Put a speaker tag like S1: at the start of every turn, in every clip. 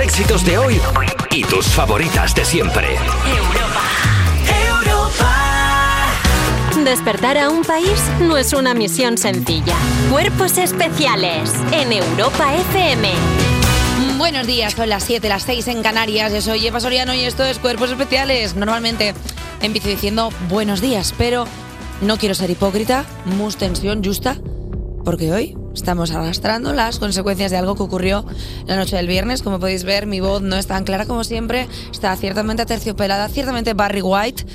S1: éxitos de hoy y tus favoritas de siempre.
S2: Despertar a un país no es una misión sencilla. Cuerpos especiales en Europa FM.
S3: Buenos días, son las 7, las 6 en Canarias. Yo soy Eva Soriano y esto es Cuerpos Especiales. Normalmente empiezo diciendo buenos días, pero no quiero ser hipócrita, mus tensión justa, porque hoy estamos arrastrando las consecuencias de algo que ocurrió la noche del viernes. Como podéis ver, mi voz no es tan clara como siempre, está ciertamente aterciopelada, ciertamente Barry White.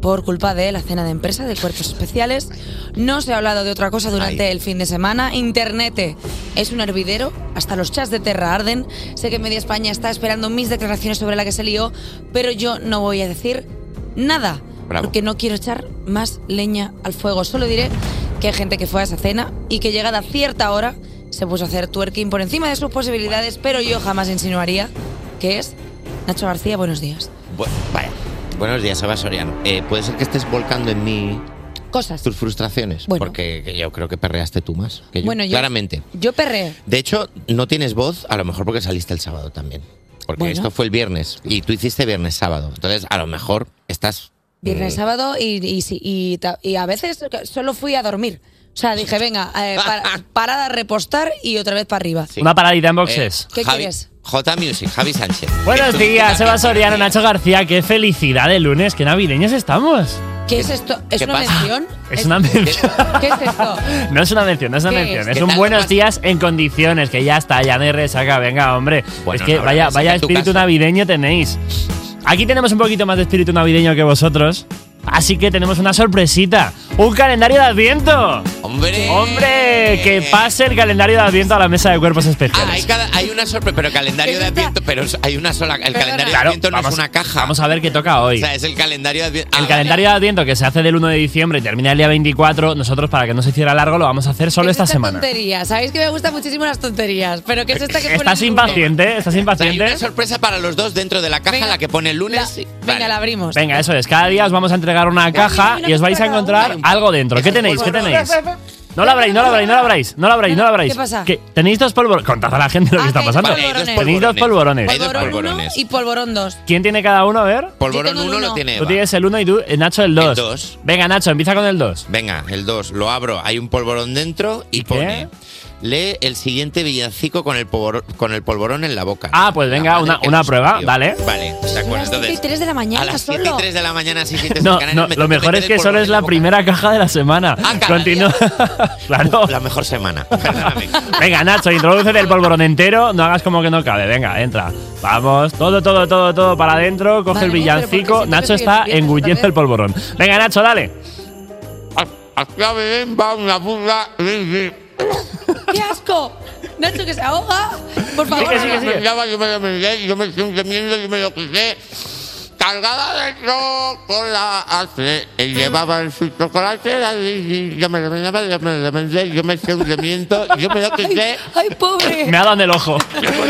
S3: Por culpa de la cena de empresa de cuerpos especiales. No se ha hablado de otra cosa durante el fin de semana. Internet es un hervidero. Hasta los chats de Terra arden. Sé que Media España está esperando mis declaraciones sobre la que se lió, pero yo no voy a decir nada.
S4: Bravo.
S3: Porque no quiero echar más leña al fuego. Solo diré que hay gente que fue a esa cena y que llegada a cierta hora se puso a hacer twerking por encima de sus posibilidades, pero yo jamás insinuaría que es Nacho García, buenos días.
S4: Bu- vaya. Buenos días, Eva Soriano. Eh, Puede ser que estés volcando en mí
S3: Cosas.
S4: tus frustraciones,
S3: Bueno.
S4: porque que yo creo que perreaste tú más. Que yo,
S3: Bueno, yo-
S4: claramente.
S3: Yo perré.
S4: De hecho, no tienes voz, a lo mejor porque saliste el sábado también. Porque
S3: Bueno.
S4: esto fue el viernes y tú hiciste viernes sábado. Entonces, a lo mejor estás.
S3: Viernes,
S4: mm,
S3: sábado y, y, sí, y ta- y a veces solo fui a dormir. O sea, dije, venga, eh, pa- parada a repostar y otra vez para arriba.
S4: sí.
S5: Una paradita en
S4: Eh,
S5: boxes.
S3: ¿Qué
S4: Javi-
S3: quieres?
S4: J Music, Javi Sánchez.
S5: Buenos
S4: Tú-
S5: días,
S4: tú
S5: Eva
S4: también
S5: Soriano,
S4: perreas.
S5: Nacho García. Qué felicidad de lunes, qué navideños estamos.
S3: ¿Qué es esto? ¿Es
S4: ¿Qué
S3: una
S4: pasa?
S3: mención?
S5: Es una mención.
S3: ¿Qué es esto?
S5: No es una mención, no es una
S3: ¿Qué
S5: mención.
S3: es?
S5: Es
S4: ¿Qué
S5: un
S4: tal
S5: buenos
S4: vas?
S5: días en condiciones, que ya está, ya no hay resaca. Venga, hombre.
S4: Bueno,
S5: es que
S4: no habrá
S5: vaya,
S4: resaca
S5: vaya
S4: en tu
S5: espíritu
S4: casa.
S5: navideño tenéis. Aquí tenemos un poquito más de espíritu navideño que vosotros. Así que tenemos una sorpresita. ¡Un calendario de Adviento!
S4: ¡Hombre!
S5: ¡Hombre! Que pase el calendario de Adviento a la mesa de cuerpos
S4: Ah, hay,
S5: especiales.
S4: cada- hay una sorpresa, pero calendario de
S3: Eso está-
S4: adviento, pero hay una sola. El calendario de
S5: Claro,
S4: adviento no
S5: vamos-
S4: es una caja.
S5: Vamos a ver qué toca
S4: O
S5: hoy.
S4: sea, es el calendario de adviento.
S5: El calendario de Adviento que se hace del 1 de diciembre y termina el día 24, nosotros para que no se hiciera largo lo vamos a hacer solo
S3: ¿Qué es
S5: esta semana. Eh,
S3: tontería? Sabéis que me gustan muchísimo las tonterías, pero ¿qué es esta que pone
S5: ¿Estás
S3: el lunes?
S5: impaciente? ¿Estás
S4: O sea, hay
S5: impaciente?
S4: una sorpresa para los dos dentro de la caja,
S3: Venga.
S4: la que pone el
S3: La-
S4: lunes. y-
S3: venga,
S4: Vale.
S3: la abrimos.
S5: Venga, eso es. Cada día os vamos a entregar una caja
S3: mira,
S5: y os vais a
S3: mira,
S5: encontrar
S4: mira.
S5: algo dentro. ¿Qué
S4: Eso es
S5: tenéis? ¿Qué
S4: bueno.
S5: tenéis? No lo abráis, no lo abráis, no lo abráis, no lo abráis, no lo abráis.
S3: ¿Qué pasa?
S5: ¿Tenéis dos polvorones? Contad a la gente lo
S3: Ah,
S5: que está
S3: que hay
S5: pasando.
S3: polvorones.
S4: Vale, hay dos
S5: Tenéis dos
S4: Hay
S5: polvorones.
S4: dos
S3: Polvorón uno
S4: polvorones.
S3: y polvorón dos.
S5: ¿Quién tiene cada uno? A ver.
S4: Polvorón
S3: Yo tengo el
S4: 1 lo
S3: uno.
S4: tiene
S5: Tú
S4: Eva.
S5: tienes el 1 y tú, eh, Nacho, el
S4: El
S5: 2.
S4: dos.
S5: Venga, Nacho, empieza con el 2.
S4: Venga, el 2, lo abro, hay un polvorón dentro y,
S5: ¿Y qué?
S4: pone. Lee el siguiente villancico con el, polvor- con el polvorón en la boca.
S5: Ah, pues venga,
S4: La madre
S5: una-
S4: que
S5: una
S4: nos
S5: prueba,
S4: parió.
S5: vale.
S4: Vale, de
S3: Son
S4: acuerdo.
S3: las siete y
S4: Entonces,
S3: tres de la mañana
S4: a las 7 y
S3: solo.
S4: 3 de la mañana, sí, sí, te
S5: No,
S4: sacan el
S5: no,
S4: metro-
S5: lo mejor es
S4: metro
S5: que
S4: de
S5: solo
S4: polvorón
S5: es
S4: en
S5: la
S4: boca.
S5: primera caja de la semana.
S4: Ah, cada
S5: Continúa. claro.
S4: La mejor semana, perdóname.
S5: Venga, Nacho, introduce el polvorón entero, no hagas como que no cabe, venga, entra. Vamos, todo, todo, todo, todo para adentro,
S3: Madre
S5: coge el
S3: mía, pero ¿por qué
S5: villancico.
S3: siento que
S5: Nacho
S3: estoy
S5: está
S3: nerviosa
S5: engullendo
S3: otra
S5: el
S3: vez?
S5: polvorón. Venga, Nacho, dale.
S4: Hacia Belén eh, va una burra. Me
S3: ¡Qué asco! Nacho, que se ahoga. Por favor.
S5: que sí, que sí.
S4: miraba, yo me lo miré, yo me estoy temiendo, yo me lo quité. Cargada de chocolate, y llevaba en su chocolate, la Lili. yo me lo miraba, yo me lo miré, yo me hice un temiento, yo me lo
S3: Ay,
S4: quité.
S3: ay, pobre.
S5: Me ha dado en el ojo.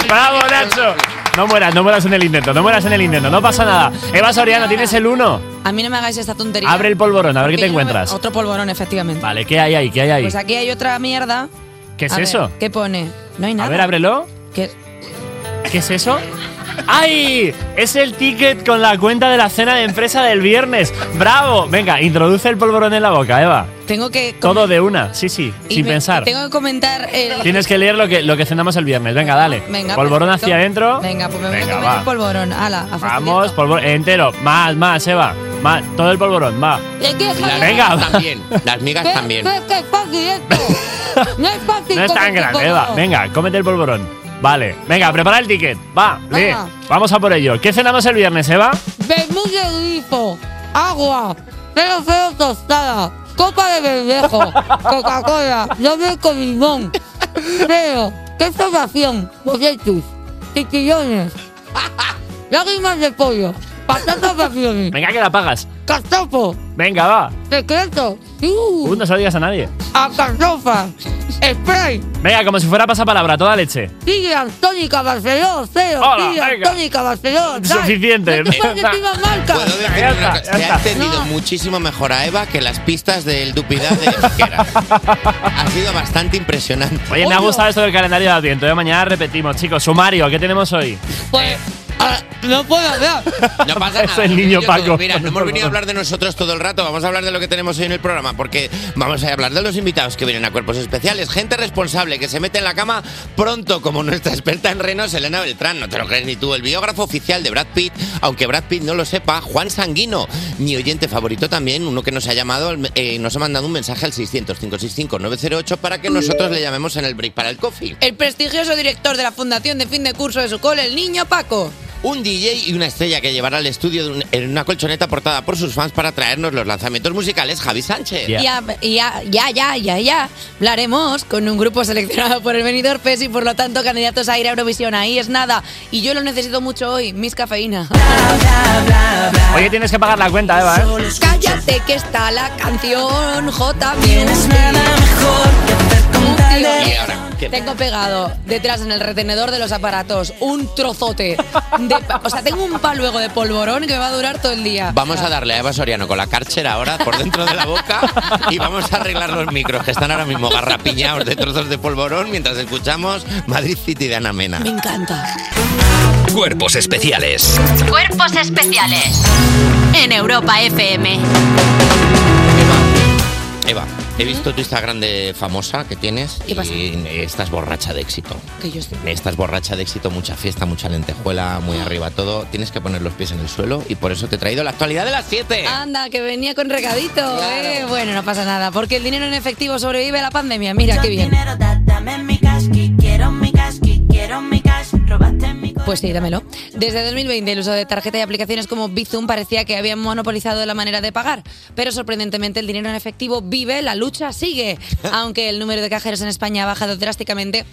S5: ¡Bravo, Nacho! No mueras, no mueras en el intento, no mueras en el intento, no pasa nada. Eva Soriano, tienes el uno.
S3: A mí no me hagáis esta tontería.
S5: Abre el polvorón, a ver qué
S3: Que
S5: te
S3: yo no me-
S5: encuentras.
S3: Otro polvorón, efectivamente.
S5: Vale, ¿qué hay ahí? ¿Qué hay ahí?
S3: Pues aquí hay otra mierda.
S5: ¿Qué es
S3: A ver,
S5: eso?
S3: ¿Qué pone? No hay nada.
S5: A ver, ábrelo.
S3: ¿Qué-
S5: ¿Qué es eso? ¡Ay! Es el ticket con la cuenta de la cena de empresa del viernes. ¡Bravo! Venga, introduce el polvorón en la boca, Eva.
S3: Tengo que. com-
S5: Todo de una, sí, sí,
S3: y
S5: sin
S3: me-
S5: pensar.
S3: Tengo que comentar el.
S5: Tienes que leer lo que, lo que cenamos el viernes. Venga, dale.
S3: Venga,
S5: polvorón
S3: perfecto.
S5: hacia adentro.
S3: Venga, pues me voy
S5: Venga,
S3: a comer
S5: va.
S3: el polvorón. Ala, a
S5: Vamos, polvorón entero. Más, más, Eva. Más, todo el polvorón, va. Venga, va.
S4: las migas
S3: Es que es fácil esto. No es fácil. este
S5: No es tan
S3: comer
S5: grande,
S3: polvorón.
S5: Eva. Venga, cómete el polvorón. Vale, venga, prepara el ticket. Va, lee.
S3: Venga.
S5: Vamos a por ello. ¿Qué cenamos el viernes, Eva?
S3: Vermut de grifo, agua, pero feo tostada, copa de bermejo, Coca-Cola, doble con limón, pero, qué sensación, boletus, titillones, lágrimas de pollo, patatas vaciones,
S5: Venga, que la pagas.
S3: castopo,
S5: Venga, va.
S3: secreto,
S5: Uh, no se lo digas a nadie.
S3: alcarrofa, spray,
S5: Venga, como si fuera pasapalabra, toda leche.
S3: sigue Antónica Barceló, cero,
S5: Hola,
S3: sigue
S5: venga.
S3: Antónica Barceló, dai.
S5: Suficiente.
S3: No te pases encima marca.
S4: Puedo decir
S5: Ya
S4: una
S5: está,
S4: cosa,
S5: ya
S4: se ha
S5: está.
S4: entendido
S3: No.
S4: muchísimo mejor a Eva que las pistas del Dupidad de Pesquera. ha sido bastante impresionante.
S5: Oye, me ha
S3: Obvio.
S5: gustado esto del calendario de Adviento. ¿eh? Mañana repetimos, chicos. Sumario, ¿qué tenemos hoy?
S3: Pues
S4: Ah,
S3: No puedo hablar.
S6: No pasa
S5: Es
S6: nada.
S5: el niño
S6: Yo-
S5: Paco.
S6: Mira, no hemos venido a hablar de nosotros todo el rato. Vamos a hablar de lo que tenemos hoy en el programa. Porque vamos a hablar de los invitados que vienen a cuerpos especiales. Gente responsable que se mete en la cama pronto, como nuestra experta en renos, Elena Beltrán. No te lo crees ni tú. El biógrafo oficial de Brad Pitt, aunque Brad Pitt no lo sepa, Juan Sanguino. Mi oyente favorito también, uno que nos ha llamado, eh, nos ha mandado un mensaje al 600-565-908 para que nosotros le llamemos en el break para el coffee.
S3: El prestigioso director de la Fundación de Fin de Curso de su cole, el niño Paco.
S6: Un DJ y una estrella que llevará al estudio de un- en una colchoneta portada por sus fans para traernos los lanzamientos musicales, Javi Sánchez.
S3: Ya, ya, ya, ya, ya, ya. Hablaremos con un grupo seleccionado por el venidor PES y por lo tanto candidatos a ir a Eurovisión. Ahí es nada. Y yo lo necesito mucho hoy, mis cafeína.
S5: Oye, tienes que pagar la cuenta, Eva, ¿eh?
S3: Pues Cállate que está la canción J. Tienes nada
S6: Y ahora, ¿qué?
S3: Tengo pegado detrás en el retenedor de los aparatos un trozote. de pa- o sea, tengo un paluego de polvorón que me va a durar todo el día. Ah,
S6: Vamos a darle a Eva Soriano con la cárcera ahora por dentro de la boca y vamos a arreglar los micros que están ahora mismo garrapiñados de trozos de polvorón mientras escuchamos Madrid City de Ana Mena.
S3: Me encanta.
S1: Cuerpos especiales.
S2: Cuerpos especiales en Europa FM.
S6: Eva, he visto tu Instagram de famosa que tienes
S3: ¿Qué pasa?
S6: y estás borracha de éxito.
S3: Que yo estoy.
S6: Estás borracha de éxito, mucha fiesta, mucha lentejuela, muy arriba todo. Tienes que poner los pies en el suelo y por eso te he traído la actualidad de las 7.
S3: Anda, que venía con regadito. eh. Bueno, no pasa nada, porque el dinero en efectivo sobrevive a la pandemia. Mira qué bien.
S7: Dinero, da- dame mi cash, que quiero mi cash, que quiero mi cash. Robaste mi corazón.
S3: Pues sí, dámelo. Desde 2020 el uso de tarjeta y aplicaciones como Bizum parecía que habían monopolizado la manera de pagar, pero sorprendentemente el dinero en efectivo vive, la lucha sigue. Aunque el número de cajeros en España ha bajado drásticamente,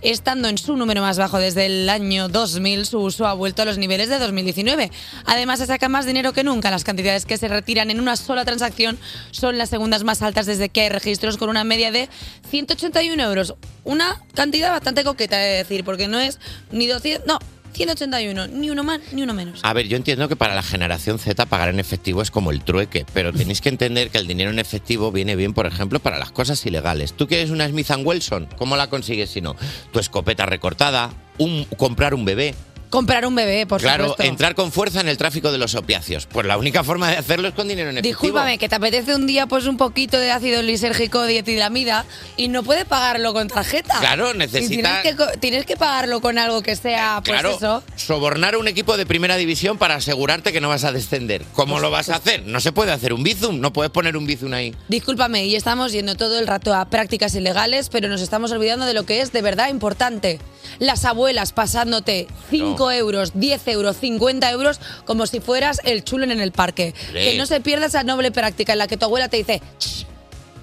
S3: estando en su número más bajo desde el año 2000, su uso ha vuelto a los niveles de 2019. Además, se saca más dinero que nunca. Las cantidades que se retiran en una sola transacción son las segundas más altas desde que hay registros con una media de 181 euros. Una cantidad bastante coqueta, he de decir, porque no es ni 200, no, 181, ni uno más, ni uno menos.
S6: A ver, yo entiendo que para la generación Z pagar en efectivo es como el trueque, pero tenéis que entender que el dinero en efectivo viene bien, por ejemplo, para las cosas ilegales. Tú quieres una Smith Wilson, ¿cómo la consigues si no? Tu escopeta recortada, un, comprar un bebé.
S3: Comprar un bebé, por
S6: claro,
S3: supuesto.
S6: entrar con fuerza en el tráfico de los opiáceos. Pues la única forma de hacerlo es con dinero en efectivo.
S3: Discúlpame, que te apetece un día pues un poquito de ácido lisérgico dietilamida y no puedes pagarlo con tarjeta.
S6: Claro,
S3: Y Tienes
S6: necesita-
S3: que, co- tienes que pagarlo con algo que sea, pues
S6: Claro,
S3: eso.
S6: sobornar a un equipo de primera división para asegurarte que no vas a descender. ¿Cómo lo vas a hacer? No se puede hacer un bizum, no puedes poner un bizum ahí.
S3: Discúlpame, y estamos yendo todo el rato a prácticas ilegales, pero nos estamos olvidando de lo que es de verdad importante. Las abuelas pasándote 5 euros, 10 euros, 50 euros, como si fueras el chulen en el parque.
S6: Hombre.
S3: Que no se pierda esa noble práctica en la que tu abuela te dice, "Shh,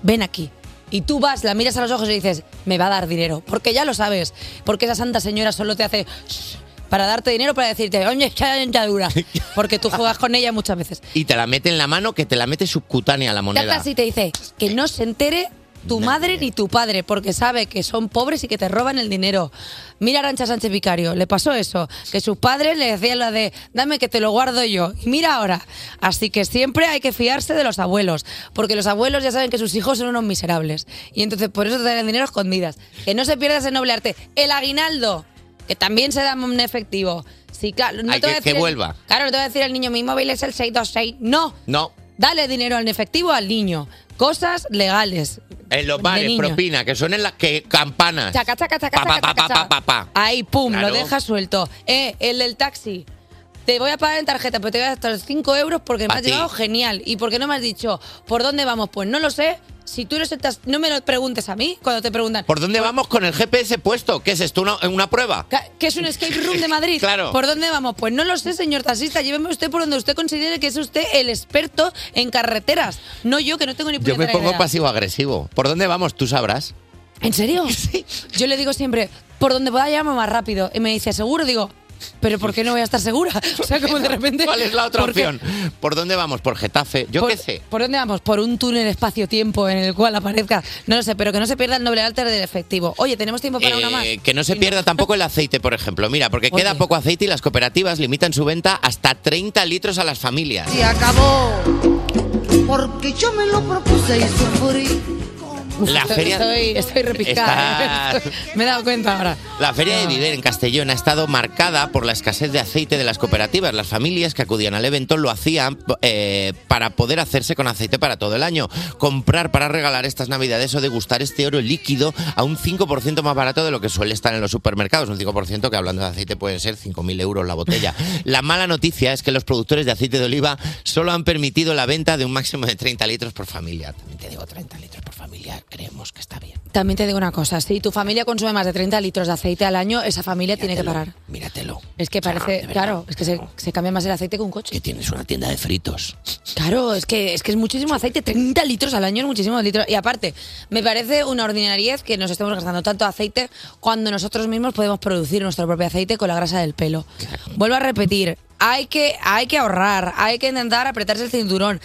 S3: ven aquí. Y tú vas, la miras a los ojos y dices, me va a dar dinero. Porque ya lo sabes, porque esa santa señora solo te hace... "Shh", Para darte dinero para decirte, oye, es que hay dentadura. Porque tú juegas con ella muchas veces.
S6: Y te la mete en la mano que te la mete subcutánea la
S3: Te
S6: moneda.
S3: hablas y te dice que no se entere tu madre ni tu padre, porque sabe que son pobres y que te roban el dinero. Mira a Arancha Sánchez Vicario, le pasó eso, que sus padres le decían lo de dame que te lo guardo yo. Y mira ahora. Así que siempre hay que fiarse de los abuelos, porque los abuelos ya saben que sus hijos son unos miserables. Y entonces por eso te dan el dinero a escondidas. Que no se pierda ese noble arte. El aguinaldo, que también se da en efectivo. Sí, claro, no
S6: Hay
S3: te voy
S6: que-
S3: a
S6: que
S3: decir el-
S6: vuelva.
S3: claro, no te voy a decir al niño, mi móvil es el 626. No,
S6: No.
S3: Dale dinero en efectivo al niño. Cosas legales.
S6: En los
S3: De
S6: bares,
S3: niño.
S6: propina, que suenen las que campanas.
S3: Chaca, chaca, chaca,
S6: Ah. Pa, pa,
S3: chaca,
S6: pa,
S3: chaca,
S6: pa,
S3: chaca.
S6: pa, pa, pa.
S3: Ahí, pum,
S6: Claro.
S3: lo dejas suelto. Eh, el del taxi. Te voy a pagar en tarjeta, pero te voy a gastar 5 euros porque me
S6: Pa'
S3: has
S6: ti.
S3: llevado genial. ¿Y porque no me has dicho por dónde vamos? Pues no lo sé. Si tú eres el tax- no me lo preguntes a mí cuando te preguntan.
S6: ¿Por dónde vamos con el GPS puesto? ¿Qué es esto? ¿Una, una prueba?
S3: Ca- que es un escape room de Madrid.
S6: Claro.
S3: ¿Por dónde vamos? Pues no lo sé, señor taxista. Lléveme usted por donde usted considere que es usted el experto en carreteras. No yo, que no tengo ni
S6: Yo me
S3: puñetera
S6: pongo
S3: idea.
S6: pasivo-agresivo. ¿Por dónde vamos? Tú sabrás.
S3: ¿En serio? Yo le digo siempre, por donde pueda llamo más rápido. Y me dice, ¿seguro? Digo, ¿pero por qué no voy a estar segura? O sea, como de repente.
S6: ¿Cuál es la otra
S3: ¿por qué?
S6: opción? ¿Por dónde vamos? ¿Por Getafe? Yo
S3: ¿Por,
S6: qué sé.
S3: ¿Por dónde vamos? Por un túnel espacio-tiempo en el cual aparezca. No lo sé, pero que no se pierda el noble alter del efectivo. Oye, tenemos tiempo para una
S6: Eh,
S3: más.
S6: que no se pierda tampoco el aceite, por ejemplo. Mira, porque
S3: Oye.
S6: queda poco aceite y las cooperativas limitan su venta hasta 30 litros a las familias.
S8: se acabó. Porque yo me lo propuse y sufrí. como
S6: La
S3: estoy,
S6: feria-
S3: estoy, estoy repiscada.
S6: Está-
S3: Me he dado cuenta ahora.
S6: La feria de Viver en Castellón ha estado marcada por la escasez de aceite de las cooperativas. Las familias que acudían al evento lo hacían eh, para poder hacerse con aceite para todo el año. Comprar para regalar estas navidades o degustar este oro líquido a un 5% más barato de lo que suele estar en los supermercados. Un 5% que hablando de aceite pueden ser 5.000 euros la botella. La mala noticia es que los productores de aceite de oliva solo han permitido la venta de un máximo de 30 litros por familia. También te digo, 30 litros por familia creemos que está bien.
S3: También te digo una cosa, si tu familia consume más de 30 litros de aceite al año, esa familia tiene que parar.
S6: Míratelo.
S3: Es que
S6: de
S3: parece,
S6: verdad.
S3: claro, es que se, se cambia más el aceite que un coche.
S6: Que tienes una tienda de fritos.
S3: Claro, es que, es que es muchísimo aceite, 30 litros al año es muchísimo litros. Y aparte, me parece una ordinariez que nos estemos gastando tanto aceite cuando nosotros mismos podemos producir nuestro propio aceite con la grasa del pelo. Vuelvo a repetir, hay que, hay que ahorrar, hay que intentar apretarse el cinturón.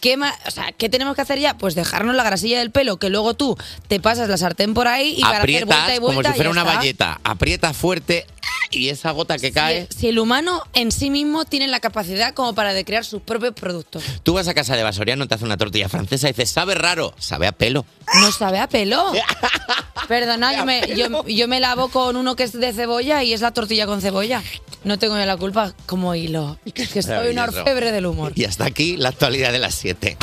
S3: ¿Qué, ma- o sea, ¿Qué tenemos que hacer ya? Pues dejarnos la grasilla del pelo, que luego tú te pasas la sartén por ahí y para hacer vuelta
S6: aprietas
S3: y vuelta.
S6: como si
S3: ya
S6: fuera una
S3: está.
S6: valleta. ¿eh? Aprietas fuerte y esa gota que cae.
S3: Si el humano en sí mismo tiene la capacidad como para de crear sus propios productos.
S6: Tú vas a casa de Basoriano, te hace una tortilla francesa y dices, sabe raro, sabe a pelo.
S3: No sabe a pelo. Perdona, yo me, yo, yo me lavo con uno que es de cebolla y es la tortilla con cebolla. No tengo yo la culpa como hilo. Es que soy un
S6: Maravilloso.
S3: orfebre del humor.
S6: Y hasta aquí la actualidad de las 7.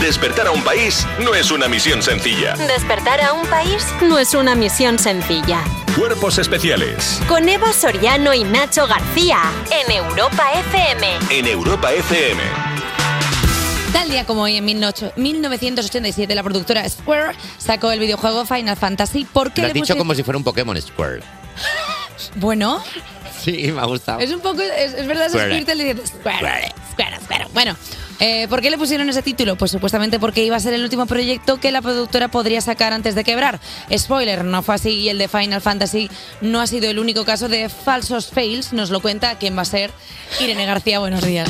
S8: Despertar a un país no es una misión sencilla.
S2: Despertar a un país no es una misión sencilla.
S8: Cuerpos especiales
S2: Con Eva Soriano y Nacho García en Europa FM.
S8: en Europa FM.
S3: Tal día como hoy, en 18- 1987, la productora Square sacó el videojuego Final Fantasy. ¿Por qué
S6: Lo
S3: le
S6: has dicho
S3: pusieron-
S6: como si fuera un Pokémon Squirrel.
S3: Bueno,
S6: Sí, me ha gustado.
S3: Es un poco, es, es verdad,
S6: Square.
S3: suscribirte le dices, "Square, square, square". Bueno, eh, ¿por qué le pusieron ese título? Pues supuestamente porque iba a ser el último proyecto que la productora podría sacar antes de quebrar. Spoiler, no fue así y el de Final Fantasy no ha sido el único caso de falsos fails. Nos lo cuenta quién va a ser Irene García. Buenos días.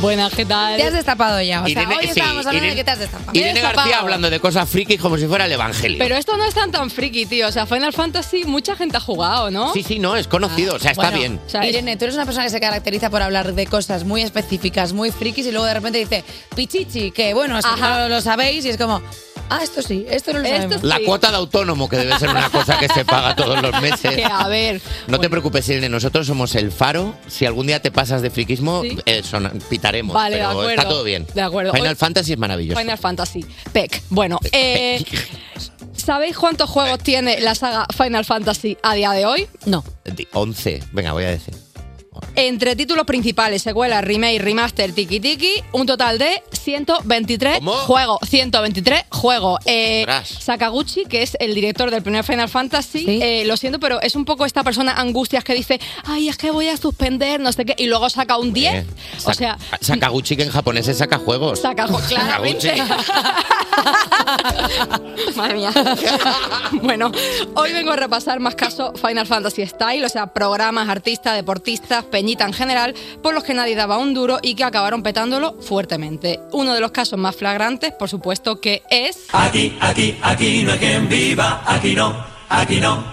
S3: Buenas, ¿qué tal? Te has destapado ya. O sea,
S6: Irene-
S3: hoy
S6: sí,
S3: estábamos hablando
S6: Irene-
S3: de que te has destapado.
S6: Irene García hablando de cosas frikis como si fuera el evangelio.
S9: Pero esto no es tan tan friki, tío. O sea, Final Fantasy mucha gente ha jugado, ¿no?
S6: Sí, sí, no, es conocido, o sea, está
S3: Bueno,
S6: bien.
S3: o sea, Irene, tú eres una persona que se caracteriza por hablar de cosas muy específicas, muy frikis, y luego de repente dice, pichichi, que bueno, es que
S9: Ajá.
S3: no lo sabéis, y es como, ah, esto sí, esto no lo
S9: Esto
S3: sabemos.
S6: La
S9: sí.
S6: cuota de autónomo, que debe ser una cosa que se paga todos los meses.
S9: Que, a ver.
S6: No te preocupes, Irene, nosotros somos el faro. Si algún día te pasas de friquismo,
S9: Sí.
S6: eh, son- pitaremos.
S9: Vale, de
S6: pero
S9: acuerdo.
S6: está todo bien.
S9: De acuerdo.
S6: Final
S9: Hoy-
S6: Fantasy es maravilloso.
S9: Final Fantasy. Peck. Bueno, eh, ¿sabéis cuántos juegos tiene la saga Final Fantasy a día de hoy?
S3: No.
S6: Di- 11, venga, voy a decir.
S9: Entre títulos principales, secuelas, remake, remaster, tiki tiki, un total de 123
S6: ¿Cómo?
S9: juegos. 123 juegos. Eh,
S6: Ostras.
S9: Sakaguchi, que es el director del primer Final Fantasy,
S3: Sí.
S9: eh, lo siento, pero es un poco esta persona angustias que dice, ay, es que voy a suspender, no sé qué, y luego saca un 10.
S6: Eh,
S9: o
S6: Sa-
S9: sea,
S6: Sakaguchi, que en japonés se saca juegos.
S9: saca claramente. Madre mía. bueno, hoy vengo a repasar más casos Final Fantasy Style, o sea, programas, artistas, deportistas, peñita en general, por los que nadie daba un duro y que acabaron petándolo fuertemente. Uno de los casos más flagrantes, por supuesto, que es...
S10: Aquí, aquí, aquí no hay quien viva, aquí no, aquí no.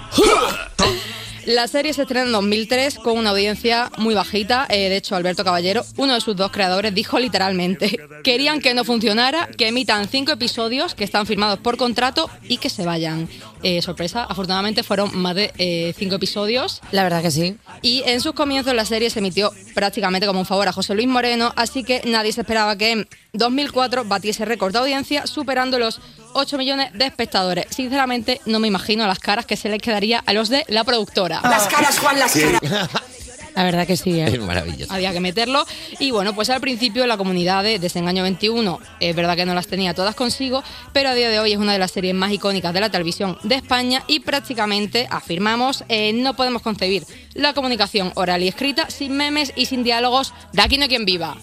S9: La serie se estrena en 2003 con una audiencia muy bajita. Eh, de hecho, Alberto Caballero, uno de sus dos creadores, dijo literalmente: Querían que no funcionara, que emitan cinco episodios que están firmados por contrato y que se vayan. Eh, sorpresa, afortunadamente fueron más de eh, cinco episodios.
S3: La verdad que sí.
S9: Y en sus comienzos la serie se emitió prácticamente como un favor a José Luis Moreno, así que nadie se esperaba que en 2004 batiese récord de audiencia, superando los 8 millones de espectadores. Sinceramente, no me imagino las caras que se les quedaría a los de la productora.
S3: La verdad que sí, ¿eh?
S6: Es maravilloso.
S9: Había que meterlo. Y bueno, pues al principio la comunidad de Desengaño 21 es verdad que no las tenía todas consigo, pero a día de hoy es una de las series más icónicas de la televisión de España y prácticamente, afirmamos, eh, no podemos concebir la comunicación oral y escrita sin memes y sin diálogos de aquí no hay quien viva.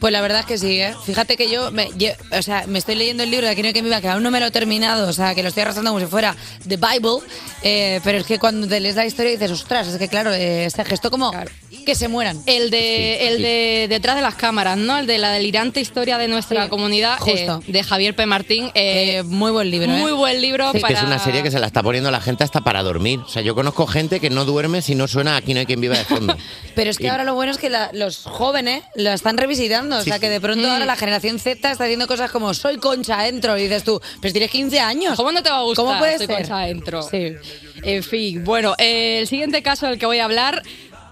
S3: Pues la verdad es que sí, ¿eh? Fíjate que yo, me, lle- o sea, me estoy leyendo el libro de Aquino que viva, que aún no me lo he terminado, o sea, que lo estoy arrastrando como si fuera The Bible, eh, pero es que cuando te lees la historia dices, ostras, es que claro, eh, se gestó como
S9: Claro.
S3: que se mueran.
S9: El de,
S6: Sí,
S9: el
S6: sí.
S9: de detrás de las cámaras, ¿no? El de la delirante historia de nuestra
S3: Sí,
S9: comunidad, eh,
S3: justo.
S9: de Javier P. Martín. eh,
S3: Eh, muy buen libro, ¿eh?
S9: muy buen libro
S6: Es que
S9: para...
S6: es una serie que se la está poniendo la gente hasta para dormir. O sea, yo conozco gente que no duerme si no suena Aquí no hay quien viva de fondo.
S3: Pero es que ahora lo bueno es que la- los jóvenes la están pasando. O sea, que de pronto ahora la generación Z está haciendo cosas como soy concha dentro. Y dices tú, pero si tienes 15 años.
S9: ¿Cómo no te va a gustar?
S3: ¿Cómo puedes
S9: Soy
S3: ser?
S9: Concha Dentro.
S3: Sí.
S9: En fin, bueno, eh, el siguiente caso del que voy a hablar,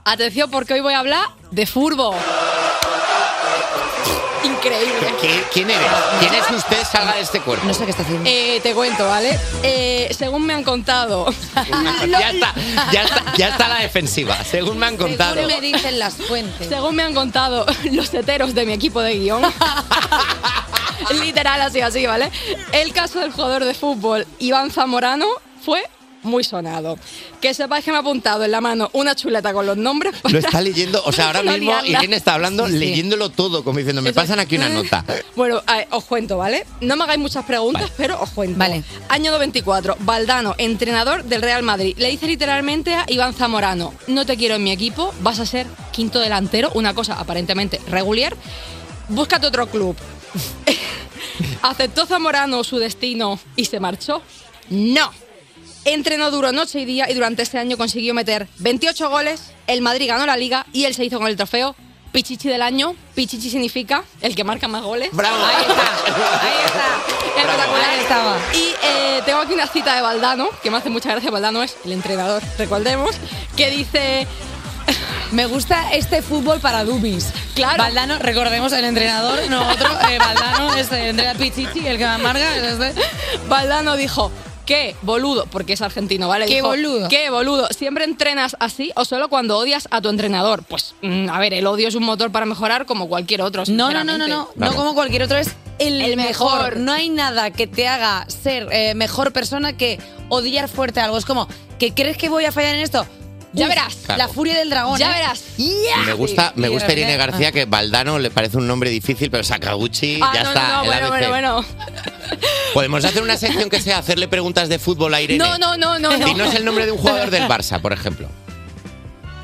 S9: atención porque hoy voy a hablar de Furbo. Increíble.
S6: ¿Qui- ¿Quién eres? ¿Quién es usted? Salga de este cuerpo.
S3: No sé qué está haciendo.
S9: Eh, te cuento, ¿vale? Eh, según me han contado.
S6: Ya está, ya está, ya está la defensiva, según me han contado.
S9: Según me
S3: dicen las fuentes.
S9: Según me han contado los heteros de mi equipo de guión. Literal, así, así, ¿vale? El caso del jugador de fútbol Iván Zamorano fue muy sonado. Que sepáis que me ha apuntado en la mano una chuleta con los nombres.
S6: Lo está leyendo, o sea, ahora
S9: No
S6: mismo
S9: liarla.
S6: Irene está hablando, leyéndolo todo, como diciendo, me pasan aquí una nota.
S9: Bueno, a ver, os cuento, ¿vale? No me hagáis muchas preguntas, pero os cuento. Vale. Año 94, Valdano, entrenador del Real Madrid. Le dice literalmente a Iván Zamorano, no te quiero en mi equipo, vas a ser quinto delantero, una cosa aparentemente regular, búscate otro club. ¿Aceptó Zamorano su destino y se marchó? No. Entrenó duro noche y día y durante este año consiguió meter 28 goles, el Madrid ganó la liga y él se hizo con el trofeo Pichichi del año. Pichichi significa el que marca más goles. ¡Bravo! Ahí está, ahí está. Espectacular estaba. Y eh, tengo aquí una cita de Valdano, que me hace mucha gracia. Valdano es el entrenador, recordemos, que dice...
S3: Me gusta este fútbol para dummies.
S9: Claro.
S3: Valdano, recordemos el entrenador, no otro. Eh, Valdano es el entrenador Pichichi, el que amarga. Es este.
S9: Valdano dijo, qué boludo, porque es argentino, ¿vale?
S3: Qué
S9: Dijo,
S3: boludo.
S9: Qué boludo. ¿Siempre entrenas así o solo cuando odias a tu entrenador? Pues, mm, a ver, el odio es un motor para mejorar como cualquier otro.
S3: No, no, no, no, no. No como cualquier otro, es el,
S9: El
S3: mejor.
S9: mejor.
S3: No hay nada que te haga ser eh, mejor persona que odiar fuerte algo. Es como, ¿que crees que voy a fallar en esto?
S9: Ya
S3: Uf,
S9: verás.
S3: La
S6: Claro.
S3: furia del dragón.
S9: Ya
S3: ¿eh?
S9: verás.
S6: Me gusta, me
S3: Y
S6: gusta
S3: de
S6: Irene
S3: repente-
S6: García, que Valdano le parece un nombre difícil, pero Sakaguchi
S9: Ah,
S6: ya
S9: no,
S6: está.
S9: no, no,
S6: el
S9: bueno,
S6: ABC.
S9: bueno, bueno.
S6: Podemos hacer una sección que sea hacerle preguntas de fútbol a Irene.
S9: No, no, no, no. no.
S6: Dinos el nombre de un jugador del Barça, por ejemplo.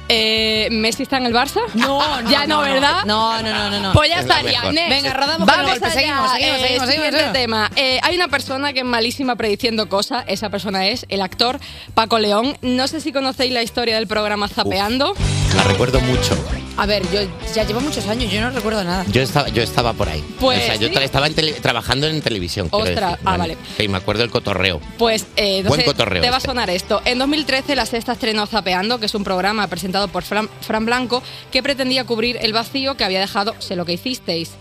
S9: Eh, ¿Messi está en el Barça?
S3: No, no,
S9: Ya no,
S3: no, no.
S9: ¿verdad?
S3: No, no, no, no, no.
S9: Pues ya
S6: Es la
S9: estaría.
S6: mejor.
S9: Next.
S3: Venga, rodamos con el
S9: Vamos
S3: golpe.
S9: allá.
S3: Seguimos, seguimos,
S9: Eh,
S3: seguimos, seguimos,
S9: siguiente
S3: seguimos.
S9: tema. Eh, hay una persona que es malísima prediciendo cosas. Esa persona es el actor Paco León. No sé si conocéis la historia del programa Zapeando.
S6: La recuerdo mucho.
S3: A ver, yo ya llevo muchos años, yo no recuerdo nada.
S6: Yo estaba, yo estaba por ahí.
S9: Pues
S6: o sea, yo
S9: sí.
S6: tra- estaba en tele- trabajando en televisión. quiero
S9: Ostras,
S6: decir,
S9: ah,
S6: ¿vale?
S9: vale.
S6: Que me acuerdo del cotorreo.
S9: Pues eh,
S6: Buen
S9: entonces
S6: cotorreo
S9: te va a
S6: este.
S9: sonar esto. En 2013 la sexta estrenó Zapeando, que es un programa presentado por Fran, Fran Blanco que pretendía cubrir el vacío que había dejado Sé lo que hicisteis.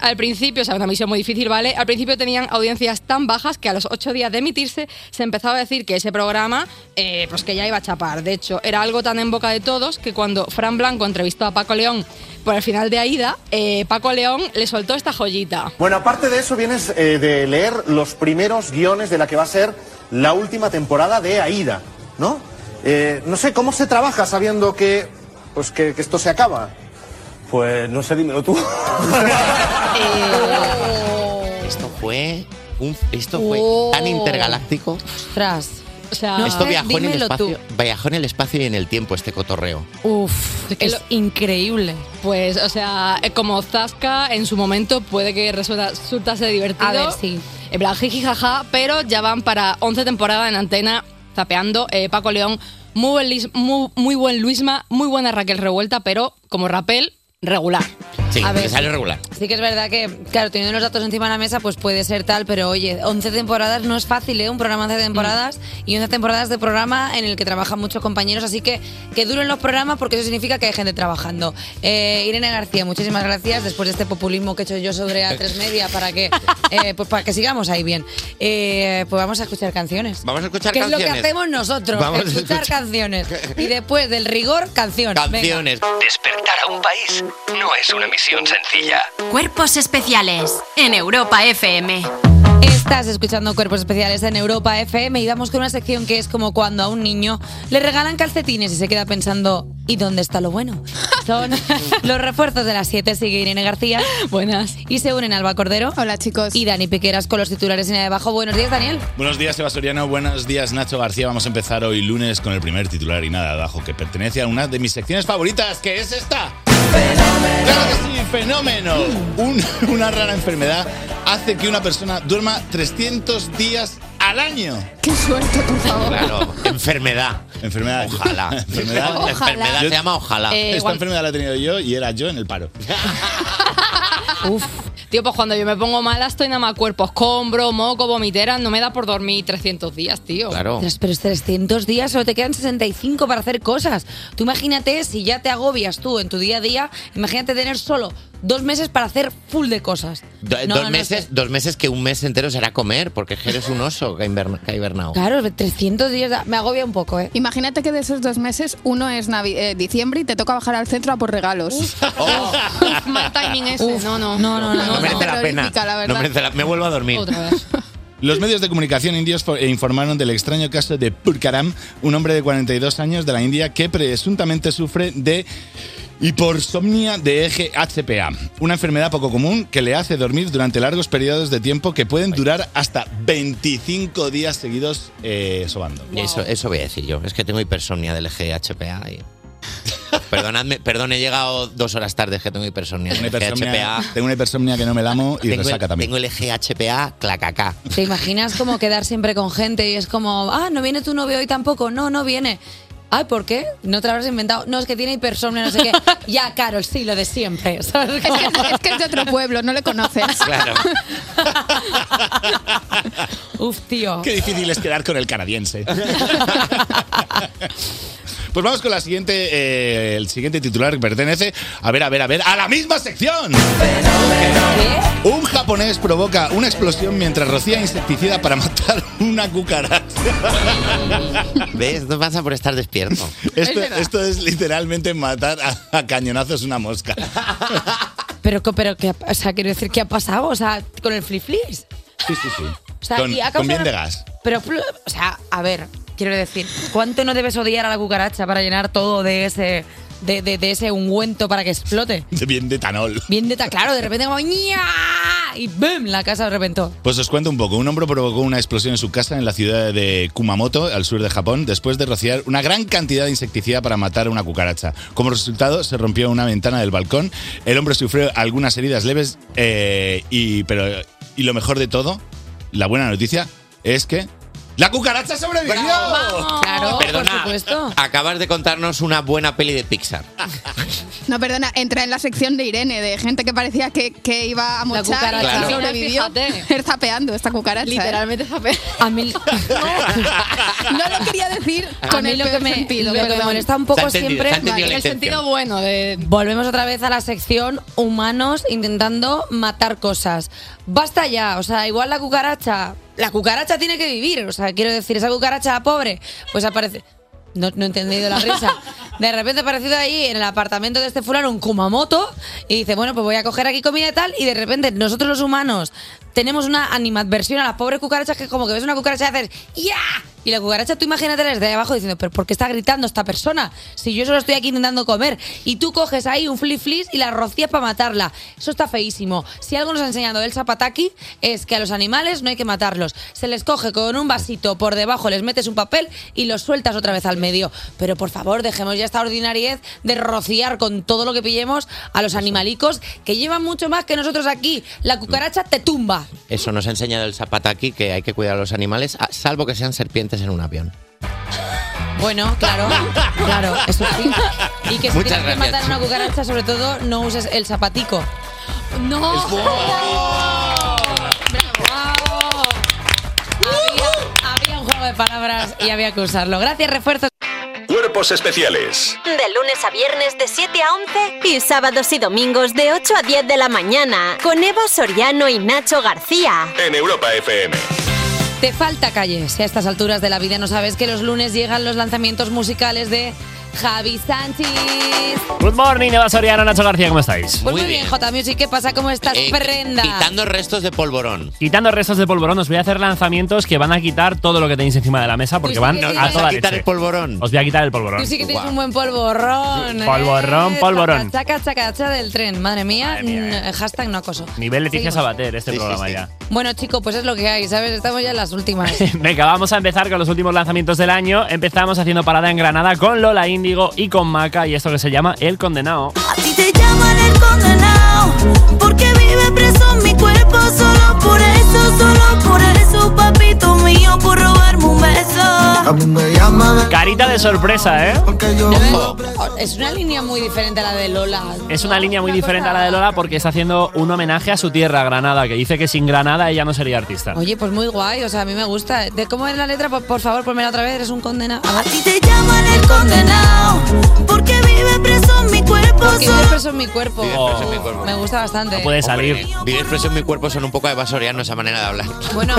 S9: Al principio, o sea, una misión muy difícil, ¿vale? Al principio tenían audiencias tan bajas que a los ocho días de emitirse se empezaba a decir que ese programa, eh, pues que ya iba a chapar. De hecho, era algo tan en boca de todos que cuando Fran Blanco entrevistó a Paco León por el final de Aida, eh, Paco León le soltó esta joyita.
S11: Bueno, aparte de eso, vienes eh, de leer los primeros guiones de la que va a ser la última temporada de Aida, ¿no? Eh, no sé, ¿cómo se trabaja sabiendo que, pues, que, que esto se acaba? Pues no sé, dímelo tú.
S3: Eh,
S6: Esto fue. un- esto fue
S9: Oh.
S6: tan intergaláctico.
S3: Ostras.
S9: O sea,
S6: esto viajó en, el
S3: dímelo tú.
S6: espacio, viajó en el espacio y en el tiempo, este cotorreo.
S3: Uf, es increíble.
S9: Pues, o sea, eh, como Zasca en su momento puede que resulta- resultase divertido.
S3: A ver, sí.
S9: En plan, jiji, jaja, pero ya van para 11 temporadas en antena, zapeando. Eh, Paco León, muy buen, Lis- muy, muy buen Luisma, muy buena Raquel Revuelta, pero como Rapel, regular.
S6: Sí,
S3: A ver,
S6: me sale
S3: sí.
S6: regular.
S3: Sí que es verdad que, claro, teniendo los datos encima de la mesa, pues puede ser tal, pero oye, 11 temporadas no es fácil, ¿eh? Un programa de 11 temporadas
S6: Mm.
S3: y 11 temporadas de programa en el que trabajan muchos compañeros, así que que duren los programas porque eso significa que hay gente trabajando. Eh, Irene García, muchísimas gracias después de este populismo que he hecho yo sobre A3 Media para que, eh, pues para que sigamos ahí bien. Eh, pues vamos a escuchar canciones.
S6: Vamos a escuchar
S3: Que es lo
S6: canciones.
S3: que hacemos nosotros,
S6: Vamos a
S3: escuchar,
S6: escuchar-
S3: canciones. Y después del rigor, canciones. Venga.
S6: Canciones.
S1: Despertar a un país no es una misión sencilla.
S2: Cuerpos especiales en Europa FM.
S3: Estás escuchando Cuerpos Especiales en Europa FM y vamos con una sección que es como cuando a un niño le regalan calcetines y se queda pensando ¿y dónde está lo bueno? Son los refuerzos de las 7, sigue Irene García.
S9: Buenas.
S3: Y se unen Alba Cordero. Hola chicos. Y Dani Piqueras con los titulares en ahí abajo. Buenos días Daniel.
S12: Buenos días, Sebastoriano. Buenos días, Nacho García. Vamos a empezar hoy lunes con el primer titular y nada abajo, que pertenece a una de mis secciones favoritas, que es esta. Claro que sí, fenómeno. Un- una rara enfermedad hace que una persona duerma 300 días al año.
S9: Qué suerte, por favor.
S6: Claro, enfermedad.
S12: Enfermedad.
S6: Ojalá.
S12: Enfermedad.
S6: Ojalá. Enfermedad se llama ojalá. Eh,
S12: Esta
S6: Juan-
S12: enfermedad la he tenido yo y era yo en el paro.
S9: Uf. Tío, pues cuando yo me pongo mala estoy nada más cuerpo escombro, moco, vomitera, no me da por dormir 300 días, tío.
S3: Dios, Pero es 300 días, solo te quedan 65 para hacer cosas. Tú imagínate si ya te agobias tú en tu día a día, imagínate tener solo dos meses para hacer full de cosas.
S6: Do-
S3: No,
S6: dos,
S3: no
S6: meses, dos meses que un mes entero será comer, porque eres un oso que ha invern- que ha hibernado.
S3: Claro, 300 días da- me agobia un poco, ¿eh?
S13: Imagínate que de esos dos meses, uno es Navi- eh, diciembre y te toca bajar al centro a por regalos.
S9: Mal timing ese. no, no. No, no,
S6: No merece la pena.
S13: Terrorífica, la verdad.
S6: No merece la- Me vuelvo a dormir.
S12: Los medios de comunicación indios fo- eh, informaron del extraño caso de Purkaram, un hombre de 42 años de la India que presuntamente sufre de hipersomnia de eje HPA, una enfermedad poco común que le hace dormir durante largos periodos de tiempo que pueden durar hasta 25 días seguidos eh, sobando.
S6: Eso, eso voy a decir yo. Es que tengo hipersomnia del eje HPA. y- Perdonadme, perdón, he llegado dos horas tarde, es que tengo hipersomnia del
S12: Tengo una
S6: eje
S12: hipersomnia,
S6: HPA.
S12: tengo una hipersomnia que no me la amo y
S6: Tengo
S12: resaca
S6: el,
S12: también.
S6: tengo el eje HPA, clacacá.
S3: ¿Te imaginas como quedar siempre con gente y es como, ah, no viene tu novio hoy tampoco? No, no viene. Ay, ¿por qué? ¿No te lo habrás inventado? No, es que tiene hipersomnia, no sé qué. Ya, Carol, sí, lo de siempre. ¿sabes?
S13: Es que, es que es de otro pueblo, no le conoces.
S6: Claro.
S3: Uf, tío.
S12: Qué difícil es quedar con el canadiense. Pues vamos con la siguiente, eh, el siguiente titular que pertenece, a ver, a ver, a ver, a la misma sección. Un japonés provoca una explosión mientras rocía insecticida para matar una cucaracha.
S6: ¿Ves? Esto pasa por estar despierto.
S12: Esto, esto es literalmente matar a, a cañonazos una mosca.
S3: Pero, co- pero ¿qué ha- o sea, quiero decir, ¿qué ha pasado? O sea, con el flip flis.
S12: Sí, sí, sí.
S3: O sea,
S12: con,
S3: y ha
S12: con bien
S3: causado-
S12: de gas.
S3: Pero, pl- o sea, a ver, quiero decir, ¿cuánto no debes odiar a la cucaracha para llenar todo de ese, de, de- de ese ungüento para que explote?
S12: De bien de etanol.
S3: Bien de ta- claro, de repente como ¡ña! y ¡bum! La casa reventó.
S12: Pues os cuento un poco. Un hombre provocó una explosión en su casa en la ciudad de Kumamoto, al sur de Japón, después de rociar una gran cantidad de insecticida para matar a una cucaracha. Como resultado, se rompió una ventana del balcón. El hombre sufrió algunas heridas leves eh, y, pero, y lo mejor de todo, la buena noticia, es que... ¡La cucaracha sobrevivió!
S13: Claro,
S6: Perdona, acabas de contarnos una buena peli de Pixar.
S13: No, perdona, entra en la sección de Irene, de gente que parecía que, que iba a mochar
S6: cucaracha.
S13: y
S6: Claro.
S13: sobrevivió. Es zapeando esta cucaracha. ¿eh?
S9: Literalmente
S13: zapeando.
S3: A mí...
S13: No lo quería decir
S3: A
S13: con
S3: mí
S13: el
S3: lo
S13: peor
S3: que me-
S13: sentido,
S3: lo que me
S13: perdón.
S3: molesta un poco Se ha entendido, siempre- se ha entendido la
S9: en el
S3: intención.
S9: sentido bueno de
S3: Volvemos otra vez a la sección humanos intentando matar cosas. Basta ya, o sea, igual la cucaracha, la cucaracha tiene que vivir, o sea, quiero decir, esa cucaracha pobre, pues aparece... No, no he entendido la risa. De repente ha aparecido ahí en el apartamento de este fulano un Kumamoto y dice, bueno, pues voy a coger aquí comida y tal, y de repente nosotros los humanos tenemos una animadversión a las pobres cucarachas que es como que ves una cucaracha y haces ¡Ya! Y la cucaracha, tú imagínate desde abajo diciendo, pero ¿por qué está gritando esta persona? Si yo solo estoy aquí intentando comer. Y tú coges ahí un flip flis y la rocías para matarla. Eso está feísimo. Si algo nos ha enseñado el zapataki es que a los animales no hay que matarlos. Se les coge con un vasito por debajo, les metes un papel y los sueltas otra vez al medio. Pero por favor, dejemos ya esta ordinariedad de rociar con todo lo que pillemos a los animalicos que llevan mucho más que nosotros aquí. La cucaracha te tumba.
S6: Eso nos ha enseñado el zapataki que hay que cuidar a los animales, a- salvo que sean serpientes en un avión.
S3: Bueno, claro, claro, eso sí. Y que si
S6: Muchas
S3: tienes que
S6: gracias.
S3: matar una cucaracha, sobre todo, no uses el zapatico. ¡No!
S7: ¡Oh!
S3: ¡Bravo! Había, había un juego de palabras y había que usarlo. Gracias, refuerzo.
S8: Cuerpos especiales
S2: De lunes a viernes de 7 a 11 y sábados y domingos de 8 a 10 de la mañana con Eva Soriano y Nacho García.
S8: en Europa FM.
S3: Te falta calle. Si a estas alturas de la vida no sabes que los lunes llegan los lanzamientos musicales de Javi Sánchez.
S5: Good morning, Eva Soriano, Nacho García, ¿cómo estáis?
S3: Pues muy, bien, Eh, J Music, ¿qué pasa? ¿Cómo estás, prenda?
S6: Quitando restos de polvorón.
S5: Ah. Quitando restos de polvorón, os voy a hacer lanzamientos que van a quitar todo lo que tenéis encima de la mesa porque
S3: sí
S5: van
S3: que
S5: a
S3: tienes-
S5: toda
S3: ¿Vas a quitar
S5: leche.
S6: el polvorón?
S5: Os voy a quitar el polvorón.
S3: Tú sí que tienes un buen polvorrón. ¿eh?
S5: Polvorrón, polvorón.
S3: Chaca, chaca, chaca del tren. Madre mía, mm, hashtag no acoso.
S5: Nivel Leticia
S3: Seguimos.
S5: Sabater, este programa ya.
S3: Bueno, chico, pues es lo que hay, ¿sabes? Estamos ya en las últimas.
S5: Venga, vamos a empezar con los últimos lanzamientos del año. Empezamos haciendo parada en Granada con Lola Índigo y con Maca y esto que se llama El Condenado.
S7: ti te llaman el condenado Porque vive preso en mi cuerpo Solo por eso, solo por eso Papito mío, por robarme un beso
S5: Carita de sorpresa, ¿eh?
S3: Es una línea muy diferente a la de Lola.
S5: Es una línea muy diferente a la de Lola porque está haciendo un homenaje a su tierra, Granada, que dice que sin Granada ella no sería artista.
S3: Oye, pues muy guay, o sea, a mí me gusta. ¿De cómo es la letra? Por, por favor, ponmela otra vez, eres un condenado. A ti te llaman el condenado, porque vive preso en mi cuerpo. Porque vive preso en mi cuerpo.
S6: Vive preso en mi cuerpo.
S3: Me gusta bastante.
S6: salir. Vivir preso en mi cuerpo son un poco evasoriano esa manera de hablar.
S3: Bueno,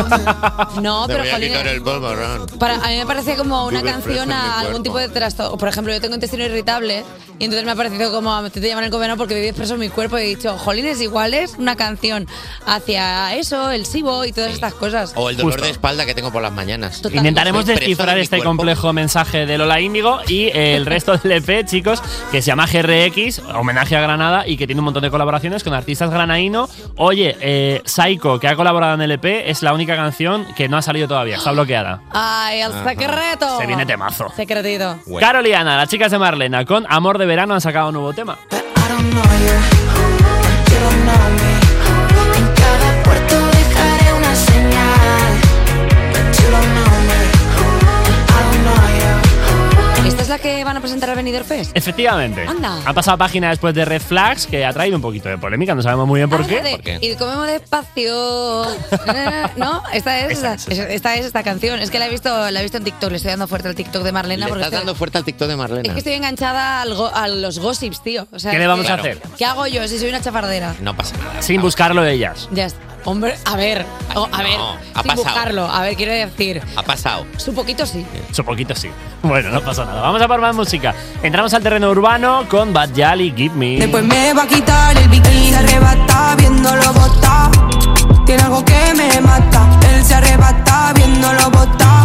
S3: no,
S6: Te
S3: pero
S6: voy a
S3: jolín, eh,
S6: quitar el polvorón.
S3: Para, a mí me parece como una
S6: Vive
S3: canción
S6: preso en mi
S3: a algún
S6: cuerpo.
S3: tipo de trastorno. Por ejemplo, yo tengo intestino irritable y entonces me ha parecido como a ti te llaman el condenado porque vives preso en mi cuerpo. Y he dicho, jolines, igual es una canción hacia eso, el SIBO y todas estas cosas.
S6: O el dolor
S5: Justo.
S6: de espalda que tengo por las mañanas.
S5: Intentaremos
S6: Soy preso
S5: descifrar
S6: de mi
S5: este
S6: cuerpo.
S5: complejo mensaje de Lola Índigo y el resto del EP, chicos, que se llama GRX, homenaje a Granada y que tiene un montón de colaboraciones con artistas granaíno. Oye, eh, Psycho, que ha colaborado en el EP, es la única canción que no ha salido todavía, está bloqueada.
S3: ¡Ay, el
S5: Ajá.
S3: secreto!
S5: Se viene temazo.
S3: Secretito.
S5: Carolina, las chicas de Marlena, con Amor de Verano han sacado un nuevo tema.
S7: Puerto dejaré una señal. But you don't know me. I don't know you.
S3: ¿Esta es la que van a presentar al Benidorm Fest?
S5: Efectivamente.
S3: Anda.
S5: Han pasado página después de Red Flags, que ha traído un poquito de polémica, no sabemos muy bien por qué.
S3: De- Y comemos despacio. no, esta es,
S5: Esa
S3: esta, esta es esta canción. Es que la he visto, la he visto en TikTok. Le estoy dando fuerte al TikTok de
S6: Le
S3: Marlena porque
S6: estás
S3: estoy-
S6: dando fuerte al TikTok de
S3: es
S6: Marlena.
S3: que estoy enganchada al go- a los gossips, tío. O sea,
S6: ¿Qué le
S3: es
S6: vamos
S3: que-
S6: a hacer?
S3: ¿Qué hago yo si soy una chafardera?
S6: No pasa nada.
S5: Sin buscarlo de ellas.
S3: Ya está. Hombre, a ver, o- a ver,
S6: No, ha
S3: sin
S6: pasado.
S3: buscarlo. A ver, quiero decir,
S6: Ha pasado.
S3: su poquito sí.
S5: Su poquito sí. Bueno, no pasa nada. Vamos a por más música. Entramos al terreno urbano con Bad Yali, Give Me.
S14: Después me va a quitar el bikini. Se arrebata viéndolo botar. Tiene algo que me mata. Él se arrebata viéndolo botar.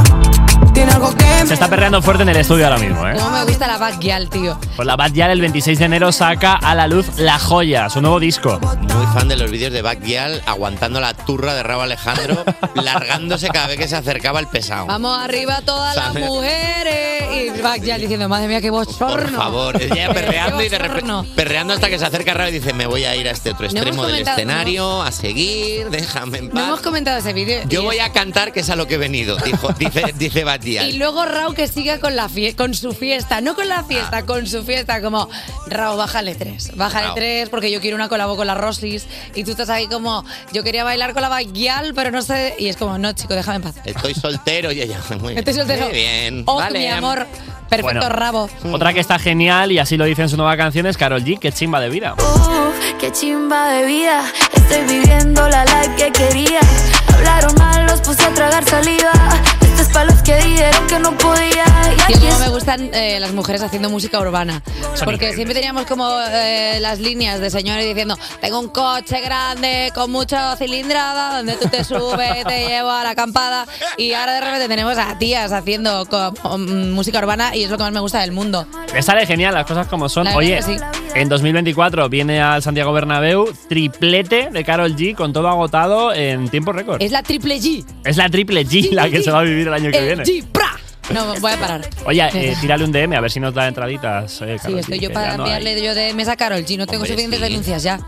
S14: Tiene algo que
S5: Se está perreando fuerte en el estudio ahora mismo, ¿eh?
S3: Cómo me gusta la Bad Gyal, tío.
S5: Pues la Bad Yal el 26 de enero saca a la luz La Joya, su nuevo disco.
S6: Muy fan de los vídeos de Backdial aguantando la turra de Rabo Alejandro, largándose cada vez que se acercaba el pesado.
S3: Vamos arriba todas las
S6: ¿Sabes?
S3: mujeres. Y Bad Gyal diciendo, madre mía, qué
S6: Por
S3: bochorno.
S6: favor, ella perreando y de
S3: bochorno.
S6: repente perreando hasta que se acerca Rabo y dice, me voy a ir a este otro
S3: No hemos
S6: extremo del
S3: comentado,
S6: escenario, a seguir, déjame en
S3: No
S6: paz.
S3: hemos comentado ese vídeo.
S6: Yo
S3: Y
S6: voy
S3: es-
S6: a cantar que es a lo que he venido, dijo, dice, dice Backdial.
S3: Y luego Rao que siga con, la fie- con su fiesta, no con la fiesta, con su fiesta, como Rao, bájale tres, bájale
S6: Rao.
S3: tres porque yo quiero una colabo con la Rosis y tú estás ahí como, yo quería bailar con la Baguial, pero no sé, y es como, no chico, déjame en paz.
S6: Estoy soltero y ella muy
S3: Estoy
S6: bien.
S3: Este soltero.
S6: Muy bien.
S3: Oh,
S6: vale.
S3: mi amor, perfecto
S5: Bueno.
S3: rabo.
S5: Otra que está genial y así lo dice en su nueva canción es Carol G, que chimba de vida.
S15: Uf, qué chimba de vida. Estoy viviendo la life que quería. Hablaron mal, los puse a tragar saliva. Estos es pa' los que dijeron que no podía. Y
S3: Tío,
S15: aquí
S3: cómo me
S15: estoy.
S3: gustan eh, las mujeres haciendo música urbana. Porque siempre teníamos como eh, las líneas de señores diciendo, tengo un coche grande con mucha cilindrada, donde tú te subes, te llevo a la acampada. Y ahora de repente tenemos a tías haciendo como, mm, música urbana y es lo que más me gusta del mundo.
S5: Le sale genial, las cosas como son.
S3: La
S5: Oye,
S3: verdad que sí.
S5: en 2024 viene al Santiago Bernabéu triplete de Carol G con todo agotado en tiempo récord.
S3: Es la triple G.
S5: Es la triple G la que se va a vivir el año que
S3: El
S5: viene.
S3: G, pra. No, voy a parar.
S5: Oye, eh, tírale un DM a ver si nos da entraditas. eh,
S3: Sí,
S5: Karol
S3: estoy
S5: G,
S3: yo
S5: que
S3: para
S5: ya no
S3: enviarle
S5: hay.
S3: yo de mesa a Carol G. No tengo
S6: Hombre,
S3: suficientes
S6: sí.
S3: denuncias ya.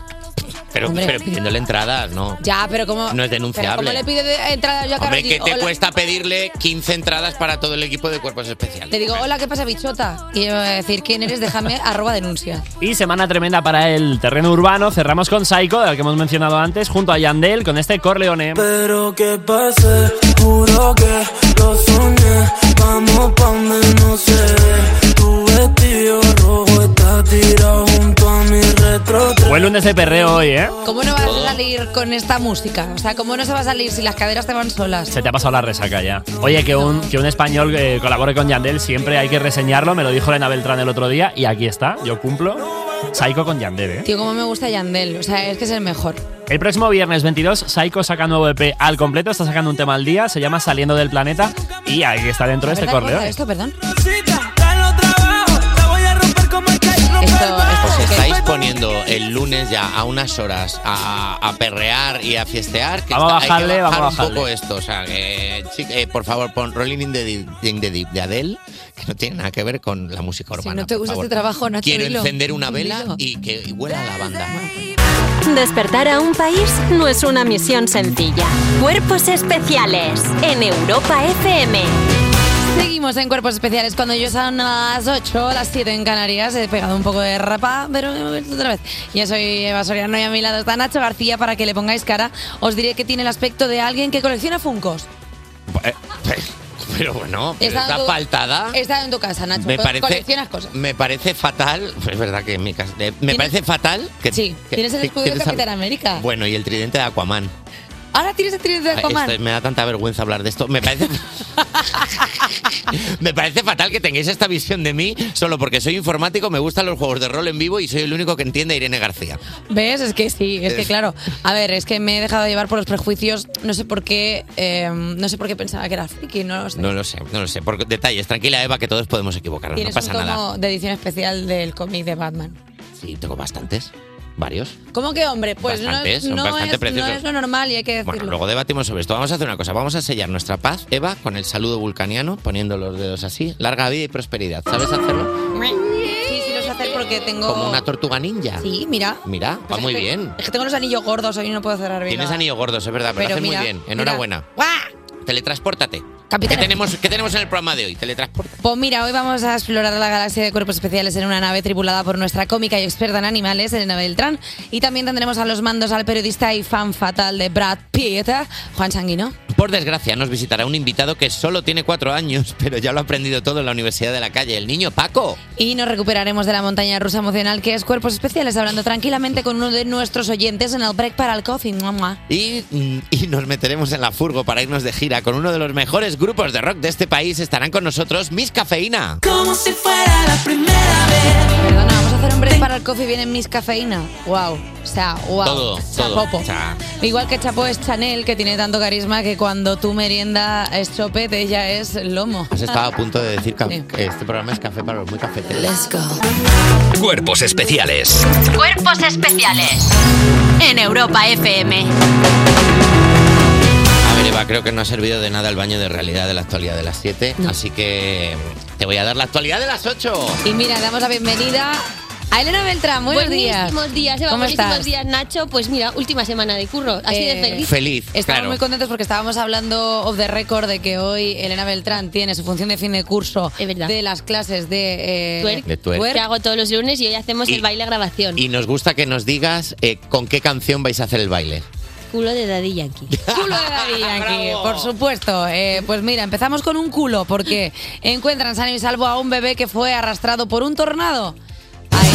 S6: Pero,
S3: Hombre.
S6: pero pidiéndole entradas, ¿no?
S3: Ya, pero como.
S6: No es denunciable.
S3: ¿Cómo le pide de- entrada yo a Carol
S6: Hombre,
S3: G?
S6: ¿qué te
S3: Hola.
S6: cuesta pedirle 15 entradas para todo el equipo de cuerpos especiales?
S3: Te digo, hola, ¿qué pasa, bichota? Y yo voy a decir, ¿quién eres? Déjame, arroba denuncia.
S5: Y semana tremenda para el terreno urbano. Cerramos con Psycho, del que hemos mencionado antes, junto a Yandel, con este Corleone.
S16: Pero que pase, juro que lo soñé. Vamos pa' donde no se ve. Tu vestido rojo está tirado junto a mi retro.
S5: Buen lunes de perreo hoy, ¿eh?
S3: ¿Cómo no vas a salir con esta música? O sea, ¿cómo no se va a salir si las caderas te van solas?
S5: Se te ha pasado la resaca ya. Oye, que un, que un español eh, colabore con Yandel siempre hay que reseñarlo. Me lo dijo Elena Beltrán el otro día y aquí está. Yo cumplo. Psycho con Yandel, ¿eh?
S3: Tío, cómo me gusta Yandel. O sea, es que es el mejor.
S5: El próximo viernes 22, Psycho saca nuevo EP al completo. Está sacando un tema al día. Se llama Saliendo del Planeta. Y ahí está dentro este
S3: ¿Verdad? ¿Cómo está
S5: Corleone.
S3: esto, perdón.
S6: Os estáis poniendo el lunes ya a unas horas a, a perrear y a fiestear. Que
S5: Vamos a
S6: está- hay que
S5: bajarle,
S6: bajar
S5: vamos a
S6: un
S5: bajarle.
S6: poco esto. O sea, que, chic- eh, por favor, pon Rolling in the, Deep, in the Deep de Adele, que no tiene nada que ver con la música urbana.
S3: no te
S6: por
S3: gusta
S6: favor.
S3: este trabajo, Nacho,
S6: Quiero
S3: dilo.
S6: encender una
S3: Dilo.
S6: vela y que y huela a lavanda.
S2: Despertar a un país no es una misión sencilla. Cuerpos especiales en Europa FM.
S3: Seguimos en Cuerpos Especiales. Cuando yo son las 8, las 7 en Canarias, he pegado un poco de rapa, pero me he vuelto otra vez. Yo soy Eva Soriano y a mi lado está Nacho García. Para que le pongáis cara, os diré que tiene el aspecto de alguien que colecciona funcos.
S6: Eh, eh, Pero bueno, pero
S3: Está en
S6: está
S3: tu-
S6: faltada.
S3: Está en tu casa, Nacho.
S6: Me
S3: Co-
S6: parece,
S3: Coleccionas cosas.
S6: me parece fatal. pues Es verdad que en mi casa. eh, Me
S3: ¿Tienes-
S6: parece fatal que.
S3: Sí,
S6: que-
S3: tienes el
S6: que-
S3: escudo de
S6: tienes
S3: Capitán
S6: al-
S3: América.
S6: Bueno, y el tridente de Aquaman.
S3: Ahora tienes el tridente de
S6: Ay,
S3: Aquaman.
S6: esto- me da tanta vergüenza hablar de esto. Me parece. me parece fatal que tengáis esta visión de mí solo porque soy informático, me gustan los juegos de rol en vivo y soy el único que entiende a Irene García.
S3: ¿Ves? Es que sí, es que
S6: Es-
S3: claro. A ver, es que me he dejado llevar por los prejuicios. No sé por qué, eh, no sé por qué pensaba que era friki, no lo sé.
S6: No lo sé, no lo sé. Por detalles, tranquila Eva, que todos podemos equivocarnos, no
S3: Tienes
S6: pasa
S3: un tomo
S6: nada.
S3: de edición especial del cómic de Batman.
S6: Sí, tengo bastantes, varios.
S3: ¿Cómo que hombre? Pues no,
S6: Bastantes,
S3: es,
S6: son
S3: no
S6: bastante
S3: es- no
S6: preciosos.
S3: es lo normal y hay que decirlo.
S6: Bueno, luego debatimos sobre esto. Vamos a hacer una cosa. Vamos a sellar nuestra paz, Eva, con el saludo vulcaniano, poniendo los dedos así. Larga vida y prosperidad. ¿Sabes hacerlo?
S3: Sí, sí lo sé hacer porque tengo.
S6: Como una tortuga ninja.
S3: Sí, mira.
S6: Mira, va muy bien.
S3: Es que tengo los anillos gordos, hoy no puedo cerrar bien.
S6: Tienes anillo gordo, es verdad,
S3: Pero
S6: pero, lo haces
S3: mira,
S6: muy bien.
S3: mira.
S6: Enhorabuena. Teletranspórtate. ¿Qué tenemos, ¿Qué tenemos en el programa de hoy? Teletransporta.
S3: Pues mira, hoy vamos a explorar la galaxia de cuerpos especiales en una nave tripulada por nuestra cómica y experta en animales, Elena Beltrán. Y también tendremos a los mandos al periodista y fan fatal de Brad Pitt, Juan Sanguino.
S6: Por desgracia, nos visitará un invitado que solo tiene cuatro años, pero ya lo ha aprendido todo en la Universidad de la Calle. El niño Paco.
S3: Y nos recuperaremos de la montaña rusa emocional que es Cuerpos Especiales, hablando tranquilamente con uno de nuestros oyentes en el break para el coffee. Mua, mua.
S6: Y, y nos meteremos en la furgo para irnos de gira con uno de los mejores grupos de rock de este país. Estarán con nosotros Miss Cafeína.
S3: Como si fuera la primera vez. Perdona, vamos a hacer un break para el coffee. Vienen mis cafeína. Wow. O sea, wow.
S6: Todo, todo.
S3: Chapopo.
S6: O sea,
S3: Igual que Chapo es Chanel, que tiene tanto carisma que cuando tu merienda es chope, de ella es lomo.
S6: has estado a punto de decir ca- que este programa es café para los muy cafeteros.
S1: Cuerpos especiales.
S2: Cuerpos especiales en Europa FM.
S6: A ver, Eva, creo que no ha servido de nada el baño de realidad de la actualidad de las 7, así que te voy a dar la actualidad de las 8.
S3: Y mira, damos la bienvenida a Elena Beltrán. Buenos
S17: Buenísimos días, Eva,
S3: ¿Cómo
S17: buenísimos
S3: estás?
S17: días, Nacho. Pues mira, última semana de curro, así de
S3: Eh,
S17: feliz.
S6: Feliz,
S3: Estamos
S6: claro.
S3: muy contentos porque estábamos hablando of the record de que hoy Elena Beltrán tiene su función de fin de curso de las clases de eh,
S17: Twerk.
S6: De twerk.
S17: Que hago todos los lunes y hoy hacemos
S6: Y-
S17: el baile grabación.
S6: Y nos gusta que nos digas eh, con qué canción vais a hacer el baile.
S17: Culo de Daddy Yankee.
S3: Culo de Daddy Yankee, por supuesto. Eh, pues mira, empezamos con un culo porque encuentran sano y salvo a un bebé que fue arrastrado por un tornado. Ay.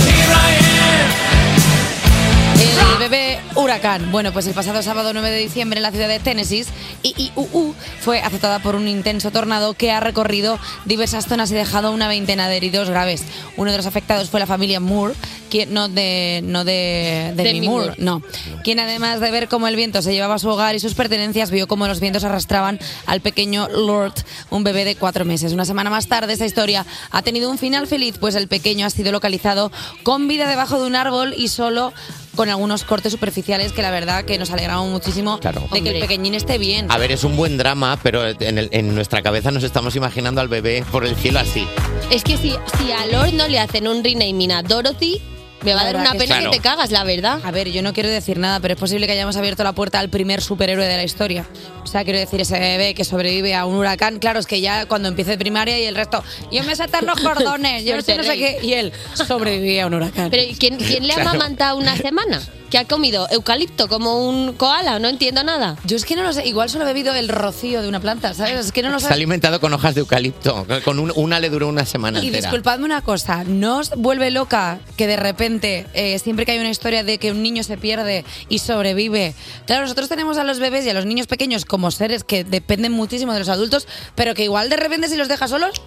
S3: El bebé huracán. Bueno, pues el pasado sábado 9 de diciembre en la ciudad de Tennessee, IIUU fue azotada por un intenso tornado que ha recorrido diversas zonas y dejado una veintena de heridos graves. Uno de los afectados fue la familia Moore, quien no de no de, de
S17: Demi
S3: Demi Moore,
S17: Moore.
S3: no, quien además de ver cómo el viento se llevaba a su hogar y sus pertenencias, vio cómo los vientos arrastraban al pequeño Lord, un bebé de cuatro meses. Una semana más tarde, esta historia ha tenido un final feliz, pues el pequeño ha sido localizado con vida debajo de un árbol y solo con algunos cortes superficiales que la verdad que nos alegramos muchísimo
S6: Claro.
S3: de que el pequeñín esté bien.
S6: A ver, es un buen drama, pero en, el- en nuestra cabeza nos estamos imaginando al bebé por el cielo así.
S17: Es que si, si a Lord no le hacen un renaming a Dorothy, me va
S3: La
S17: a dar
S3: verdad
S17: una
S3: que
S17: pena
S3: sí.
S17: que te cagas, la verdad.
S3: A ver, yo no quiero decir nada, pero es posible que hayamos abierto la puerta al primer superhéroe de la historia. O sea, quiero decir, ese bebé que sobrevive a un huracán, claro, es que ya cuando empiece primaria y el resto, yo me saltan los cordones, yo no sé, no sé qué, y él sobrevivía a un huracán.
S17: Pero ¿y ¿quién, quién le ha
S3: Claro.
S17: amamantado una semana? ¿Que ha comido eucalipto como un koala? No entiendo nada.
S3: Yo es que no lo sé, igual solo he bebido el rocío de una planta, ¿sabes? Es que no lo
S6: Se ha
S3: sabes.
S6: alimentado con hojas de eucalipto. Con un- una le duró una semana
S3: Y
S6: entera.
S3: disculpadme una cosa, ¿no os vuelve loca que de repente, eh, siempre que hay una historia de que un niño se pierde y sobrevive? Claro, nosotros tenemos a los bebés y a los niños pequeños como seres que dependen muchísimo de los adultos, pero que igual de repente si los dejas solos...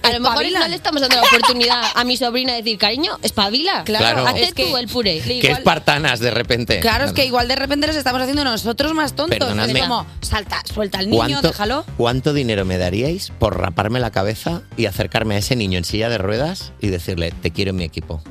S17: A lo mejor
S3: espabilan.
S17: no le estamos dando la oportunidad a mi sobrina de decir, cariño, espabila.
S6: Claro.
S17: Hazte
S6: Es que-
S17: tú el puré. Le
S6: Que
S17: igual-
S6: espartanas de repente.
S3: Claro, es que igual de repente los estamos haciendo nosotros más tontos.
S6: Perdonadme.
S3: Es como, salta, suelta al niño, déjalo.
S6: ¿Cuánto dinero me daríais por raparme la cabeza y acercarme a ese niño en silla de ruedas y decirle, te quiero en mi equipo?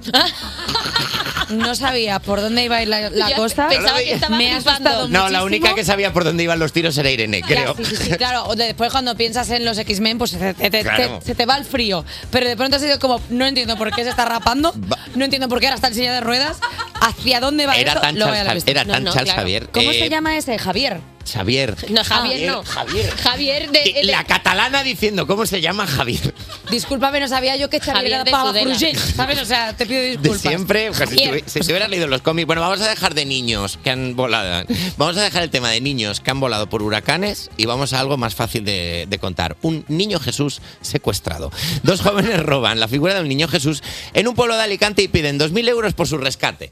S3: No sabía por dónde iba a ir la, la
S17: Yo
S3: cosa.
S17: pensaba que estaba
S3: Me ha asustado
S6: No, la
S3: muchísimo.
S6: única que sabía por dónde iban los tiros era Irene, creo.
S3: Sí, sí, sí, claro. O de- Después cuando piensas en los X-Men, pues se te, te- te-
S6: Claro.
S3: se te va el frío. Pero de pronto ha sido como, no entiendo por qué se está rapando, no entiendo por qué ahora está en silla de ruedas, hacia dónde va
S6: Era
S3: esto?
S6: tan
S3: Lo voy a
S6: Charles
S3: la
S6: Jav-
S3: vista.
S6: era tan Charles Javier.
S3: ¿Cómo
S6: Eh,
S3: se llama ese? Javier.
S6: Xavier.
S17: No, Javier, no.
S6: Javier.
S17: Javier de. de-
S6: La catalana diciendo, ¿cómo se llama Javier?
S3: Discúlpame, no sabía yo que Xavier
S17: Javier
S3: era
S17: de
S3: Pava
S17: Tudela.
S3: Fruget, ¿sabes? O sea, te pido
S6: De
S3: disculpas.
S6: siempre, ojalá, si,
S3: Bien.
S6: tuvi- si se hubieran leído los cómics. Bueno, vamos a dejar de niños que han volado. Vamos a dejar el tema de niños que han volado por huracanes y vamos a algo más fácil de, de contar. Un niño Jesús secuestrado. Dos jóvenes roban la figura de un niño Jesús en un pueblo de Alicante y piden 2.000 euros por su rescate.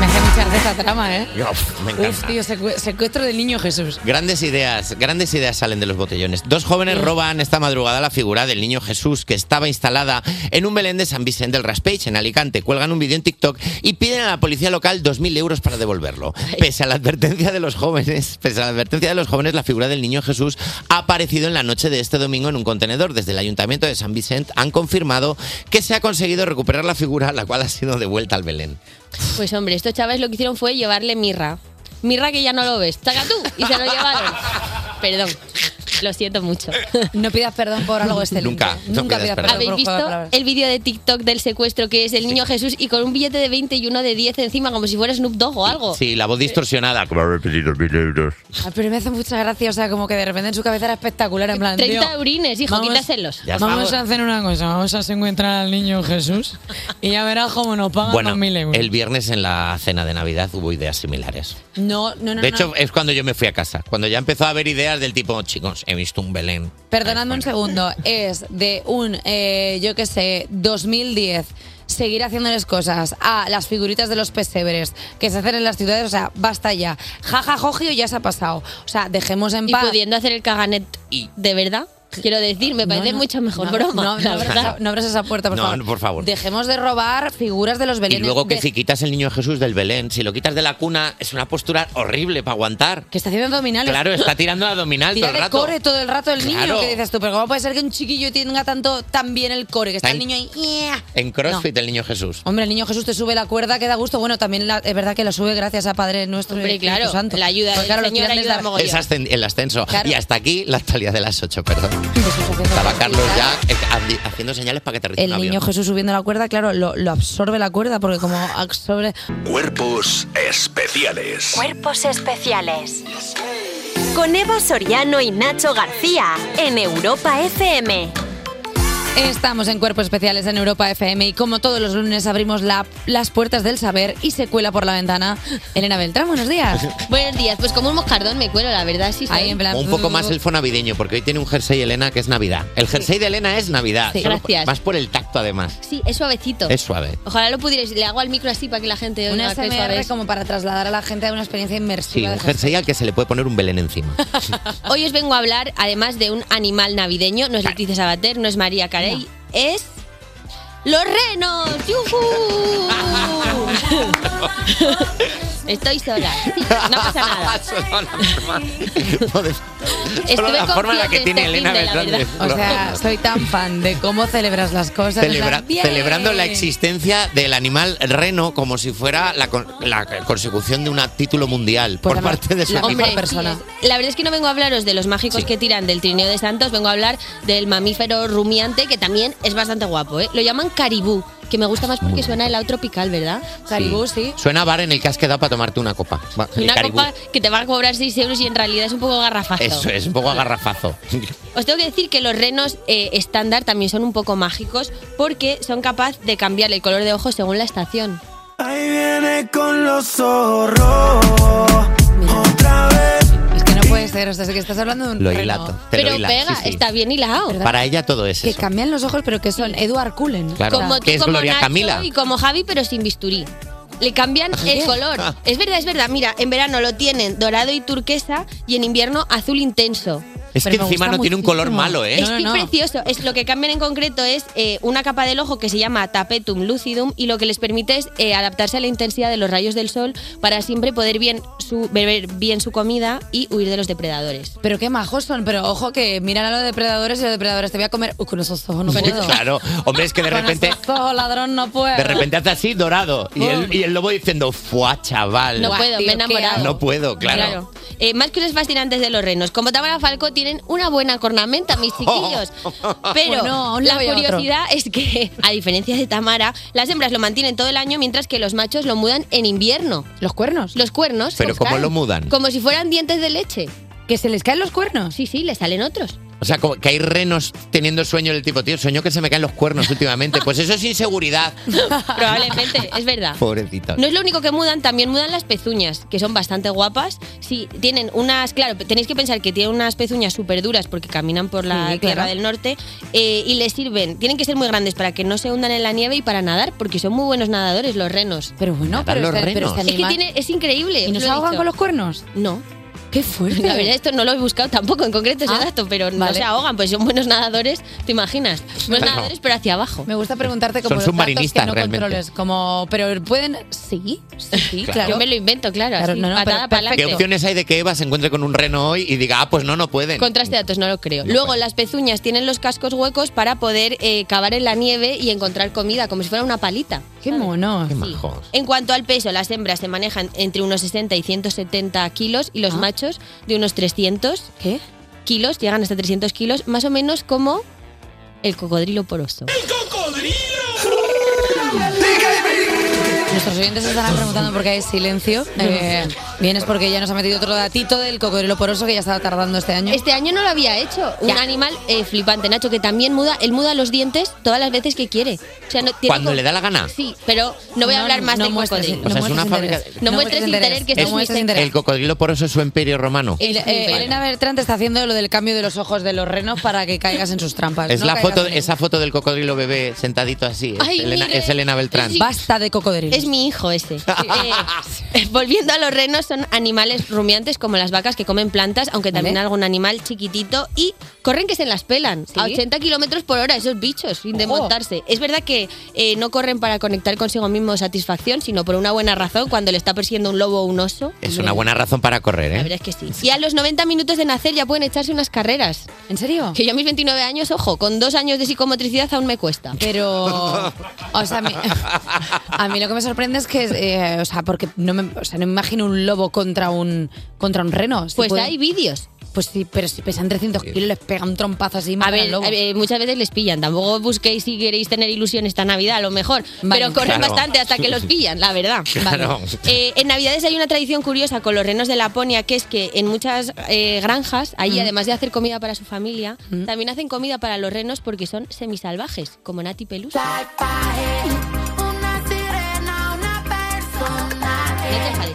S3: Me hace mucha gracia esta trama, ¿eh?
S6: Uf, me encanta.
S3: Uf, tío, secu- secuestro del niño Jesús.
S6: Grandes ideas, grandes ideas salen de los botellones. Dos jóvenes roban esta madrugada la figura del niño Jesús que estaba instalada en un Belén de San Vicente del Raspeig, en Alicante. Cuelgan un vídeo en TikTok y piden a la policía local 2.000 euros para devolverlo. Pese a la advertencia de los jóvenes, pese a la advertencia de los jóvenes, la figura del niño Jesús ha aparecido en la noche de este domingo en un contenedor. Desde el Ayuntamiento de San Vicente han confirmado que se ha conseguido recuperar la figura, la cual ha sido devuelta al Belén.
S17: Pues hombre, estos chavales lo que hicieron fue llevarle mirra. Mirra que ya no lo ves. ¡Taca tú! Y se lo llevaron. Perdón. Lo siento mucho.
S3: Eh. No pidas perdón por algo excelente.
S6: Nunca, no
S3: Nunca pidas
S6: pidas perdón.
S3: perdón.
S17: ¿Habéis
S3: por un juego de
S17: visto
S3: palabras.
S17: el vídeo de TikTok del secuestro que es el niño Jesús y con un billete de 20 y uno de 10 encima, como si fuera Snoop Dogg o
S3: Oh.
S17: algo?
S6: Sí, la voz distorsionada. Como haber pedido 1.000 euros.
S3: Ah, Pero me hace mucha gracia, o sea, como que de repente en su cabeza era espectacular, en plan.
S17: 30
S3: tío,
S17: eurines, hijo,
S3: vamos-
S17: quítaselos.
S6: Ya
S3: Vamos
S6: está.
S3: a hacer una cosa, vamos a encontrar al niño Jesús y ya verás cómo nos pagan
S6: Bueno,
S3: 2.000 euros.
S6: el viernes en la cena de Navidad hubo ideas similares.
S3: No, no, no.
S6: de
S3: no.
S6: hecho, eh, es cuando yo me fui a casa, cuando ya empezó a haber ideas del tipo, chicos, he visto un Belén.
S3: Perdonadme un segundo, es de un, eh, yo qué sé, 2010, seguir haciéndoles cosas a las figuritas de los pesebres que se hacen en las ciudades, o sea, basta ya. Jaja, Jogio ya se ha pasado. O sea, dejemos en
S17: Y
S3: paz.
S17: pudiendo hacer el caganet de verdad, quiero decir, me parece mucho mejor
S3: no,
S17: broma.
S3: no, no
S17: la
S3: abras-
S17: verdad.
S3: no abras esa puerta, por
S6: No,
S3: favor.
S6: no, por favor.
S3: Dejemos de robar figuras de los
S6: Y
S3: belenes.
S6: luego que
S3: de-
S6: si quitas el niño Jesús del Belén, si lo quitas de la cuna, es una postura horrible para aguantar.
S3: Que está haciendo abdominales.
S6: Claro, está tirando abdominal
S3: Tira
S6: todo el
S3: de
S6: rato.
S3: core todo el rato el niño.
S6: Claro.
S3: Que dices tú, pero ¿cómo puede ser que un chiquillo tenga tanto tan bien el core? Que está
S6: Está
S3: el
S6: en-
S3: niño ahí. "Yeah".
S6: En CrossFit el niño Jesús.
S3: Hombre, el niño Jesús te sube la cuerda, que da gusto. Bueno, también la- es verdad que lo sube gracias a Padre Nuestro. y
S17: Hombre,
S3: Espíritu
S17: claro,
S3: Santo.
S17: la ayuda
S3: Porque,
S17: del
S3: claro, los
S17: Señor
S3: tirantes
S17: ayuda
S3: dan-
S6: Es ascen- el ascenso.
S3: Claro.
S6: Y hasta aquí la actualidad de las 8, perdón. Estaba Carlos ya eh, haci- haciendo señales para que te
S3: El niño Jesús subiendo la cuerda, claro, lo, lo absorbe la cuerda porque como absorbe...
S8: Cuerpos especiales.
S2: Cuerpos especiales. Con Evo Soriano y Nacho García en Europa FM.
S3: Estamos en Cuerpos Especiales en Europa FM y como todos los lunes abrimos la- las puertas del saber y se cuela por la ventana Elena Beltrán, buenos días.
S17: Buenos días, pues como un moscardón me cuelo, la verdad, sí. Ahí en
S3: plan...
S6: Un poco más elfo navideño, porque hoy tiene un jersey Elena que es Navidad. El jersey de Elena es Navidad.
S17: Sí,
S6: solo-
S17: gracias.
S6: Más por el tacto, además.
S17: Sí, es suavecito.
S6: Es suave.
S17: Ojalá lo pudierais. Le hago al micro así para que la gente
S3: Una
S17: oiga que
S3: SMR
S17: suave es.
S3: como para trasladar a la gente a una experiencia
S6: Sí,
S3: inmersiva.
S6: un
S3: de jersey.
S6: jersey al que se le puede poner un Belén encima.
S17: Hoy os vengo a hablar, además de un animal navideño, no es Leticia Sabater, no es María Carey, es. ¡Los renos! ¡Yujú! Estoy sola. No pasa nada.
S6: Solo la forma en la que
S17: consciente
S6: tiene
S17: este
S6: Elena
S17: fin de, la
S6: Beltrán de
S17: verdad.
S3: O sea, soy tan fan de cómo celebras las cosas.
S17: Pues
S3: en
S6: Celebra-
S3: plan, "Bien".
S6: celebrando la existencia del animal reno como si fuera la, con- la consecución de un título mundial
S17: Pues
S6: por parte de su equipo.
S17: Hombre, sí, La verdad es que no vengo a hablaros de los mágicos que tiran del trineo de Santos, vengo a hablar del mamífero rumiante, que también es bastante guapo, ¿eh? Lo llaman caribú, que me gusta más porque suena el lado tropical, ¿verdad? Caribú, sí.
S6: Suena a bar en el que has quedado para tomarte una copa. Va, el
S17: Una
S6: caribú.
S17: copa que te va a cobrar 6 euros y en realidad es un poco garrafazo.
S6: Eso es, un poco agarrafazo.
S17: Os tengo que decir que los renos eh, estándar también son un poco mágicos porque son capaces de cambiar el color de ojos según la estación.
S16: Ahí viene con los ojos rojos. Otra vez.
S3: Es que no puede ser, o sea, es que estás hablando de un
S6: Lo
S3: reno.
S6: hilato, te lo Pero hila, pega, sí, sí. está
S17: bien hilado.
S6: Para ella todo es
S3: Que
S6: eso.
S3: cambian los ojos, pero que son Eduard Cullen.
S6: Claro.
S17: Como tú,
S6: ¿Qué es
S17: como
S6: Gloria
S17: Nacho
S6: Camila? Ah,
S17: Y como Javi, pero sin bisturí. Le cambian el
S6: Bien.
S17: color. Es verdad, es verdad. Mira, en verano lo tienen dorado y turquesa y en invierno azul intenso.
S6: Es que encima no tiene un color malo, ¿eh?
S17: Es que es precioso. Es lo que cambian en concreto es eh, una capa del ojo que se llama tapetum lucidum y lo que les permite es eh, adaptarse a la intensidad de los rayos del sol para siempre poder bien su, beber bien su comida y huir de los depredadores.
S3: Pero qué majos son, pero ojo que miran a los depredadores y los depredadores te voy a comer. Uy, con esos ojos no puedo.
S6: Claro, hombre, es que de
S3: Con
S6: repente,
S3: esos ojos, ladrón, no puedo.
S6: de repente hace así dorado y el, y el lobo diciendo, ¡fuá, chaval!
S17: No puedo, me he enamorado.
S6: No puedo, claro.
S17: Claro. Eh, más cosas fascinantes de los renos. Como Tamara Falco tienen una buena cornamenta, mis chiquillos.
S6: Oh.
S17: Pero
S3: Bueno, a un
S17: la
S3: lado y a otro.
S17: curiosidad es que, a diferencia de Tamara, las hembras lo mantienen todo el año mientras que los machos lo mudan en invierno.
S3: ¿Los cuernos?
S17: Los cuernos,
S6: Pero pero ¿cómo lo mudan?
S17: Como si fueran dientes de leche. ¿Que se les caen los cuernos? Sí, sí, le salen otros.
S6: O sea, como que hay renos teniendo sueño del tipo, tío, sueño que se me caen los cuernos últimamente. Pues eso es inseguridad.
S17: Probablemente, es verdad.
S6: Pobrecita.
S17: No es lo único que mudan, también mudan las pezuñas, que son bastante guapas. Sí, tienen unas, claro, tenéis que pensar que tienen unas pezuñas súper duras porque caminan por la
S18: Sí, claro.
S17: tierra del norte eh, y les sirven, tienen que ser muy grandes para que no se hundan en la nieve y para nadar, porque son muy buenos nadadores los renos. Pero bueno,
S3: Nadar pero los este- pero renos. este
S17: es que
S3: animal-
S17: tiene, es increíble.
S3: ¿Y no se ahogan con los
S17: cuernos? No.
S3: Qué fuerte. Ah,
S17: La verdad, esto no lo he buscado tampoco en concreto ese dato, pero no
S3: vale.
S17: se ahogan, pues son buenos nadadores, ¿te imaginas? Buenos
S6: Claro.
S17: nadadores, pero hacia abajo.
S3: Me gusta preguntarte como
S6: Son
S3: los datos que
S6: submarinistas,
S3: no
S6: realmente.
S3: controles, como pero pueden sí, sí, sí, claro.
S17: Yo me lo invento, claro.
S3: Claro,
S17: así,
S3: no, no, pero
S17: patada para
S6: ¿Qué
S17: adelante.
S6: opciones hay de que Eva se encuentre con un reno hoy y diga, ah, pues no, no pueden?
S17: Contraste de datos, no lo creo. Luego, las pezuñas tienen los cascos huecos para poder eh, cavar en la nieve y encontrar comida, como si fuera una palita.
S3: Qué mono.
S6: Qué majos.
S17: En cuanto al peso, las hembras se manejan entre unos 60 y 170 kilos y
S3: Ah.
S17: los machos de unos 300 kilos, llegan hasta 300 kilos, más o menos como el cocodrilo poroso.
S3: Nuestros oyentes se estarán preguntando por qué hay silencio. Eh, bien, es porque ya nos ha metido otro datito del cocodrilo poroso que ya estaba tardando este año.
S17: Este año no lo había hecho. Un animal eh, flipante, Nacho, que también muda, él muda los dientes todas las veces que quiere. O sea, no, tiene
S6: Cuando
S17: co-
S6: le da la gana.
S17: Sí, pero no voy a
S3: No,
S17: hablar más
S3: no
S17: del
S3: muestres-
S17: cocodrilo.
S6: O sea, es una fábrica.
S17: No muestres interés, que
S6: Es-
S17: es un misterio.
S6: el cocodrilo poroso es su imperio romano.
S3: El- eh, Elena Bertrand te está haciendo lo del cambio de los ojos de los renos para que caigas en sus trampas.
S6: Es
S3: No
S6: la
S3: caigas
S6: foto,
S3: en
S6: esa foto del cocodrilo bebé sentadito así. Es,
S17: Ay,
S6: Elena,
S17: mire.
S6: es Elena Beltrán.
S3: Basta de cocodrilos.
S17: Es mi hijo ese. Eh, volviendo a los renos, son animales rumiantes como las vacas que comen plantas, aunque también
S3: Vale.
S17: algún animal chiquitito, y corren que se las pelan a 80 kilómetros por hora esos bichos, sin desmontarse. Es verdad que eh, no corren para conectar consigo mismo satisfacción, sino por una buena razón cuando le está persiguiendo un lobo o un oso.
S6: Es una buena razón para correr,
S17: La
S6: ¿eh?
S17: verdad es que sí. Y a los 90 minutos de nacer ya pueden echarse unas carreras.
S3: ¿En serio?
S17: Que yo a mis 29 años, ojo, con dos años de psicomotricidad aún me cuesta.
S3: Pero, o sea, mi- A mí lo que me sorprende es que, eh, o sea, porque no me, o sea, no me imagino un lobo contra un contra un reno. Si
S17: Pues
S3: puede-
S17: hay vídeos.
S3: Pues sí, pero si pesan 300 kilos les pega un trompazo así.
S17: A ver, a ver, muchas veces les pillan. Tampoco busquéis si queréis tener ilusión esta Navidad, a lo mejor. Pero corren
S3: Claro.
S17: bastante hasta que los pillan, la verdad.
S6: Claro.
S17: Eh, en Navidades hay una tradición curiosa con los renos de Laponia, que es que en muchas eh, granjas, ahí
S3: Mm.
S17: además de hacer comida para su familia,
S3: Mm.
S17: también hacen comida para los renos porque son semisalvajes, como Nati Pelusa.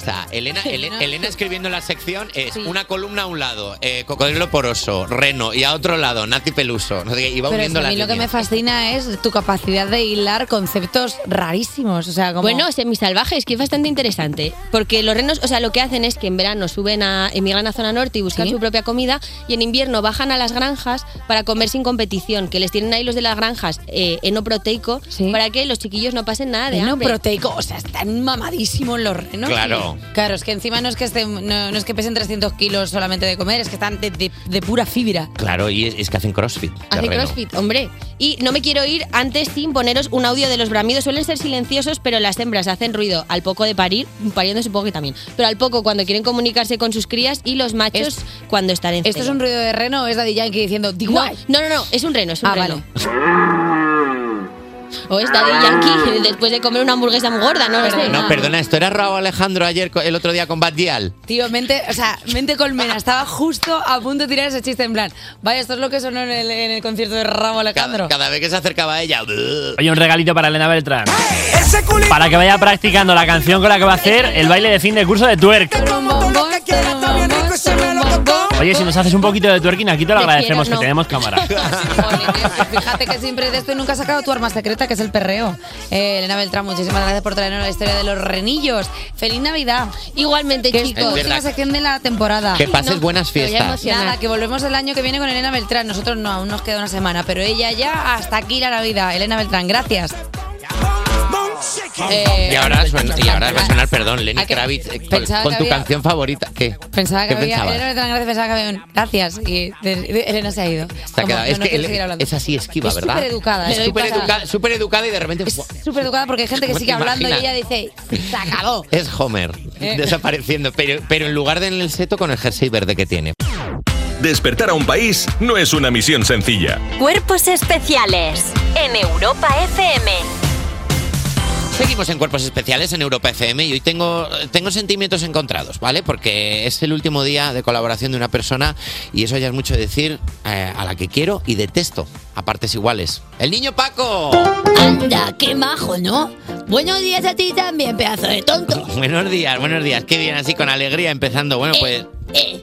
S6: O sea, Elena, Ele-
S17: No.
S6: Elena escribiendo la sección es
S17: Sí.
S6: una columna a un lado, eh, cocodrilo poroso, reno, y a otro lado, Nati Peluso. No sé qué,
S3: Pero
S6: iba
S3: es que
S6: uniendo
S3: a mí
S6: la
S3: lo que me
S6: líneas.
S3: fascina es tu capacidad de hilar conceptos rarísimos. O sea, como.
S17: Bueno, semisalvajes, que es bastante interesante. Porque los renos, o sea, lo que hacen es que en verano suben a, emigran a zona norte y buscan su propia comida, y en invierno bajan a las granjas para comer sin competición, que les tienen ahí los de las granjas eh, enoproteico, para que los chiquillos no pasen nada de
S3: no
S17: hambre.
S3: proteico, o sea, están mamadísimos los renos.
S6: Claro.
S3: Claro, es que encima no es que estén, no, no es que pesen 300 kilos solamente de comer, es que están de, de- de pura fibra.
S6: Claro, y es, es que hacen crossfit. de
S17: Hace
S6: reno.
S17: crossfit, hombre. Y no me quiero ir antes sin poneros un audio de los bramidos. Suelen ser silenciosos, pero las hembras hacen ruido al poco de parir, pariendo supongo que también, pero al poco cuando quieren comunicarse con sus crías y los machos cuando están en
S3: ¿Esto es
S17: celo.
S3: un ruido de reno o es Daddy Yankee diciendo "Di
S17: No,
S3: guay"?
S17: no, no, no, es un reno, es un
S3: Ah,
S17: reno. O es Daddy
S18: Ah.
S17: Yankee después de comer una hamburguesa muy gorda,
S18: Pues
S17: no lo sé.
S3: Ah.
S6: No, perdona, esto era Raúl Alejandro ayer, co- el otro día con Bad Dial.
S3: Tío, mente, o sea, mente colmena, estaba justo a punto de tirar ese chiste en plan, vaya, esto es lo que sonó en el, en el concierto de Ramo Alejandro.
S6: Cada vez que se acercaba a ella.
S5: Oye, un regalito para Elena Beltrán. Para que vaya practicando la canción con la que va a hacer el baile de fin de curso de twerk. Oye, si nos haces un poquito de twerking aquí te lo
S3: Te
S5: agradecemos,
S3: quiero, no.
S5: que tenemos cámara.
S3: Fíjate que siempre de esto y nunca has sacado tu arma secreta, que es el perreo. Eh, Elena Beltrán, muchísimas gracias por traernos la historia de los renillos. ¡Feliz Navidad!
S17: Igualmente,
S3: que
S6: chicos.
S3: Es
S6: Es
S3: la última
S6: verdad.
S3: sección de la temporada.
S6: Que pases buenas
S3: me voy a
S6: fiestas.
S3: emocionar. Nada, que volvemos el año que viene con Elena Beltrán. Nosotros no, aún nos queda una semana, pero ella ya hasta aquí la Navidad. Elena Beltrán, gracias. Eh, pues,
S6: y, ahora suena- y ahora va a sonar, perdón, Lenny
S3: ¿a qué?
S6: Kravitz eh, con,
S3: pues, Pensaba
S6: con
S3: que
S6: tu
S3: había-
S6: canción favorita. ¿Qué?
S3: Pensaba que
S6: ¿Qué
S3: había,
S6: pensabas?
S3: Elena Beltrán, gracias, pensaba que había un- Gracias. Y de- de- Elena se ha ido.
S6: Se ha
S3: Como,
S6: quedado-
S3: no,
S6: es
S3: no
S6: que
S3: quiero
S6: él-
S3: seguir hablando.
S6: es así esquiva,
S3: Es
S6: ¿verdad?
S3: supereducada,
S6: Es
S3: ¿eh?
S6: súper educada,
S3: Pasa-
S6: súper educada y de repente ¡buah!
S3: Súper educada porque hay gente que
S6: ¿Cómo
S3: sigue
S6: te
S3: hablando y ella
S6: imaginas?
S3: dice, se acabó.
S6: es Homer
S3: Eh.
S6: desapareciendo, pero, pero en lugar de en el seto con el jersey verde que tiene.
S8: Despertar a un país no es una misión sencilla.
S2: Cuerpos especiales en Europa FM.
S6: Seguimos en Cuerpos Especiales en Europa FM y hoy tengo, tengo sentimientos encontrados, ¿vale? Porque es el último día de colaboración de una persona y eso ya es mucho decir eh, a la que quiero y detesto a partes iguales. El niño Paco.
S18: Anda, qué majo, ¿no? Buenos días a ti también, pedazo de tonto.
S6: Buenos días, buenos días. Qué bien, así con alegría empezando. Bueno, pues...
S18: Eh,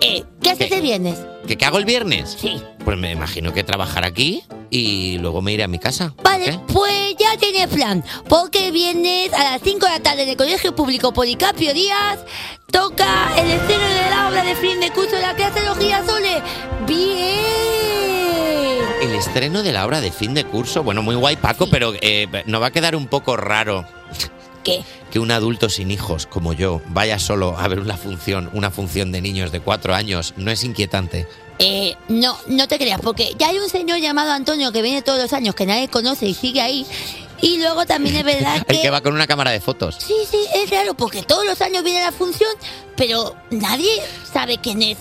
S18: eh, ¿qué haces de viernes?
S6: ¿Qué, qué hago el viernes?
S18: Sí.
S6: Pues me imagino que trabajar aquí y luego me iré a mi casa.
S18: Vale,
S6: ¿Qué?
S18: pues ya tienes plan, porque vienes a las 5 de la tarde en el Colegio Público Policarpio Díaz, toca el estreno del aula de fin de curso de la clase de los girasoles. ¡Bien!
S6: El estreno de la obra de fin de curso. Bueno, muy guay, Paco, pero eh, nos va a quedar un poco raro
S18: ¿Qué?
S6: que un adulto sin hijos como yo vaya solo a ver una función, una función de niños de cuatro años. No es inquietante.
S18: Eh, no, no te creas, porque ya hay un señor llamado Antonio que viene todos los años, que nadie conoce y sigue ahí. Y luego también es verdad
S6: El
S18: que...
S6: que va con una cámara de fotos.
S18: Sí, sí, es raro, porque todos los años viene la función, pero nadie sabe quién es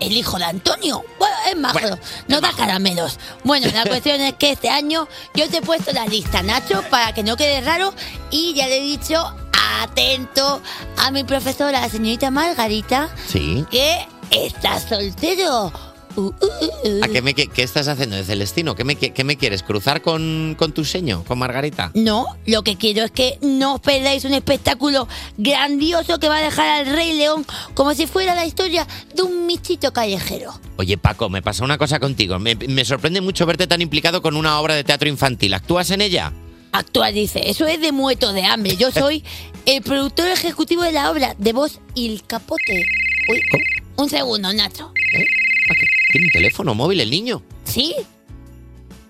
S18: el hijo de Antonio. Bueno, es majo, no da caramelos. Bueno, la cuestión es que este año yo te he puesto la lista, Nacho, para que no quede raro, y ya le he dicho, atento a mi profesora, la señorita Margarita,
S6: Sí.
S18: que está soltero. Uh, uh, uh, uh.
S6: ¿A qué, me, qui- qué estás haciendo de Celestino? ¿Qué me, qui- qué me quieres? ¿Cruzar con, con tu seño? ¿Con Margarita?
S18: No, lo que quiero es que no os perdáis un espectáculo grandioso que va a dejar al Rey León como si fuera la historia de un michito callejero.
S6: Oye, Paco, me pasa una cosa contigo. Me, me sorprende mucho verte tan implicado con una obra de teatro infantil. ¿Actúas en ella?
S18: Actúa, dice, eso es de muerto de hambre. Yo soy el productor ejecutivo de la obra de voz y el capote. Uy, un segundo, Nacho.
S6: ¿Tiene un teléfono móvil el niño?
S18: ¿Sí?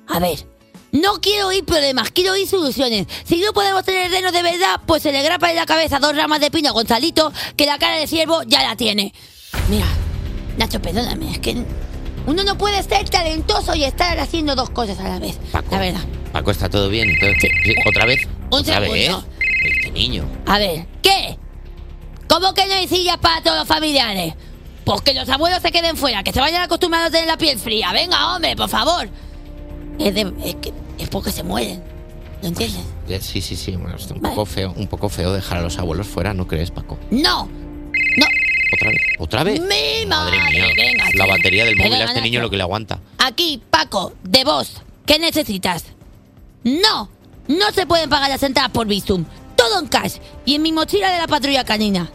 S18: A ver. No quiero oír problemas, quiero oír soluciones. Si no podemos tener renos de verdad, pues se le grapa en la cabeza dos ramas de pino a Gonzalito, que la cara de ciervo ya la tiene. Mira, Nacho, perdóname, es que uno no puede ser talentoso y estar haciendo dos cosas a la vez. La verdad.
S6: Paco, ¿está todo bien? Entonces, sí, ¿Otra vez?
S18: Un
S6: ¿Otra vez?
S18: segundo.
S6: Este niño.
S18: A ver, ¿qué? ¿Cómo que no hay sillas para todos los familiares? Pues que los abuelos se queden fuera, que se vayan acostumbrados a tener la piel fría. Venga, hombre, por favor. Es, de- es que- es porque se mueren. ¿Lo entiendes?
S6: Eh, Sí, sí, sí. Bueno, está un poco feo, un poco feo dejar a los abuelos fuera, ¿no crees, Paco?
S18: ¡No!
S6: ¿Otra vez? ¿Otra vez?
S18: ¡Mi
S6: Madre
S18: madre!
S6: mía,
S18: Venga,
S6: la
S18: sí.
S6: batería del móvil a
S18: Perdona,
S6: este niño
S18: Nacho.
S6: lo que le aguanta.
S18: Aquí, Paco, de vos, ¿qué necesitas? No, no se pueden pagar las entradas por Bizum. Todo en cash y en mi mochila de la patrulla canina.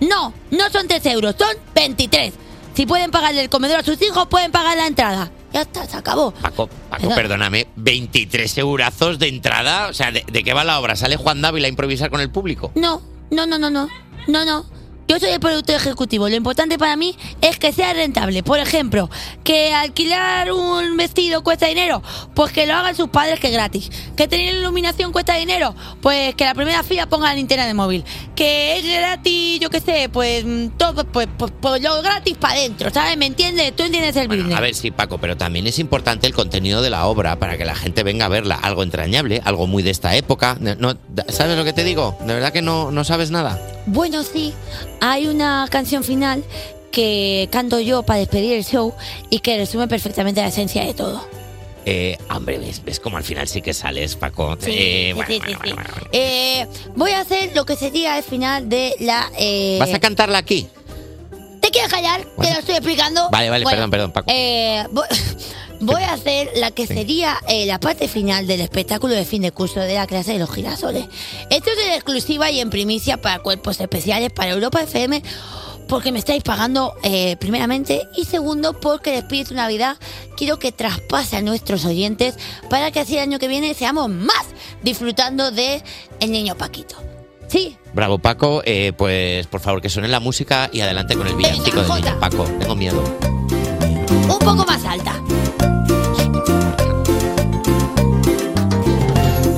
S18: No, no son 3 euros, son 23. Si pueden pagarle el comedor a sus hijos, pueden pagar la entrada. Ya está, se acabó.
S6: Paco, Paco, perdóname, 23 eurazos de entrada. O sea, ¿de, de qué va la obra? ¿Sale Juan Dávila a improvisar con el público?
S18: No, no, no, no, no. No, no. Yo soy el productor ejecutivo. Lo importante para mí es que sea rentable. Por ejemplo, que alquilar un vestido cuesta dinero, pues que lo hagan sus padres que es gratis. Que tener iluminación cuesta dinero, pues que la primera fila ponga la linterna de móvil. Que es gratis, yo qué sé, pues mm, todo, pues, pues, pues lo gratis para adentro, ¿sabes? ¿Me entiendes? Tú entiendes el business.
S6: A ver, sí, Paco, pero también es importante el contenido de la obra para que la gente venga a verla. Algo entrañable, algo muy de esta época. No- no- ¿Sabes lo que te digo? De verdad que no, no sabes nada.
S18: Bueno, sí, hay una canción final que canto yo para despedir el show y que resume perfectamente la esencia de todo.
S6: Eh, hombre, ves, ves como al final sí que sales, Paco.
S18: Sí,
S6: Eh,
S18: sí,
S6: bueno,
S18: sí,
S6: bueno,
S18: sí,
S6: bueno,
S18: sí.
S6: bueno.
S18: Eh, voy a hacer lo que sería el final de la. eh,
S6: ¿Vas a cantarla aquí?
S18: ¿Te quieres callar? Te lo estoy explicando.
S6: Vale, vale,
S18: Bueno,
S6: perdón, perdón, Paco.
S18: eh, vo- voy a hacer la que sería eh, la parte final del espectáculo de fin de curso de la clase de los girasoles. Esto es en exclusiva y en primicia para cuerpos especiales, para Europa FM, porque me estáis pagando eh, primeramente y segundo porque el espíritu Navidad quiero que traspase a nuestros oyentes para que así el año que viene seamos más disfrutando de El Niño Paquito. Sí,
S6: Bravo, Paco. Eh, pues por favor que suene la música y adelante con el villancico de niño. Paco, tengo miedo.
S18: un poco más alta.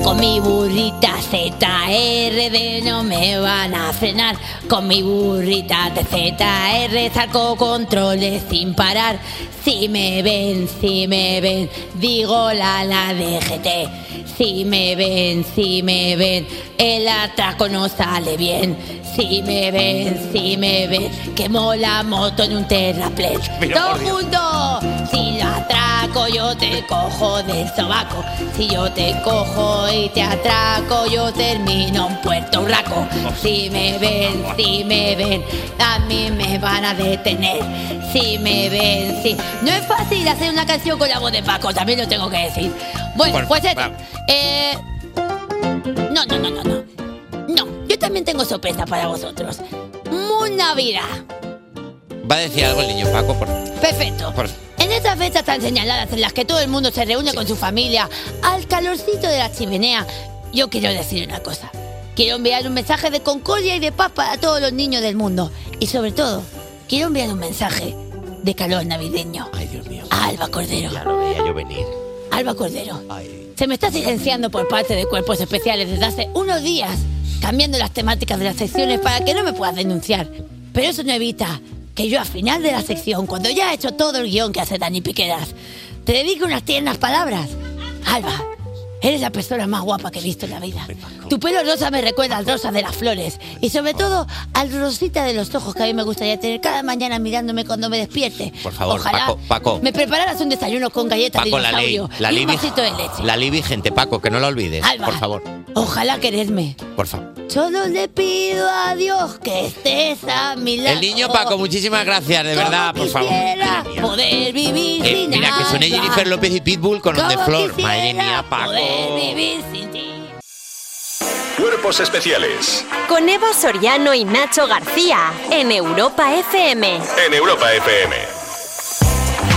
S18: Con mi burrita ZRD no me van a frenar. Con mi burrita de ZR saco controles sin parar. Si me ven, si me ven, digo la la DGT. Si me ven, si me ven, el atraco no sale bien. Si me ven, si me ven, quemo la moto en un terraplén.
S7: Pero
S18: Todo
S7: por Dios.
S18: mundo, si la atraco yo te cojo del sobaco. Si yo te cojo y te atraco, yo termino en Puerto Raco. Si me ven, si me ven, a mí me van a detener. Si me ven, si. No es fácil hacer una canción con la voz de Paco, también lo tengo que decir. Bueno,
S14: Por-
S18: pues este.
S14: va.
S18: Eh, no, no, no, no, no. No, yo también tengo sorpresa para vosotros. Muy Navidad.
S6: Va a decir algo el niño Paco, por
S18: Perfecto.
S6: por-
S18: En estas fechas tan señaladas en las que todo el mundo se reúne con su familia al calorcito de la chimenea, yo quiero decir una cosa. Quiero enviar un mensaje de concordia y de paz para todos los niños del mundo. Y sobre todo, quiero enviar un mensaje de calor navideño. Ay, Dios mío. A Alba Cordero.
S6: Ya lo veía yo venir.
S18: Alba Cordero. Se me está silenciando por parte de cuerpos especiales desde hace unos días, cambiando las temáticas de las secciones para que no me puedas denunciar. Pero eso no evita que yo al final de la sección, cuando ya he hecho todo el guión que hace Dani Piqueras, te dedique unas tiernas palabras. Alba, eres la persona más guapa que he visto en la vida. Tu pelo rosa me recuerda al rosa de las flores y sobre todo al rosita de los ojos que a mí me gustaría tener cada mañana mirándome cuando me despierte.
S6: Por favor,
S18: Ojalá
S6: Paco, Paco.
S18: me prepararas un desayuno con galletas
S6: Paco,
S18: de
S6: la ley.
S18: dinosaurio
S6: La
S18: y
S6: ley,
S18: un
S6: vi-
S18: vasito de leche.
S6: la ley vigente, Paco, que no la olvides.
S18: Alba.
S6: Por favor,
S18: Ojalá quererme.
S6: por favor.
S18: Solo le pido a Dios que estés a mi lado.
S6: El niño Paco, muchísimas gracias, de verdad, por favor.
S18: Quisiera poder vivir
S6: Eh,
S18: sin
S6: mira, que suene
S18: Alba.
S6: Jennifer López y Pitbull con On
S18: Como
S6: The Floor. Madre mía, Paco.
S18: Poder vivir sin ti.
S8: Cuerpos especiales
S2: Con Eva Soriano y Nacho García en Europa FM.
S8: en Europa FM.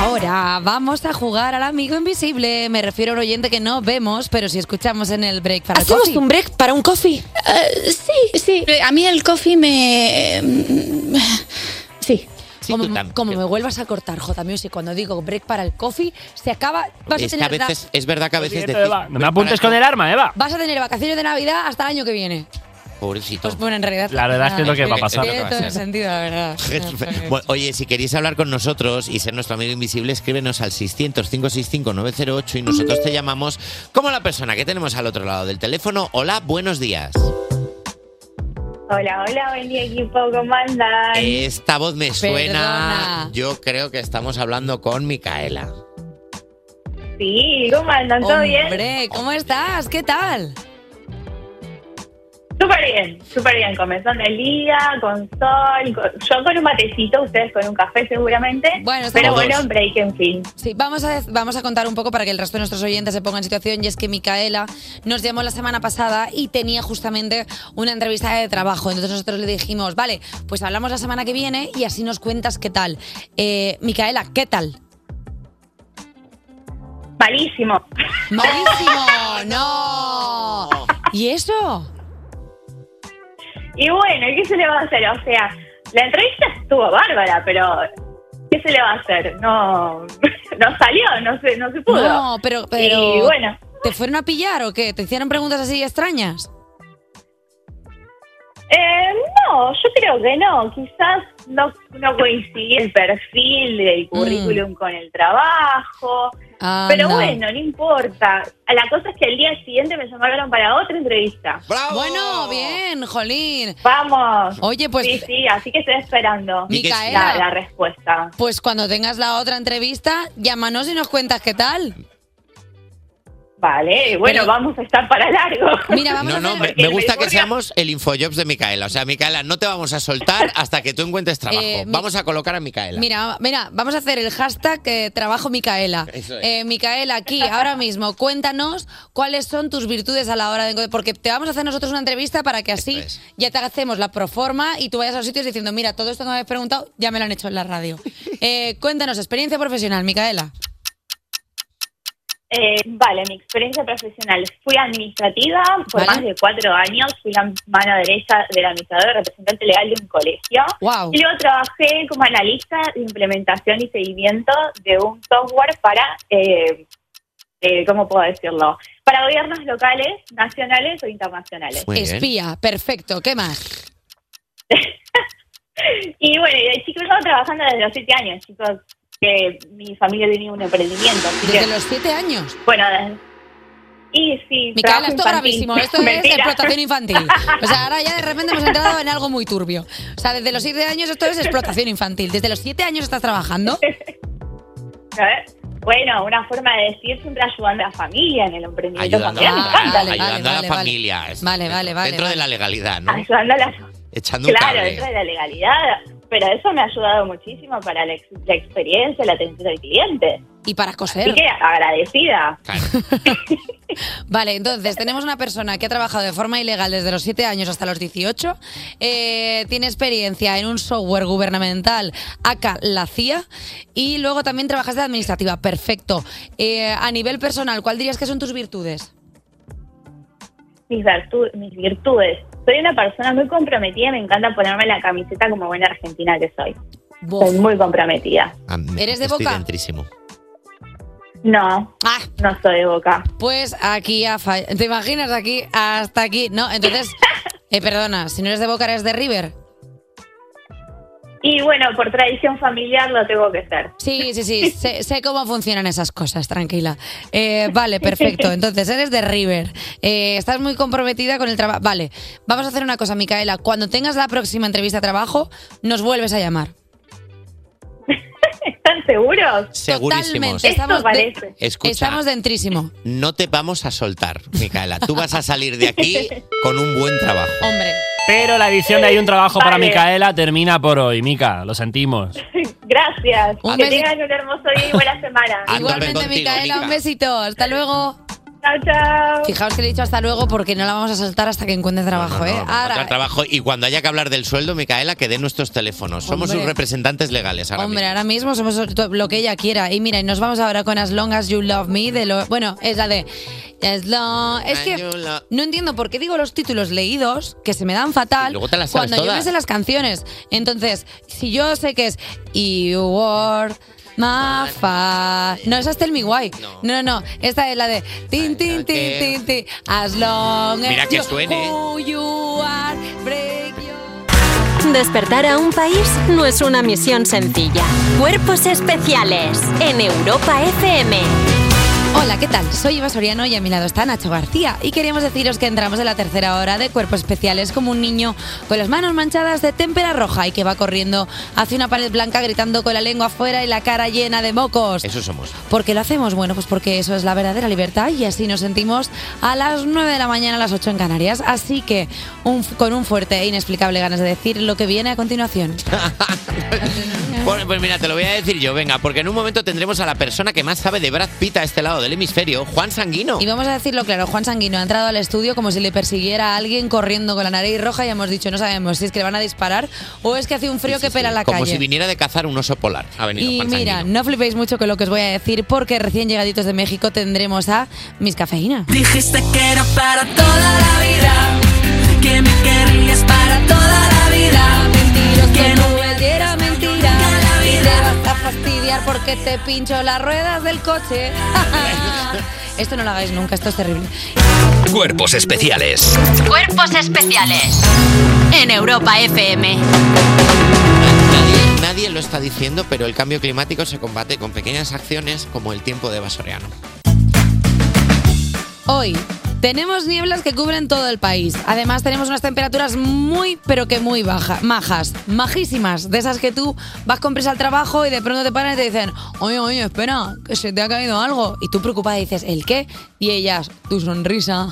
S3: Ahora vamos a jugar al amigo invisible. Me refiero a un oyente que no vemos, pero si escuchamos en el break para el
S19: ¿Hacemos
S3: coffee.
S19: un break para un coffee?
S6: Eh,
S19: sí, sí. A mí el coffee me... mm, Sí.
S3: como, como me vuelvas a cortar, J Music, cuando digo break para el coffee, se acaba. Vas a
S6: Es, que a
S3: tener,
S6: veces, es verdad que a veces
S5: Siguiente,
S6: decís-
S5: Eva. No me apuntes con el arma, Eva.
S3: vas a tener vacaciones de Navidad hasta el año que viene.
S5: Pues
S6: Pobrecito.
S3: Bueno, en realidad.
S6: La verdad es que es lo que va a pasar.
S3: Tiene todo el sentido, la verdad.
S6: Bueno, Oye, si queréis hablar con nosotros y ser nuestro amigo invisible, escríbenos al 600-565-908 y nosotros te llamamos como la persona que tenemos al otro lado del teléfono. Hola, buenos días.
S20: Hola, hola, buen día equipo, ¿cómo andan?
S6: Esta voz me suena.
S20: Perdona.
S6: Yo creo que estamos hablando con Micaela.
S20: Sí, ¿cómo andan? ¿Todo bien?
S3: Hombre, Eh, ¿cómo estás? ¿Qué tal?
S20: Súper bien, súper bien, comenzando el día, con sol, con- yo con un matecito, ustedes con un café seguramente,
S3: Bueno,
S20: pero
S3: estamos-
S20: bueno, break en fin.
S3: Sí, vamos a, vamos a contar un poco para que el resto de nuestros oyentes se pongan en situación. Y es que Micaela nos llamó la semana pasada y tenía justamente una entrevista de trabajo. Entonces nosotros le dijimos, vale, pues hablamos la semana que viene y así nos cuentas qué tal. Eh, Micaela, ¿qué tal?
S20: Malísimo.
S3: Malísimo, no. ¿Y eso?
S20: Y bueno, ¿qué se le va a hacer? O sea, la entrevista estuvo bárbara, pero ¿qué se le va a hacer? No, no salió, no se, no se pudo.
S3: No, pero, pero
S20: Y bueno,
S3: ¿te fueron a pillar o qué? ¿Te hicieron preguntas así extrañas?
S20: Eh, no, yo creo que no. Quizás no, no coincidió el perfil del currículum con el trabajo.
S3: Mm. Ah,
S20: Pero
S3: no.
S20: bueno, no importa. La cosa es que el día siguiente me llamaron para otra entrevista.
S3: Bueno, bien, Jolín.
S20: Vamos.
S3: Oye, pues-
S20: Sí, sí, así que estoy esperando
S3: Micaela.
S20: la, la respuesta.
S3: Pues cuando tengas la otra entrevista, llámanos y nos cuentas qué tal.
S20: Vale, bueno,
S3: Pero-
S20: vamos a estar para largo.
S3: Mira, vamos
S6: No, no, me, me gusta que seamos el infojobs de Micaela. O sea, Micaela, no te vamos a soltar hasta que tú encuentres trabajo.
S3: Eh, mi-
S6: vamos a colocar a Micaela.
S3: Mira, mira, vamos a hacer el hashtag eh, trabajo Micaela.
S6: Eso es.
S3: Eh, Micaela, aquí, ahora mismo, cuéntanos cuáles son tus virtudes a la hora de encontrar. Porque te vamos a hacer nosotros una entrevista para que así ya te hacemos la proforma y tú vayas a los sitios diciendo, mira, todo esto que me habéis preguntado ya me lo han hecho en la radio. Eh, cuéntanos, experiencia profesional, Micaela.
S20: Eh, vale, mi experiencia profesional. Fui administrativa por
S3: Vale.
S20: más de cuatro años. Fui la mano derecha del administrador representante legal de un colegio.
S3: Wow.
S20: Y luego trabajé como analista de implementación y seguimiento de un software para, eh, eh, ¿cómo puedo decirlo? Para gobiernos locales, nacionales o internacionales.
S3: Espía, perfecto, ¿qué más?
S20: Y bueno, y de chico estaba trabajando desde los siete años, chicos. que mi familia tenía un emprendimiento. así
S3: Desde
S20: que-
S3: los siete años.
S20: Bueno, desde- y sí.
S3: Micaela,
S20: trabajo
S3: esto
S20: infantil.
S3: gravísimo, esto es
S20: Mentira.
S3: explotación infantil. O sea, ahora ya de repente hemos entrado en algo muy turbio. O sea, desde los siete años esto es explotación infantil. Desde los siete años estás trabajando.
S20: A ver, Bueno, una forma de decir siempre ayudando a la familia en el emprendimiento
S6: Ayudando,
S20: familiar. Me
S6: a-
S20: encanta la idea.
S6: ayudando a la familia. es-
S3: Vale, vale, vale.
S6: dentro de la legalidad, ¿no?
S20: Ayudando a la
S6: Echando un
S20: Claro,
S6: cable.
S20: dentro de la legalidad. Pero eso me ha ayudado muchísimo para la, ex- la experiencia, la atención al cliente.
S3: Y para coser.
S20: Así que agradecida.
S3: Vale, entonces tenemos una persona que ha trabajado de forma ilegal desde los 7 años hasta los 18, eh, tiene experiencia en un software gubernamental, acá la CIA, y luego también trabajas de administrativa, perfecto. Eh, a nivel personal, ¿cuál dirías que son tus virtudes?
S20: Mis, virtu- mis virtudes. Soy una persona muy comprometida y me encanta ponerme la camiseta como buena argentina que soy. Soy muy comprometida.
S3: ¿Eres de
S6: Ah, Estoy
S3: Boca?
S6: dentrísimo.
S20: No, no soy de boca.
S3: Ah. Pues aquí ha fa- ¿Te imaginas aquí hasta aquí? No, entonces, eh, perdona, si no eres de Boca, eres de River.
S20: Y bueno, por tradición familiar lo tengo que ser.
S3: Sí, sí, sí, sé, sé cómo funcionan esas cosas, tranquila. Eh, vale, perfecto. Entonces, eres de River. Eh, estás muy comprometida con el trabajo. Vale, vamos a hacer una cosa, Micaela. Cuando tengas la próxima entrevista de trabajo, nos vuelves a llamar.
S20: ¿Están seguros?
S6: Segurísimos.
S3: Totalmente. Estamos, de-
S6: Escucha.
S3: estamos dentrísimo.
S6: No te vamos a soltar, Micaela. Tú vas a salir de aquí con un buen trabajo.
S3: Hombre.
S5: Pero la edición de Hay un trabajo para
S20: Vale.
S5: Micaela termina por hoy. Mica, lo sentimos.
S20: Gracias.
S3: Un
S20: que
S3: besito.
S20: tengan un hermoso día y buena semana.
S3: Igualmente, Micaela, un besito. Hasta luego.
S20: Chao, chao.
S3: Fijaos que le he dicho hasta luego porque no la vamos a saltar hasta que encuentre trabajo, ¿eh? Ahora,
S6: Encontrar trabajo y cuando haya que hablar del sueldo, Micaela, que dé nuestros teléfonos. Somos
S3: Hombre.
S6: sus representantes legales ahora
S3: Hombre, ahora mismo somos to- lo que ella quiera. Y mira, y nos vamos ahora con As Long As You Love Me. De lo, bueno, es la de As Long. Es
S6: As
S3: que
S6: you lo-
S3: no entiendo por qué digo los títulos leídos, que se me dan fatal,
S6: Y luego te las sabes
S3: cuando yo me
S6: todas.
S3: sé las canciones. Entonces, si yo sé que es You Were My Fire. No, esa es Tell Me Why. No, no, no. Esta es la de Tin, tin, tin, tin, tin. As Long As
S6: Mira que
S3: you-
S6: suene.
S3: Who you are, break
S2: Despertar a un país no es una misión sencilla. Cuerpos especiales en Europa FM.
S3: Hola, ¿qué tal? Soy Eva Soriano y a mi lado está Nacho García y queríamos deciros que entramos en la tercera hora de Cuerpos Especiales como un niño con las manos manchadas de témpera roja y que va corriendo hacia una pared blanca gritando con la lengua afuera y la cara llena de mocos.
S6: Eso somos.
S3: ¿Por qué lo hacemos? Bueno, pues porque eso es la verdadera libertad y así nos sentimos a las 9 de la mañana, a las 8 en Canarias. Así que un- con un fuerte e inexplicable ganas de decir lo que viene a continuación. Eh.
S6: Bueno, pues mira, te lo voy a decir yo, venga, porque en un momento tendremos a la persona que más sabe de Brad Pitt a este lado del hemisferio, Juan Sanguino.
S3: Y vamos a decirlo claro, Juan Sanguino ha entrado al estudio como si le persiguiera a alguien corriendo con la nariz roja y hemos dicho, no sabemos si es que le van a disparar o es que hace un frío que pela la
S6: Como
S3: calle.
S6: si viniera de cazar un oso polar. Ha venido
S3: y
S6: Juan
S3: mira,
S6: Sanguino.
S3: no flipéis mucho con lo que os voy a decir porque recién llegaditos de México tendremos a Mis Cafeína.
S21: Dijiste que era para toda la vida, que me querrías para toda la vida.
S3: Mentiros que no valiera mentira. Y te vas a fastidiar porque te pincho las ruedas del coche. esto no lo hagáis nunca, esto es terrible.
S1: Cuerpos especiales.
S2: Cuerpos especiales en Europa FM.
S6: Nadie, nadie lo está diciendo, pero el cambio climático se combate con pequeñas acciones como el tiempo de Basoreano.
S3: Hoy tenemos nieblas que cubren todo el país. Además tenemos unas temperaturas muy, pero que muy bajas, majas, majísimas, de esas que tú vas con prisa al trabajo y de pronto te paran y te dicen, oye, oye, espera, que se te ha caído algo. Y tú preocupada dices, ¿el qué? Y ellas, tu sonrisa.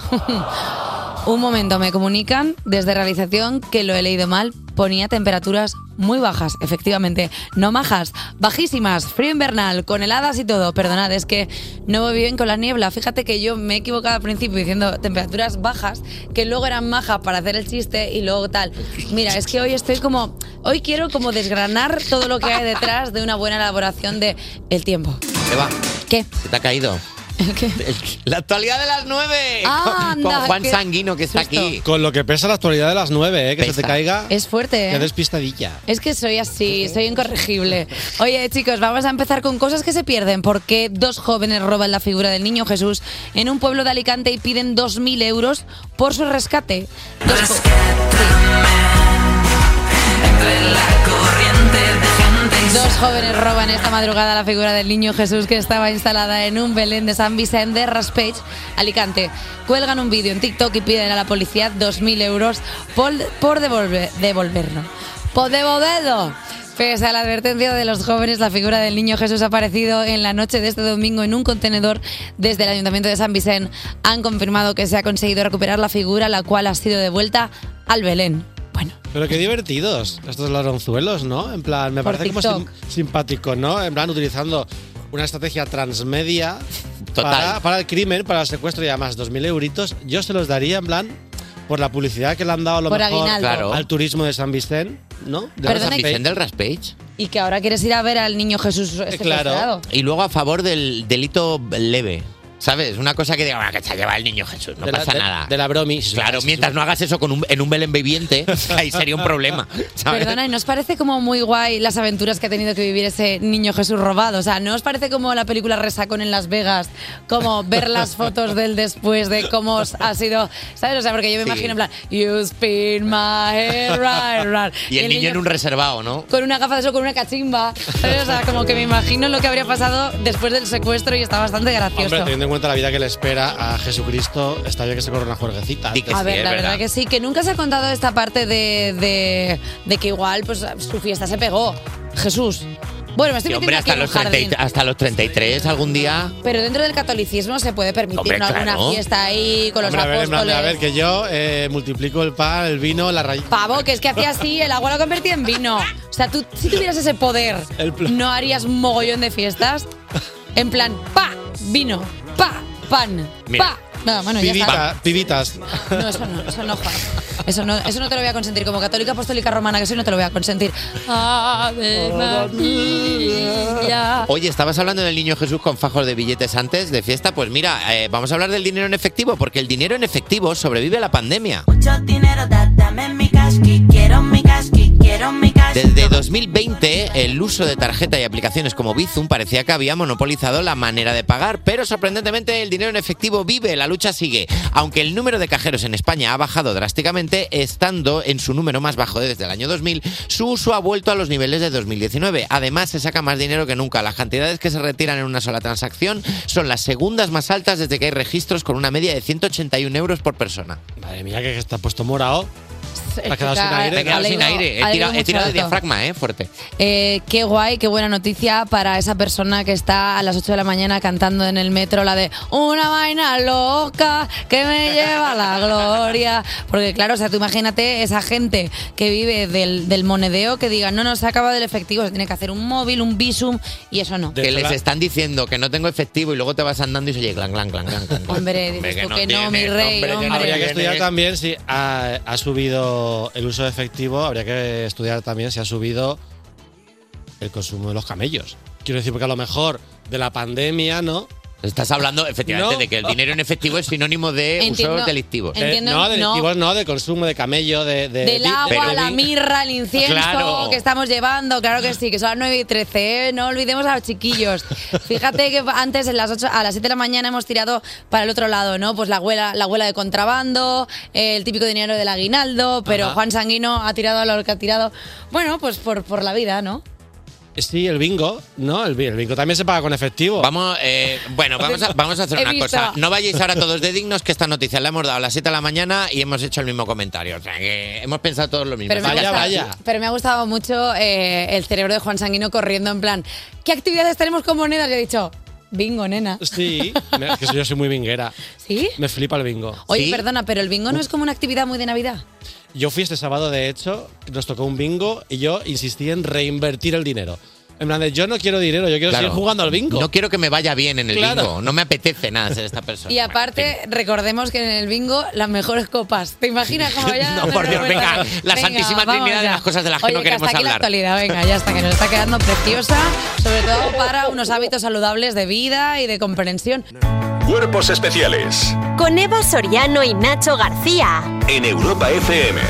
S3: Un momento, me comunican desde realización que lo he leído mal. Ponía temperaturas muy bajas, efectivamente. No majas, bajísimas, frío invernal, con heladas y todo. Perdonad, es que no voy bien con la niebla. Fíjate que yo me he equivocado al principio diciendo temperaturas bajas, que luego eran majas para hacer el chiste y luego tal. Mira, es que hoy estoy como. Hoy quiero como desgranar todo lo que hay detrás de una buena elaboración de el tiempo.
S6: Eva,
S3: ¿Qué?
S6: ¿qué te ha caído? La actualidad de las nueve.
S3: Ah,
S6: con, con
S3: anda,
S6: Juan
S3: qué
S6: Sanguino, que está aquí.
S22: Con lo que pesa la actualidad de las 9, ¿eh? que se te caiga.
S3: Es fuerte, ¿eh?
S22: Qué despistadilla.
S3: Es que soy así, soy incorregible. Oye, chicos, vamos a empezar con cosas que se pierden. Porque dos jóvenes roban la figura del niño Jesús en un pueblo de Alicante y piden 2.000 euros por su rescate? Dos jo- Dos jóvenes roban esta madrugada la figura del niño Jesús que estaba instalada en un Belén de San Vicente de Raspech, Alicante. Cuelgan un vídeo en TikTok y piden a la policía 2.000 euros por, por devolver- devolverlo. ¡Por devolverlo! Pese a la advertencia de los jóvenes, la figura del niño Jesús ha aparecido en la noche de este domingo en un contenedor desde el Ayuntamiento de San Vicente. Han confirmado que se ha conseguido recuperar la figura, la cual ha sido devuelta al Belén.
S22: Pero qué divertidos estos ladronzuelos, ¿no? En plan, me
S3: Por
S22: parece como
S3: TikTok.
S22: sim- simpático, ¿no? En plan, utilizando una estrategia transmedia
S6: Total.
S22: Para, para el crimen, para el secuestro y además 2.000 euritos. Yo se los daría, en plan, por la publicidad que le han dado a lo
S3: Por
S22: mejor
S3: aguinaldo. Claro.
S22: al turismo de San Vicente, ¿no?
S3: Perdona, San que- Vicente
S22: del Raspage.
S3: Y que ahora quieres ir a ver al niño Jesús este secuestrado.
S6: Y luego a favor del delito leve. ¿Sabes? Una cosa que diga, bueno, que se lleva el niño Jesús, no
S22: De la-
S6: pasa
S22: de-
S6: nada.
S22: de la bromis.
S6: Claro, mientras no hagas eso con un- en un Belén viviente, ahí sería un problema. ¿sabes?
S3: Perdona, ¿y no os parece como muy guay las aventuras que ha tenido que vivir ese niño Jesús robado? O sea, ¿no os parece como la película Resacón en Las Vegas? Como ver las fotos del después de cómo os ha sido, ¿sabes? O sea, porque yo me
S6: Sí.
S3: imagino en plan, you spin my head right round".
S6: Y el niño en un reservado, ¿no?
S3: con una gafa de sol, con una cachimba, ¿sabes? O sea, como que me imagino lo que habría pasado después del secuestro y está bastante gracioso.
S22: Hombre, teniendo en cuenta la vida que le espera a Jesucristo, está bien que se corra una juerguecita.
S3: A ver, la verdad que sí, que nunca se ha contado esta parte de, de- de que igual pues su fiesta se pegó. Jesús. Bueno, me estoy metiendo
S6: Y, hombre,
S3: aquí
S6: hasta
S3: en un
S6: los,
S3: jardín.
S6: 30 hasta los 33 algún día...
S3: Pero dentro del catolicismo se puede permitir
S6: Hombre,
S3: ¿no? alguna
S6: claro.
S3: fiesta ahí con los
S22: Hombre, a ver, en plan,
S3: apóstoles.
S22: a ver, que yo eh, multiplico el pan, el vino, la raíz.
S3: Pavo, que es que hacía así, el agua lo convertía en vino. O sea, tú si tuvieras ese poder,
S22: El pl-
S3: ¿no harías un mogollón de fiestas? En plan, pa, vino, pa, pan,
S22: Mira.
S3: pa. No, bueno, ya
S22: Pibita-
S3: está.
S22: pibitas.
S3: No, eso no, eso no, Juan. Eso no, eso no te lo voy a consentir. Como católica apostólica romana que soy, no te lo voy a consentir. Oh, Ave María.
S6: Oye, estabas hablando del niño Jesús con fajos de billetes antes de fiesta. Pues mira, eh, vamos a hablar del dinero en efectivo, porque el dinero en efectivo sobrevive a la pandemia.
S21: Mucho dinero, da- dame mi cash, que quiero mi cash, que quiero mi cash.
S6: Desde 2020, el uso de tarjeta y aplicaciones como Bizum parecía que había monopolizado la manera de pagar, pero sorprendentemente el dinero en efectivo vive, la lucha sigue. Aunque el número de cajeros en España ha bajado drásticamente, estando en su número más bajo desde el año 2000, su uso ha vuelto a los niveles de 2019. Además, se saca más dinero que nunca. Las cantidades que se retiran en una sola transacción son las segundas más altas desde que hay registros con una media de 181 euros por persona.
S22: Madre mía, que está puesto morado.
S3: Te
S6: has quedado sin aire. Me he quedado sin aire. He tirado, he tirado de diafragma, ¿eh? Fuerte.
S3: Eh, qué guay, qué buena noticia para esa persona que está a las 8 de la mañana cantando en el metro la de una vaina loca que me lleva a la gloria. Porque claro, o sea, tú imagínate esa gente que vive del, del monedeo que diga, no, no, se ha acabado el efectivo, se tiene que hacer un móvil, un visum y eso no.
S6: que les están diciendo que no tengo efectivo y luego te vas andando y se oye clan, clan, clan, clan. clan.
S3: Hombre, dices tú que no, mi rey, hombre.
S22: Habría que estudiar también si ha, ha subido el uso de efectivo, habría que estudiar también si ha subido el consumo de los camellos. Quiero decir, porque a lo mejor de la pandemia, ¿no?
S6: Estás hablando efectivamente de que el dinero en efectivo es sinónimo de
S3: Entiendo-
S6: usos delictivos.
S3: Eh, entiendo-
S6: no,
S22: No, de delictivos no, de consumo de camello, de... de-
S3: Del
S22: de-
S3: agua,
S22: pero-
S3: la mirra, el incienso
S22: Claro.
S3: que estamos llevando, claro que sí, que son las 9 y 13, ¿eh? no olvidemos a los chiquillos. Fíjate que antes en las 8, a las 7 de la mañana hemos tirado para el otro lado, ¿no? Pues la abuela, la abuela de contrabando, eh, el típico dinero del aguinaldo, pero
S22: Ajá.
S3: Juan Sanguino ha tirado a lo que ha tirado. Bueno, pues por, por la vida, ¿no?
S22: Eh, Sí, el bingo, ¿no? El, bi- el bingo también se paga con efectivo.
S6: Vamos, eh, bueno, vamos a, vamos a hacer
S22: He
S6: una
S22: visto.
S6: cosa. No vayáis ahora todos de dignos que esta noticia la hemos dado a las 7 de la mañana y hemos hecho el mismo comentario. O sea, que hemos pensado todos lo mismo.
S3: Pero me, ha gustado, pero me ha gustado mucho eh, el cerebro de Juan Sanguino corriendo en plan, ¿qué actividades tenemos con monedas? Le he dicho, bingo, nena.
S22: Sí, me- es que yo soy muy binguera.
S3: ¿Sí?
S22: Me flipa el bingo.
S3: Oye, perdona, pero el bingo no es como una actividad muy de Navidad.
S22: Yo fui este sábado, de hecho, nos tocó un bingo y yo insistí en reinvertir el dinero. En plan de, yo no quiero dinero, yo quiero
S6: Claro.
S22: seguir jugando al bingo.
S6: No quiero que me vaya bien en el
S22: Claro.
S6: bingo. No me apetece nada ser esta persona.
S3: Y aparte, recordemos que en el bingo las mejores copas. ¿Te imaginas cómo ya?
S6: No, por Dios, venga, la Santísima
S3: vamos
S6: Trinidad de
S3: ya.
S6: las cosas de las que
S3: Oye,
S6: no queremos
S3: hasta aquí
S6: hablar.
S3: la actualidad, venga, ya está, que nos está quedando preciosa, sobre todo para unos hábitos saludables de vida y de comprensión.
S8: Cuerpos especiales
S2: Con Eva Soriano y Nacho García.
S8: en Europa FM.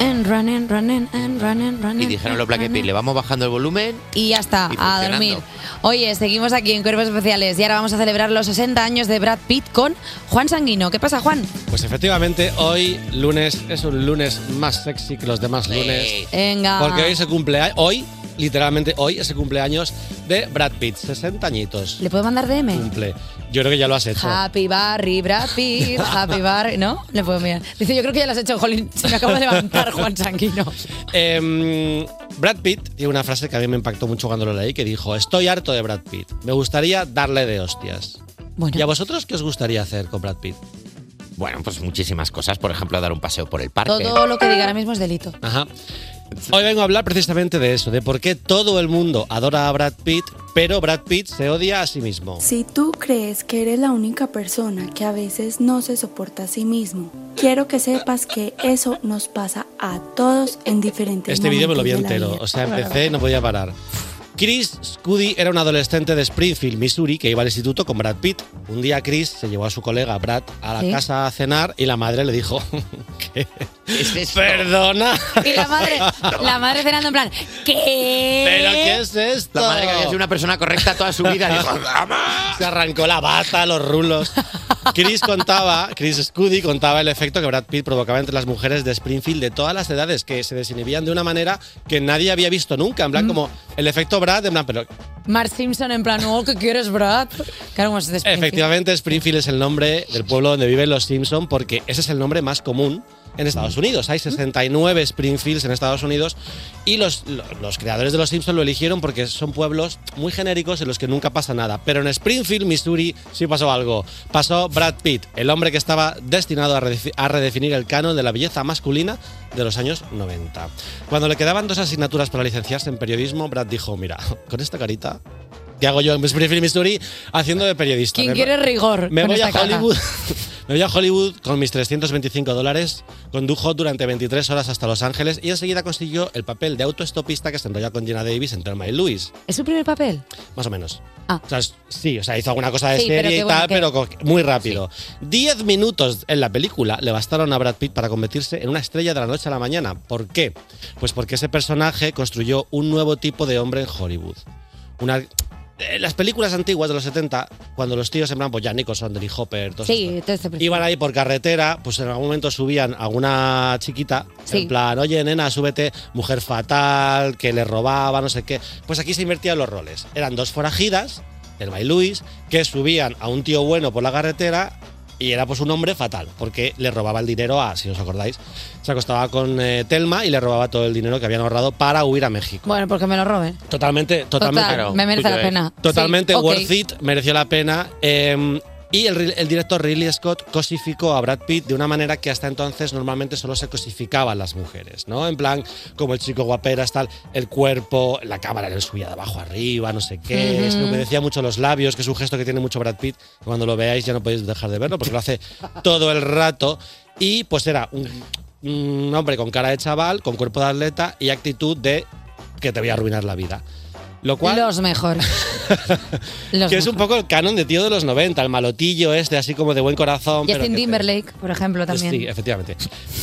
S3: And running, running, and running, running.
S6: Y dijeron los Black Eyed Peas, le vamos bajando el volumen.
S3: Y ya está,
S6: Y
S3: a
S6: funcionando.
S3: dormir. Oye, seguimos aquí en Cuerpos Especiales y ahora vamos a celebrar los 60 años de Brad Pitt con Juan Sanguino. ¿Qué pasa, Juan?
S22: Pues efectivamente, hoy lunes es un lunes más sexy que los demás lunes.
S3: Venga.
S22: Porque hoy se cumple, hoy, literalmente hoy, es el cumpleaños de Brad Pitt, 60 añitos.
S3: ¿Le puedo mandar DM?
S22: Cumple. Yo creo que ya lo has hecho.
S3: Happy Barry, Brad Pitt, Happy Barry, ¿no? Le puedo mirar. Dice, yo creo que ya lo has hecho, Jolín, se me acabo de levantar, Juan Sanguino.
S22: Em, Brad Pitt tiene una frase que a mí me impactó mucho cuando lo leí, que dijo, estoy harto de Brad Pitt, me gustaría darle de hostias. ¿Y a vosotros qué os gustaría hacer con Brad Pitt?
S6: Bueno, pues muchísimas cosas, por ejemplo, dar un paseo por el parque.
S3: Todo lo que diga ahora mismo es delito.
S22: Ajá. Hoy vengo a hablar precisamente de eso, de por qué todo el mundo adora a Brad Pitt, pero Brad Pitt se odia a sí mismo.
S4: Si tú crees que eres la única persona que a veces no se soporta a sí mismo, quiero que sepas que eso nos pasa a todos en diferentes
S22: Este vídeo me lo vi
S4: momentos de la
S22: entero,
S4: vida.
S22: o sea, empecé y no podía parar. Chris Scudy era un adolescente de Springfield, Missouri, que iba al instituto con Brad Pitt. Un día Chris se llevó a su colega Brad a la Sí. casa a cenar y la madre le dijo que
S6: Este
S22: perdona.
S3: Y la madre, la madre cenando en plan, ¿qué?
S22: ¿Pero qué es esto?
S6: La madre que había sido una persona correcta toda su vida dijo,
S22: Se arrancó la bata, los rulos. Chris contaba, Chris Scudy contaba el efecto que Brad Pitt provocaba entre las mujeres de Springfield de todas las edades, que se desinhibían de una manera que nadie había visto nunca. En plan, como el efecto Brad, en plan, pero
S3: Mark Simpson en plan, oh, ¿qué quieres, Brad? Claro, como es de Springfield.
S22: Efectivamente, Springfield es el nombre del pueblo donde viven los Simpson porque ese es el nombre más común en Estados
S3: Mm.
S22: Unidos. Hay 69 Springfields en Estados Unidos y los, lo- los creadores de los Simpson lo eligieron porque son pueblos muy genéricos en los que nunca pasa nada. Pero en Springfield, Missouri, sí pasó algo. Pasó Brad Pitt, el hombre que estaba destinado a, redefi- a redefinir el canon de la belleza masculina de los años 90. Cuando le quedaban dos asignaturas para licenciarse en periodismo, Brad dijo, mira, con esta carita... ¿Qué hago yo Pues en Springfield, Missouri? Haciendo de periodista.
S3: ¿Quién
S22: Me-
S3: quiere rigor?
S22: Me
S3: con
S22: voy, a
S3: esta cara?
S22: Hollywood, me voy a Hollywood con mis 325 dólares. Condujo durante 23 horas hasta Los Ángeles y enseguida consiguió el papel de autoestopista que se enrolla con Gina Davis en Thelma y Luis.
S3: ¿Es su primer papel?
S22: Más o menos.
S3: Ah.
S22: O sea, es- sí, o sea, hizo alguna cosa de
S3: Sí, pero qué
S22: serie y
S3: bueno
S12: que-
S22: tal, pero co- muy rápido. Diez minutos en la película le bastaron a Brad Pitt para convertirse en una estrella de la noche a la mañana. ¿Por qué? Pues porque ese personaje construyó un nuevo tipo de hombre en Hollywood. Una, eh, las películas antiguas de los 70, cuando los tíos en plan, pues ya Nicholson, Denny Hopper, todos estos,
S3: Sí, todo este perfil.
S22: Iban ahí por carretera, pues en algún momento subían a alguna chiquita,
S3: Sí.
S22: en plan, oye, nena, súbete, mujer fatal, que le robaba, no sé qué. Pues aquí se invertían los roles. Eran dos forajidas, el y Luis, que subían a un tío bueno por la carretera y era pues un hombre fatal, porque le robaba el dinero a, si os acordáis, se acostaba con eh, Telma y le robaba todo el dinero que habían ahorrado para huir a México.
S3: Bueno, porque me lo roben.
S22: Totalmente,
S3: Total,
S22: totalmente.
S3: me merece la pena.
S22: Totalmente
S3: Sí, ok.
S22: worth it, mereció la pena. eh, y el, el director Ridley Scott cosificó a Brad Pitt de una manera que hasta entonces normalmente solo se cosificaban las mujeres, ¿no? En plan, como el chico guaperas, tal, el cuerpo, la cámara le subía de abajo arriba, no sé qué, Ujú. se humedecía mucho los labios, que es un gesto que tiene mucho Brad Pitt. que Cuando lo veáis ya no podéis dejar de verlo porque lo hace todo el rato. Y pues era un, un hombre con cara de chaval, con cuerpo de atleta y actitud de que te voy a arruinar la vida. Lo cual
S3: Los mejores.
S22: que es un poco el canon de tío de los 90, el malotillo este, así como de buen corazón. pero
S3: Justin
S22: que- pues
S3: Timberlake, por ejemplo, también.
S22: Sí, efectivamente.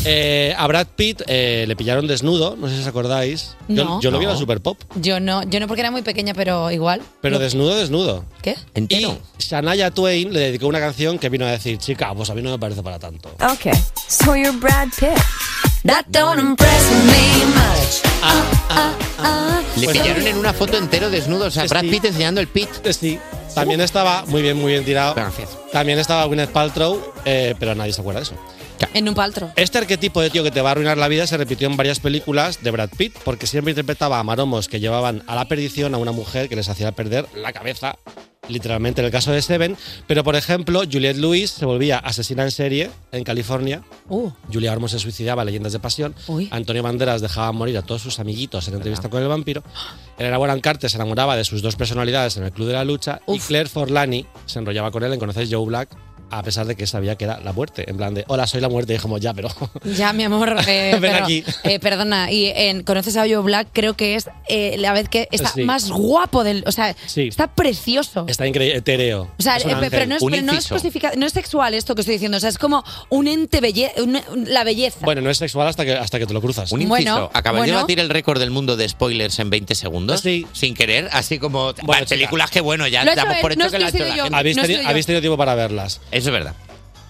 S22: Eh, a Brad Pitt eh, le pillaron desnudo, no sé si os acordáis. Yo,
S3: No.
S22: yo lo vi en la
S3: No.
S22: Super Pop,
S3: Yo no, yo no porque era muy pequeña, pero igual.
S22: pero desnudo, desnudo.
S3: ¿Qué?
S22: Entero. Y Shania Twain le dedicó una canción que vino a decir, chica, pues a mí no me parece para tanto.
S10: Okay, so you're Brad Pitt. That don't impress me much.
S3: Ah,
S6: Le
S22: Pues-
S6: pillaron en una foto entero desnudo, o sea, Brad Pitt enseñando el pit.
S22: Eh, Sí. También estaba muy bien, muy bien tirado. También estaba Gwyneth Paltrow, eh, pero nadie se acuerda de eso.
S3: En un paltro.
S22: Este arquetipo de tío que te va a arruinar la vida se repitió en varias películas de Brad Pitt, porque siempre interpretaba a maromos que llevaban a la perdición a una mujer que les hacía perder la cabeza, literalmente en el caso de Seven. Pero, por ejemplo, Juliette Lewis se volvía asesina en serie en California.
S3: Uh.
S22: Julia Ormond se suicidaba en Leyendas de Pasión.
S3: Uy.
S22: Antonio Banderas dejaba morir a todos sus amiguitos en entrevista con el vampiro. Elena Bonham Carter se enamoraba de sus dos personalidades en el Club de la Lucha. Y Claire Forlani se enrollaba con él en Conocer Joe Black, a pesar de que sabía que era la muerte. En plan de, hola, soy la muerte. Y dijimos, ya, pero...
S3: Ya, mi amor. eh,
S22: Ven
S3: pero,
S22: aquí.
S3: eh, perdona, y en Conoces a Joe Black, creo que es eh, la vez que está
S22: Sí.
S3: más guapo del. O sea,
S22: Sí.
S3: está precioso.
S22: Está increíble, etéreo.
S3: O sea,
S22: Es un
S3: eh, pe-
S22: ángel.
S3: pero no es, pero no es cosifica- no es sexual esto que estoy diciendo. O sea, es como un ente belle un- un- la belleza.
S22: Bueno, no es sexual hasta que, hasta que te lo cruzas.
S6: Un inciso,
S3: Bueno,
S6: acabas
S3: bueno.
S6: de batir el récord del mundo de spoilers en 20 segundos. Sin querer, así como. Bueno, películas que bueno, ya
S3: Lo ha hecho
S6: damos por
S3: él,
S6: hecho
S3: no
S6: que
S3: es
S6: la ha
S3: que he
S6: hecho
S3: sido
S6: la
S3: yo,
S6: gente.
S3: no he sido yo.
S22: Habéis tenido tiempo para verlas.
S6: Eso es verdad.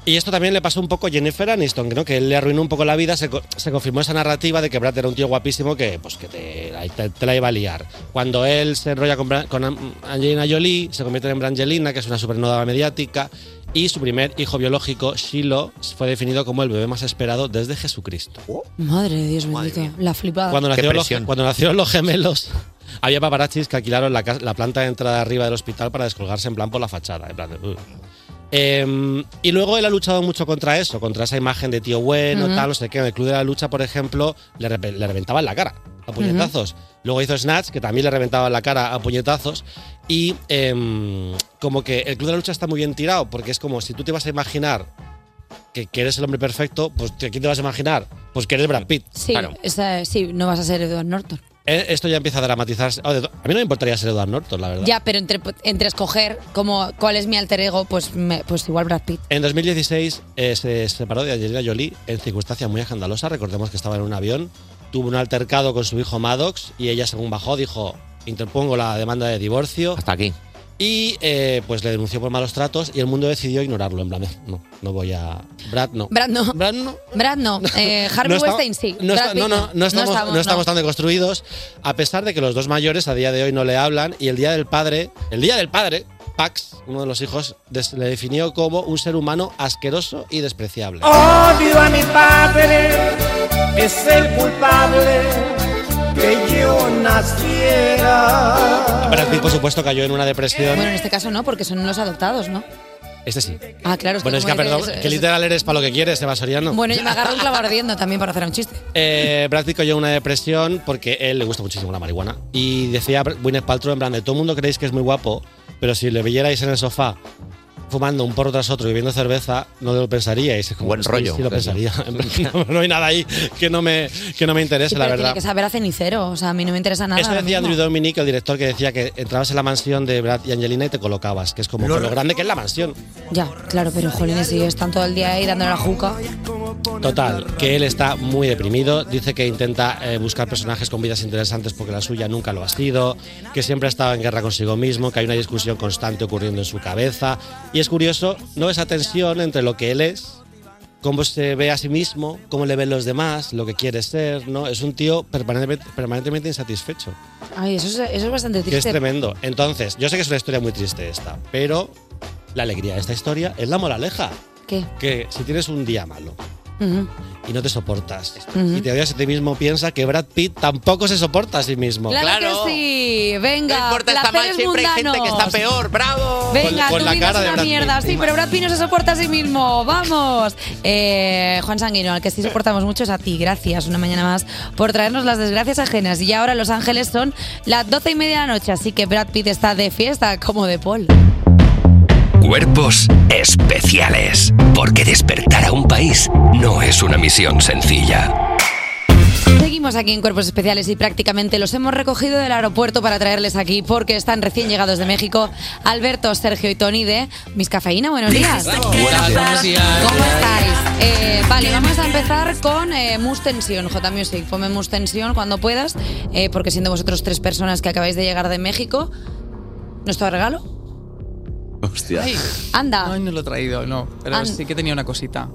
S22: Y esto también le pasó un poco a Jennifer Aniston, ¿no? que le arruinó un poco la vida, se, co- se confirmó esa narrativa de que Brad era un tío guapísimo que, pues, que te, la- te- te la iba a liar. Cuando él se enrolla con, Bra- con Am- Angelina Jolie, se convierte en Brangelina, que es una supernova mediática, y su primer hijo biológico, Shiloh, fue definido como el bebé más esperado desde Jesucristo.
S3: Madre de Dios bendito. La flipada.
S22: Cuando nació, los, cuando nació los gemelos, había paparachis que alquilaron la, cas- la planta de entrada arriba del hospital para descolgarse en plan por la fachada. en plan de, "Uh". Eh, y luego él ha luchado mucho contra eso, contra esa imagen de tío bueno,
S11: Ujú.
S22: tal, no sé qué. En el club de la lucha, por ejemplo, le, re- le reventaban la cara a puñetazos. Luego hizo Snatch, que también le reventaban la cara a puñetazos. Y eh, como que el club de la lucha está muy bien tirado, porque es como si tú te vas a imaginar que, que eres el hombre perfecto, pues ¿a quién te vas a imaginar? Pues que eres Brad Pitt.
S3: Sí, esa- sí, no vas a ser Edward Norton.
S22: Eh, Esto ya empieza a dramatizarse. Ah, A mí no me importaría ser Edward Norton, la verdad.
S3: Ya, pero entre, entre escoger como cuál es mi alter ego, pues, me- pues igual Brad Pitt.
S22: En 2016 eh, se separó de Angelina Jolie en circunstancias muy escandalosas. Recordemos que estaba en un avión, tuvo un altercado con su hijo Maddox y ella, según bajó, dijo: Interpongo la demanda de divorcio. Hasta
S6: aquí.
S22: Y eh, pues le denunció por malos tratos y el mundo decidió ignorarlo. En plan, no, no voy a. Brad, no.
S3: Brad no.
S22: Brad no.
S3: Brad no. Eh, Harvey
S22: No está-
S3: Weinstein sí.
S22: No,
S3: Brad
S22: está-
S3: Pitt
S22: no, no, no estamos, no estamos
S3: no.
S22: tan deconstruidos, a pesar de que los dos mayores a día de hoy no le hablan y el Día del Padre, el Día del Padre, Pax, uno de los hijos, des- le definió como un ser humano asqueroso y despreciable.
S21: Ah.
S13: Odio a mi padre, es el culpable que yo naciera.
S22: Brad Pitt, por supuesto, cayó en una depresión.
S3: Bueno, en este caso no, porque son los adoptados, ¿no?
S22: Este sí.
S3: Ah, claro.
S22: Bueno, es que,
S3: como
S22: perdón,
S3: dices,
S22: que
S3: es-
S22: literal eres para lo que quieres, Evasoriano.
S3: Bueno, yo me agarro un clavo ardiendo también para hacer un chiste.
S22: Eh, Brad Pitt cayó en una depresión porque a él le gusta muchísimo la marihuana. Y decía Gwyneth Paltrow, en plan de, todo el mundo creéis que es muy guapo, pero si le vierais en el sofá fumando un porro tras otro y bebiendo cerveza, no lo pensaríais. Es como,
S6: Buen
S22: sí,
S6: rollo,
S22: Sí, lo
S6: casi.
S22: pensaría. En plan, no, no hay nada ahí que no me, que no me interese,
S3: Sí,
S22: la
S3: pero
S22: verdad.
S3: Tiene que saber a cenicero, o sea, a mí no me interesa nada.
S22: Eso
S3: ahora
S22: decía
S3: mismo.
S22: Andrew Dominic, el director, que decía que entrabas en la mansión de Brad y Angelina y te colocabas, que es como con lo grande que es la mansión.
S3: Ya, claro, pero jolines, si están todo el día ahí dándole la juca.
S22: Total, que él está muy deprimido, dice que intenta eh, buscar personajes con vidas interesantes porque la suya nunca lo ha sido, que siempre ha estado en guerra consigo mismo, que hay una discusión constante ocurriendo en su cabeza. Y es curioso, ¿no? Esa tensión entre lo que él es, cómo se ve a sí mismo, cómo le ven los demás, lo que quiere ser, ¿no? Es un tío permanente- permanentemente insatisfecho,
S3: Ay, eso es, eso es bastante
S22: que
S3: triste.
S22: es tremendo. Entonces, yo sé que es una historia muy triste esta, pero la alegría de esta historia es la moraleja,
S3: ¿Qué?
S22: que si tienes un día malo,
S3: Ujú.
S22: y no te soportas.
S3: Ujú.
S22: Y te odias a ti mismo, piensa que Brad Pitt tampoco se soporta a sí mismo.
S3: Claro, que sí. Venga, placeres mundanos.
S6: bravo.
S3: Venga,
S22: Con- con
S3: tu
S22: la
S3: vida
S22: cara
S3: es
S22: de
S3: una
S22: Brad
S3: mierda.
S22: Pitt.
S3: Sí, pero Brad Pitt no se soporta a sí mismo. ¡Vamos! Eh, Juan Sanguino, al que sí soportamos mucho es a ti. Gracias una mañana más por traernos las desgracias ajenas. Y ahora en Los Ángeles son las doce y media de la noche, así que Brad Pitt está de fiesta como de Paul.
S1: Cuerpos especiales. Porque despertar a un país no es una misión sencilla.
S3: Seguimos aquí en Cuerpos Especiales y prácticamente los hemos recogido del aeropuerto para traerles aquí porque están recién llegados de México Alberto, Sergio y Tony de Mis Cafeína. Buenos días.
S23: Buenos días.
S3: ¿Cómo estáis? Eh, vale, vamos a empezar con eh, Mus Tensión, J Music. Ponme Mus Tensión cuando puedas, eh, porque siendo vosotros tres personas que acabáis de llegar de México, ¿nuestro regalo?
S23: Hostia.
S3: Ay. Anda.
S23: Ay, no lo he traído, no. Pero
S3: An-
S23: sí que tenía una cosita.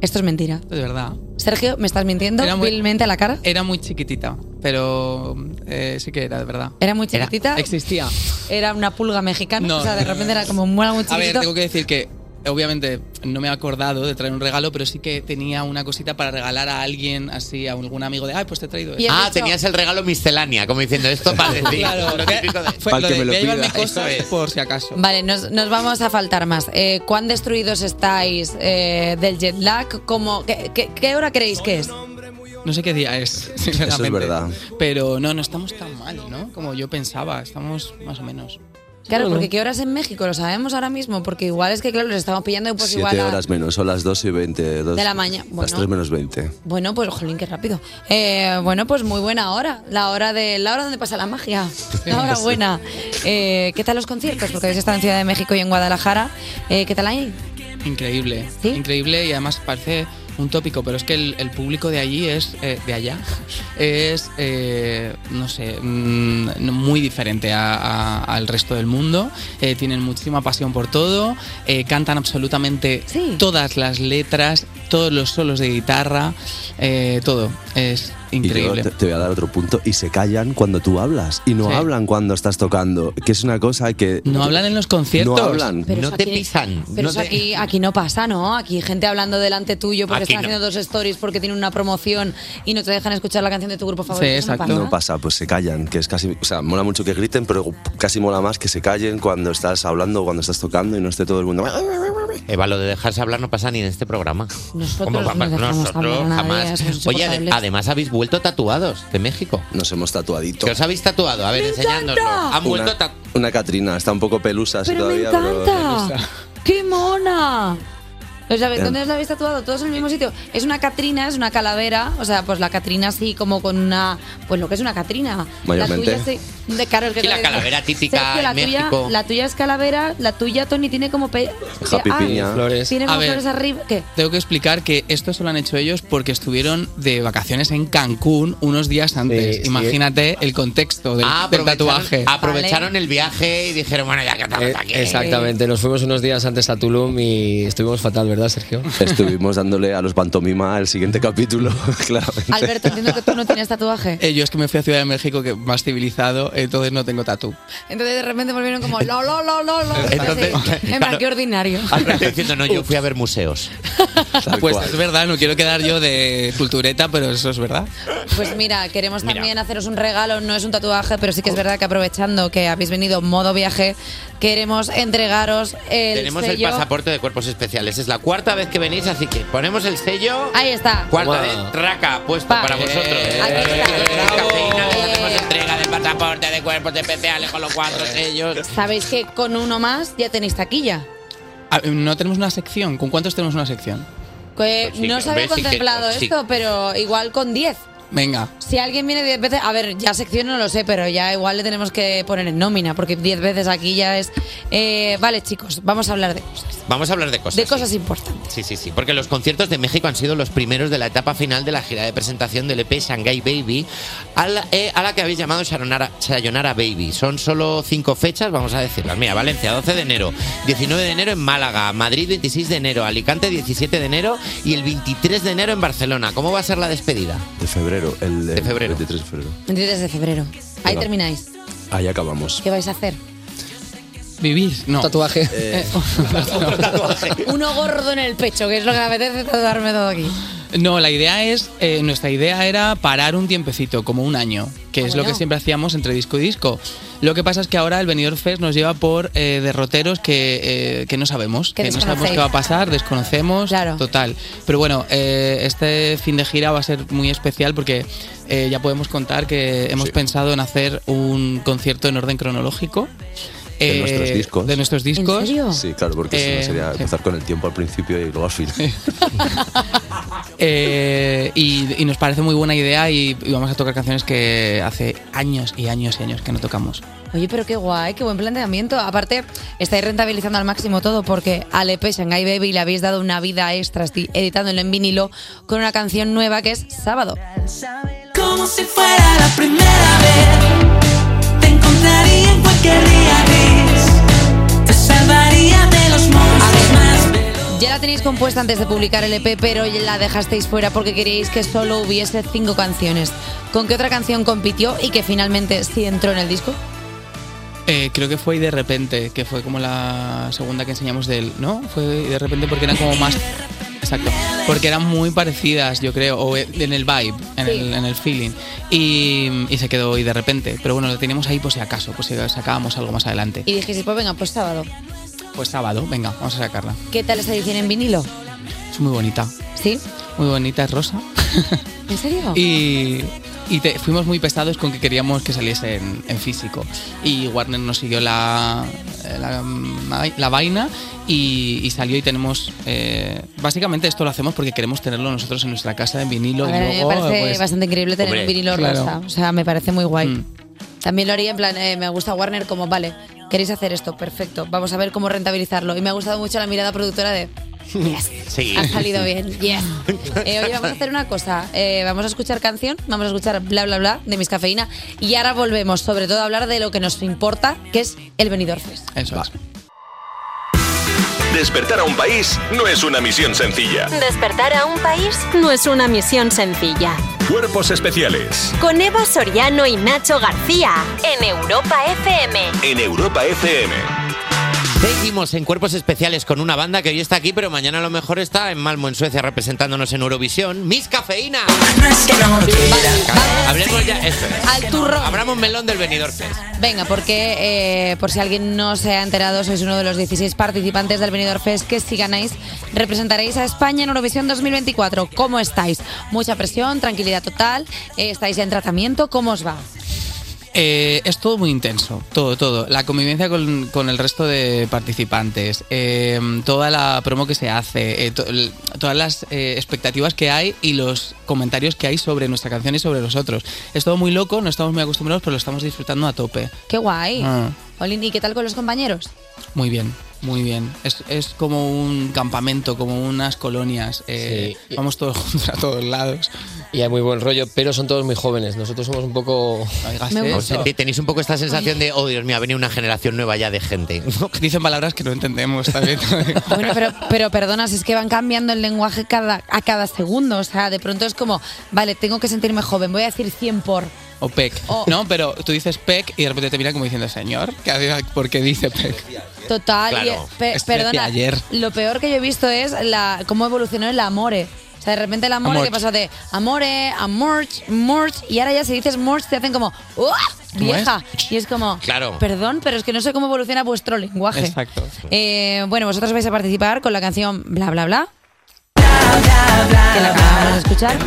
S3: Esto es mentira.
S23: Esto es verdad.
S3: Sergio, ¿me estás mintiendo
S23: Era muy-
S3: vilmente a la cara?
S23: Era muy chiquitita, pero eh, sí que era de verdad.
S3: ¿Era muy chiquitita?
S23: Existía.
S3: Era una pulga mexicana,
S23: No.
S3: o sea, de repente era como un muela muy
S23: A ver,
S3: chiquitito.
S23: tengo que decir que obviamente no me he acordado de traer un regalo, pero sí que tenía una cosita para regalar a alguien, así, a algún amigo de, ay, pues te he traído. esto".
S6: Ah, tenías el regalo miscelánea, como diciendo esto para decir.
S23: Claro,
S6: Lo
S23: que-
S6: típico de-
S23: Fue lo de, voy a llevarme cosas por si acaso.
S3: Vale, nos, nos vamos a faltar más. Eh, ¿Cuán destruidos estáis eh, del jet lag? ¿Cómo, qué, qué- qué hora creéis que es?
S23: No sé qué día es, sinceramente.
S13: verdad.
S23: Pero no, no estamos tan mal, ¿no? Como yo pensaba, estamos más o menos.
S3: Claro, porque ¿qué horas en México? Lo sabemos ahora mismo, porque igual es que, claro, les estamos pillando pues
S13: Siete
S3: igual a-
S13: horas menos, son las 2 y 20. dos-
S3: de la mañana.
S13: Las 3
S3: Bueno,
S13: menos 20.
S3: bueno, pues jolín, qué rápido. Eh, bueno, pues muy buena hora. La hora de la hora donde pasa la magia. La hora buena. Eh, ¿Qué tal los conciertos? Porque habéis estado en Ciudad de México y en Guadalajara. Eh, ¿Qué tal ahí?
S23: Increíble. Increíble y además parece un tópico, pero es que el, el público de allí es, eh, de allá, es, eh, no sé, mm, muy diferente a- a- al resto del mundo. Eh, tienen muchísima pasión por todo, eh, cantan absolutamente todas las letras, todos los solos de guitarra, eh, todo. Es
S13: Y
S23: increíble.
S13: yo te, te voy a dar otro punto. Y se callan cuando tú hablas. Y no
S23: Sí.
S13: hablan cuando estás tocando. Que es una cosa que.
S23: No hablan en los conciertos.
S13: No hablan.
S3: Pero No eso te aquí-
S13: pisan.
S3: Pero eso aquí, aquí no pasa, ¿no? Aquí gente hablando delante tuyo porque
S13: Aquí
S3: están
S13: no.
S3: haciendo dos stories porque tienen una promoción y no te dejan escuchar la canción de tu grupo favorito.
S13: Sí,
S3: Eso no
S13: No
S3: pasa.
S13: pasa, pues se callan, que es casi, o sea, mola mucho que griten, pero casi mola más que se callen cuando estás hablando, o cuando estás tocando y no esté todo el mundo.
S6: Eva, lo de dejarse hablar no pasa ni en este programa.
S3: Nosotros
S6: Como
S3: no
S6: papás,
S3: dejamos
S6: nosotros
S3: hablar a nadie,
S6: jamás.
S3: somos
S6: Oye, ade-
S3: insoportables.
S6: además habéis vuelto tatuados de México.
S13: Nos hemos tatuadito.
S6: ¿Qué os habéis tatuado? A ver,
S13: ¡Me
S6: enseñándoslo.
S13: encanta!
S6: Han vuelto
S13: Una- Una Catrina, está un poco pelusa así
S3: Pero me
S13: todavía. pero-
S3: encanta. ¡Qué mona! ¿Os la-
S13: Bien.
S3: ¿Dónde os la habéis tatuado? Todos en el mismo sitio. Es una Catrina, es una calavera. O sea, pues la Catrina así como con una... Pues lo que es una Catrina.
S6: Mayormente.
S3: La tuya sí- de claro, es que
S6: Y la calavera típica
S3: Sergio, la
S6: en
S3: tuya,
S6: México.
S3: La tuya es calavera, la tuya, Tony, tiene como... Pe... Ah,
S23: Flores.
S3: Tiene
S23: A
S3: como
S23: ver,
S3: flores arriba. ¿Qué?
S23: Tengo que explicar que esto se lo han hecho ellos porque estuvieron de vacaciones en Cancún unos días antes.
S6: Sí, sí.
S23: Imagínate el contexto del,
S6: Ah,
S23: del
S6: aprovecharon-
S23: tatuaje.
S6: Aprovecharon el viaje y dijeron, bueno, ya que estamos
S9: Eh,
S6: aquí.
S9: Exactamente, nos fuimos unos días antes a Tulum y estuvimos fatal, ¿verdad, Sergio?
S13: Estuvimos dándole a los pantomima el siguiente capítulo, claramente.
S3: Alberto, entiendo que tú no tienes tatuaje.
S23: Eh, yo es que me fui a Ciudad de México, que más civilizado, entonces no tengo tatú.
S3: Entonces de repente volvieron como... Lo, lo, lo, lo, lo.
S23: Entonces,
S3: Así. En plan,
S23: claro.
S3: qué ordinario.
S23: Ah,
S6: Ah, diciendo, no, yo fui a ver museos.
S23: Pues
S6: cual.
S23: es verdad, no quiero quedar yo de cultureta, pero eso es verdad.
S3: Pues mira, queremos
S23: Mira.
S3: también haceros un regalo, no es un tatuaje, pero sí que es verdad que aprovechando que habéis venido modo viaje, queremos entregaros el
S6: Tenemos el
S3: sello.
S6: pasaporte de cuerpos especiales. Es la cuarta vez que venís, así que ponemos el sello.
S3: Ahí está.
S6: Cuarta vez, traca, puesto para vosotros.
S3: Eh,
S6: entrega del pasaporte de cuerpos especiales con los cuatro sellos.
S3: Sabéis que con uno más ya tenéis taquilla.
S23: Ah, No tenemos una sección. ¿Con cuántos tenemos una sección?
S3: Que
S23: Pues sí,
S3: no
S23: que-
S3: os había
S23: hombre, sí que-
S3: contemplado
S23: sí.
S3: esto, pero igual con 10.
S23: Venga.
S3: Si alguien viene 10 veces, a ver, ya sección no lo sé, pero ya igual le tenemos que poner en nómina, porque 10 veces aquí ya es... eh, vale, chicos, vamos a hablar de cosas.
S6: Vamos a hablar de cosas.
S3: De cosas importantes.
S6: Sí, sí, sí, porque los conciertos de México han sido los primeros de la etapa final de la gira de presentación del EP Shanghai Baby, a la, eh, a la que habéis llamado Sayonara, Sayonara Baby. Son solo cinco fechas, vamos a decirlas. Mira, Valencia 12 de enero, 19 de enero en Málaga, Madrid 26 de enero, Alicante 17 de enero y el 23 de enero en Barcelona. ¿Cómo va a ser la despedida?
S13: De febrero, el de febrero. 23 de febrero.
S3: 23 de febrero. Ahí
S13: Venga.
S3: termináis.
S13: Ahí acabamos.
S3: ¿Qué vais a hacer?
S23: Vivir, no.
S9: Tatuaje.
S13: Eh,
S3: Uno gordo en el pecho, que es lo que me apetece tatuarme todo aquí.
S23: No, la idea es, eh, nuestra idea era parar un tiempecito, como un año, que es lo que siempre hacíamos entre disco y disco. Lo que pasa es que ahora el Benidorm Fest nos lleva por eh, derroteros que, eh, que no sabemos,
S3: Que
S23: que no sabemos
S3: desconocéis.
S23: qué va a pasar, desconocemos, total. Pero bueno, eh, este fin de gira va a ser muy especial porque eh, ya podemos contar que hemos pensado en hacer un concierto en orden cronológico.
S13: De
S23: eh,
S13: nuestros discos.
S23: De nuestros discos.
S13: Sí, claro, porque si
S23: Eh,
S13: no sería empezar con el tiempo al principio y luego al final.
S23: Eh, y, y nos parece muy buena idea y, y vamos a tocar canciones que hace años y años y años que no tocamos.
S3: Oye, pero qué guay, qué buen planteamiento. Aparte, estáis rentabilizando al máximo todo porque al E EP Shanghai Baby le habéis dado una vida extra esti- editándolo en vinilo con una canción nueva que es Sábado.
S21: Como si fuera la primera vez, te encontraría en cualquier día gris, te salvaría de los monstruos más
S3: Ya la tenéis compuesta antes de publicar el EP, pero la dejasteis fuera porque queríais que solo hubiese cinco canciones. ¿Con qué otra canción compitió y que finalmente sí entró en el disco?
S23: Eh, creo que fue y de repente, que fue como la segunda que enseñamos de él, ¿no? Fue y de repente porque eran como más... Exacto. Porque eran muy parecidas, yo creo, o e- en el vibe, en, el, en el feeling. Y, y se quedó y de repente. Pero bueno, lo teníamos ahí por si acaso, por si sacábamos algo más adelante.
S3: Y dijisteis, pues venga, pues Sábado.
S23: Pues sábado, venga, vamos a sacarla.
S3: ¿Qué tal esa edición en vinilo?
S23: Es muy bonita.
S3: ¿Sí?
S23: Muy bonita, es rosa.
S3: ¿En serio?
S23: Y, y te- fuimos muy pesados con que queríamos que saliese en, en físico. Y Warner nos siguió la, la, la vaina y, y salió y tenemos... eh, básicamente esto lo hacemos porque queremos tenerlo nosotros en nuestra casa en vinilo.
S3: A
S23: y
S3: ver, a mí me
S23: luego,
S3: parece
S23: pues,
S3: bastante increíble tener
S23: hombre,
S3: un vinilo
S23: claro. Mm.
S3: rosa. O sea, me parece muy guay. También lo haría en plan, eh, me gusta Warner como, vale, queréis hacer esto, perfecto, vamos a ver cómo rentabilizarlo. Y me ha gustado mucho la mirada productora de,
S6: Sí.
S3: Ha salido bien, yes. Eh, oye, vamos a hacer una cosa. Eh, vamos a escuchar canción, vamos a escuchar bla bla bla de mis cafeína y ahora volvemos, sobre todo a hablar de lo que nos importa, que es el Benidorm Fest.
S23: Eso es.
S8: Despertar a un país no es una misión sencilla.
S2: Despertar a un país no es una misión sencilla.
S8: Cuerpos especiales
S2: Con Eva Soriano y Nacho García en Europa FM.
S8: en Europa FM.
S6: Seguimos en Cuerpos Especiales con una banda que hoy está aquí, pero mañana a lo mejor está en Malmo, en Suecia, representándonos en Eurovisión. Mis cafeína. Hablemos ya. Esto es.
S3: Al turrón.
S6: Abramos melón del Benidorm Fest.
S3: Venga, porque eh, por si alguien no se ha enterado, sois uno de los 16 participantes del Benidorm Fest que si ganáis representaréis a España en Eurovisión 2024. ¿Cómo estáis? Mucha presión, tranquilidad total, eh, estáis ya en tratamiento, ¿cómo os va?
S23: Eh, es todo muy intenso, todo, todo. La convivencia con, con el resto de participantes, eh, toda la promo que se hace, eh, to- l- todas las eh, expectativas que hay y los comentarios que hay sobre nuestra canción y sobre nosotros. Es todo muy loco, no estamos muy acostumbrados, pero lo estamos disfrutando a tope.
S3: Qué guay.
S23: Ah.
S3: Olin, ¿y qué tal con los compañeros?
S23: Muy bien, muy bien. Es, es como un campamento, como unas colonias. eh, Vamos todos juntos a todos lados.
S9: Y hay muy buen rollo, pero son todos muy jóvenes. Nosotros somos un poco...
S6: Os sentí- tenéis un poco esta sensación de, oh Dios mío, ha venido una generación nueva ya de gente.
S23: Dicen palabras que no entendemos también.
S3: Bueno, pero, pero perdona, si es que van cambiando el lenguaje cada, a cada segundo. O sea, de pronto es como, vale, tengo que sentirme joven, voy a decir 100 por.
S23: O PEC. No, pero tú dices PEC y de repente te miran como diciendo, señor, ¿qué hace- ¿por qué dice PEC?
S3: Total,
S23: Claro.
S3: y- pe-
S23: Es de
S3: perdona.
S23: ayer.
S3: Lo peor que yo he visto es la, cómo evolucionó el amore. O sea, de repente el amore
S23: Amor.
S3: que pasa de amore, amorch, morch, y ahora ya si dices morch te hacen como ¡Uah!
S23: ¿Cómo es?
S3: vieja. Y es como,
S23: Claro.
S3: perdón, pero es que no sé cómo evoluciona vuestro lenguaje.
S23: Exacto.
S3: Eh, bueno, vosotros vais a participar con la canción Bla Bla Bla. Que la acabamos de escuchar.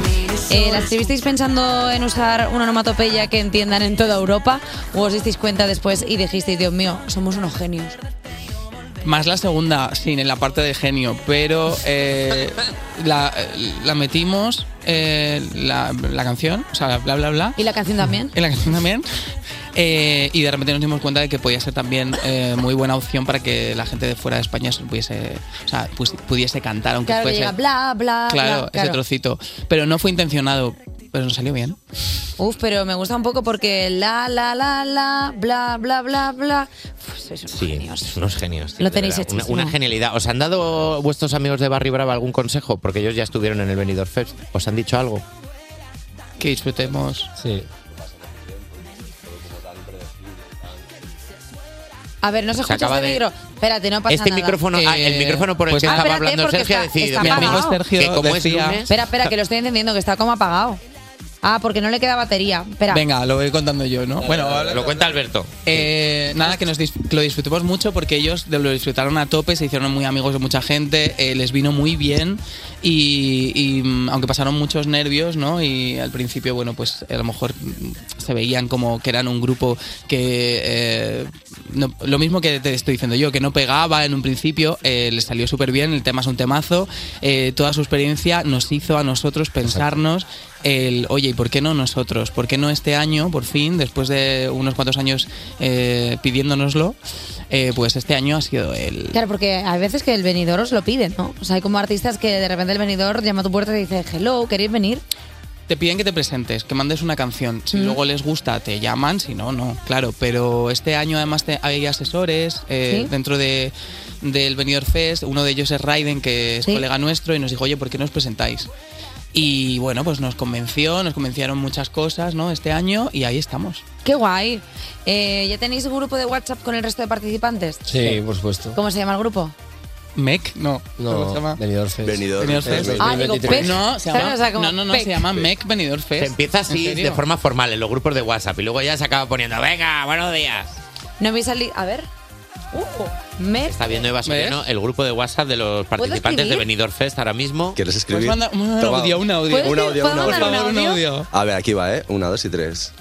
S3: Eh, ¿La estuvisteis pensando en usar una onomatopeya que entiendan en toda Europa? ¿O os disteis cuenta después y dijisteis, Dios mío, somos unos genios?
S23: Más la segunda, sí, en la parte de genio, pero eh, la, la metimos, eh, la, la canción, o sea, la bla, bla, bla.
S3: ¿Y la canción también?
S23: En la canción también. Eh, y de repente nos dimos cuenta de que podía ser también eh, muy buena opción para que la gente de fuera de España se pudiese, o sea, pues- pudiese cantar, aunque
S3: Claro, que
S23: fuese.
S3: llega bla, bla,
S23: claro,
S3: bla.
S23: ese trocito. Pero no fue intencionado, pero nos salió bien.
S3: Uf, pero me gusta un poco porque la, la, la, la, bla, bla, bla, bla. Uf, sois unos
S6: Sí, unos genios. tío,
S3: Lo
S6: de
S3: tenéis
S6: verdad.
S3: hechísimo.
S6: Una, una genialidad. ¿Os han dado vuestros amigos de Barry Brava algún consejo? Porque ellos ya estuvieron en el Benidorm Fest. ¿Os han dicho algo?
S23: Que disfrutemos.
S9: Sí.
S3: A ver, no se,
S6: Se
S3: escucha
S6: acaba
S3: este
S6: de-
S3: micro. Espérate, no pasa
S6: Este
S3: nada.
S6: micrófono- ah, el micrófono por el que
S3: Ah,
S6: estaba
S3: espérate,
S6: hablando
S3: porque
S6: Sergio ha
S3: está-
S6: decidido,
S3: está
S6: mi amigo
S3: apagado.
S6: Sergio Que como es decía- lunes-
S3: Espera, espera, que lo estoy entendiendo, que está como apagado. Ah, porque no le queda batería. Espera.
S23: Venga, lo voy contando yo, ¿no? Bueno,
S6: lo cuenta Alberto.
S23: Eh, nada, que nos dis- que lo disfrutemos mucho porque ellos de- lo disfrutaron a tope, se hicieron muy amigos de mucha gente, eh, les vino muy bien y, y, mm, aunque pasaron muchos nervios, ¿no? Y al principio, bueno, pues a lo mejor mm, se veían como que eran un grupo que... eh, no- lo mismo que te estoy diciendo yo, que no pegaba en un principio, eh, les salió súper bien, el tema es un temazo, eh, toda su experiencia nos hizo a nosotros pensarnos el, oye, ¿y por qué no nosotros? ¿Por qué no este año, por fin, después de unos cuantos años eh, pidiéndonoslo? eh, pues este año ha sido el...
S3: Claro, porque hay veces que el venidor os lo pide, ¿no? O sea, hay como artistas que de repente el venidor llama a tu puerta y dice, hello, ¿queréis venir?
S23: Te piden que te presentes, que mandes una canción. Si
S3: Mm.
S23: luego les gusta, te llaman. Si no, no. Claro, pero este año además te- hay asesores eh,
S3: Sí.
S23: dentro de, del Benidorm Fest. Uno de ellos es Raiden, que es
S3: Sí.
S23: colega nuestro, y nos dijo, oye, ¿por qué no os presentáis? Y bueno, pues nos convenció, nos convencieron muchas cosas, ¿no? Este año, y ahí estamos.
S3: Qué guay. Eh, ¿Ya tenéis grupo de WhatsApp con el resto de participantes?
S23: Sí, por supuesto.
S3: ¿Cómo se llama el grupo?
S23: ¿Mec? No. ¿Cómo se llama?
S9: Benidorm Fest.
S23: Benidorm Fest. Ah, digo, 2023. PEC.
S6: No, se llama-
S23: Claro, o sea, como No, no, no, PEC. se llama MEC Benidorm Fest.
S6: Se empieza
S23: ¿En
S6: así
S23: serio?
S6: de forma formal en los grupos de WhatsApp y luego ya se acaba poniendo, venga, buenos días.
S3: No habéis salido. A ver. Uh, Mer.
S6: Está viendo Eva Soriano el grupo de WhatsApp de los
S3: ¿Puedo
S6: participantes de
S3: escribir?
S6: Benidorm Fest ahora mismo.
S13: ¿Quieres escribir?
S23: Pues manda- un
S13: Toma.
S23: audio, un audio. ¿Puedo
S13: Un
S23: escribir-
S13: audio,
S23: puedo
S13: un audio.
S23: mandar un audio?
S13: A ver, aquí va, ¿eh? Una, dos y tres.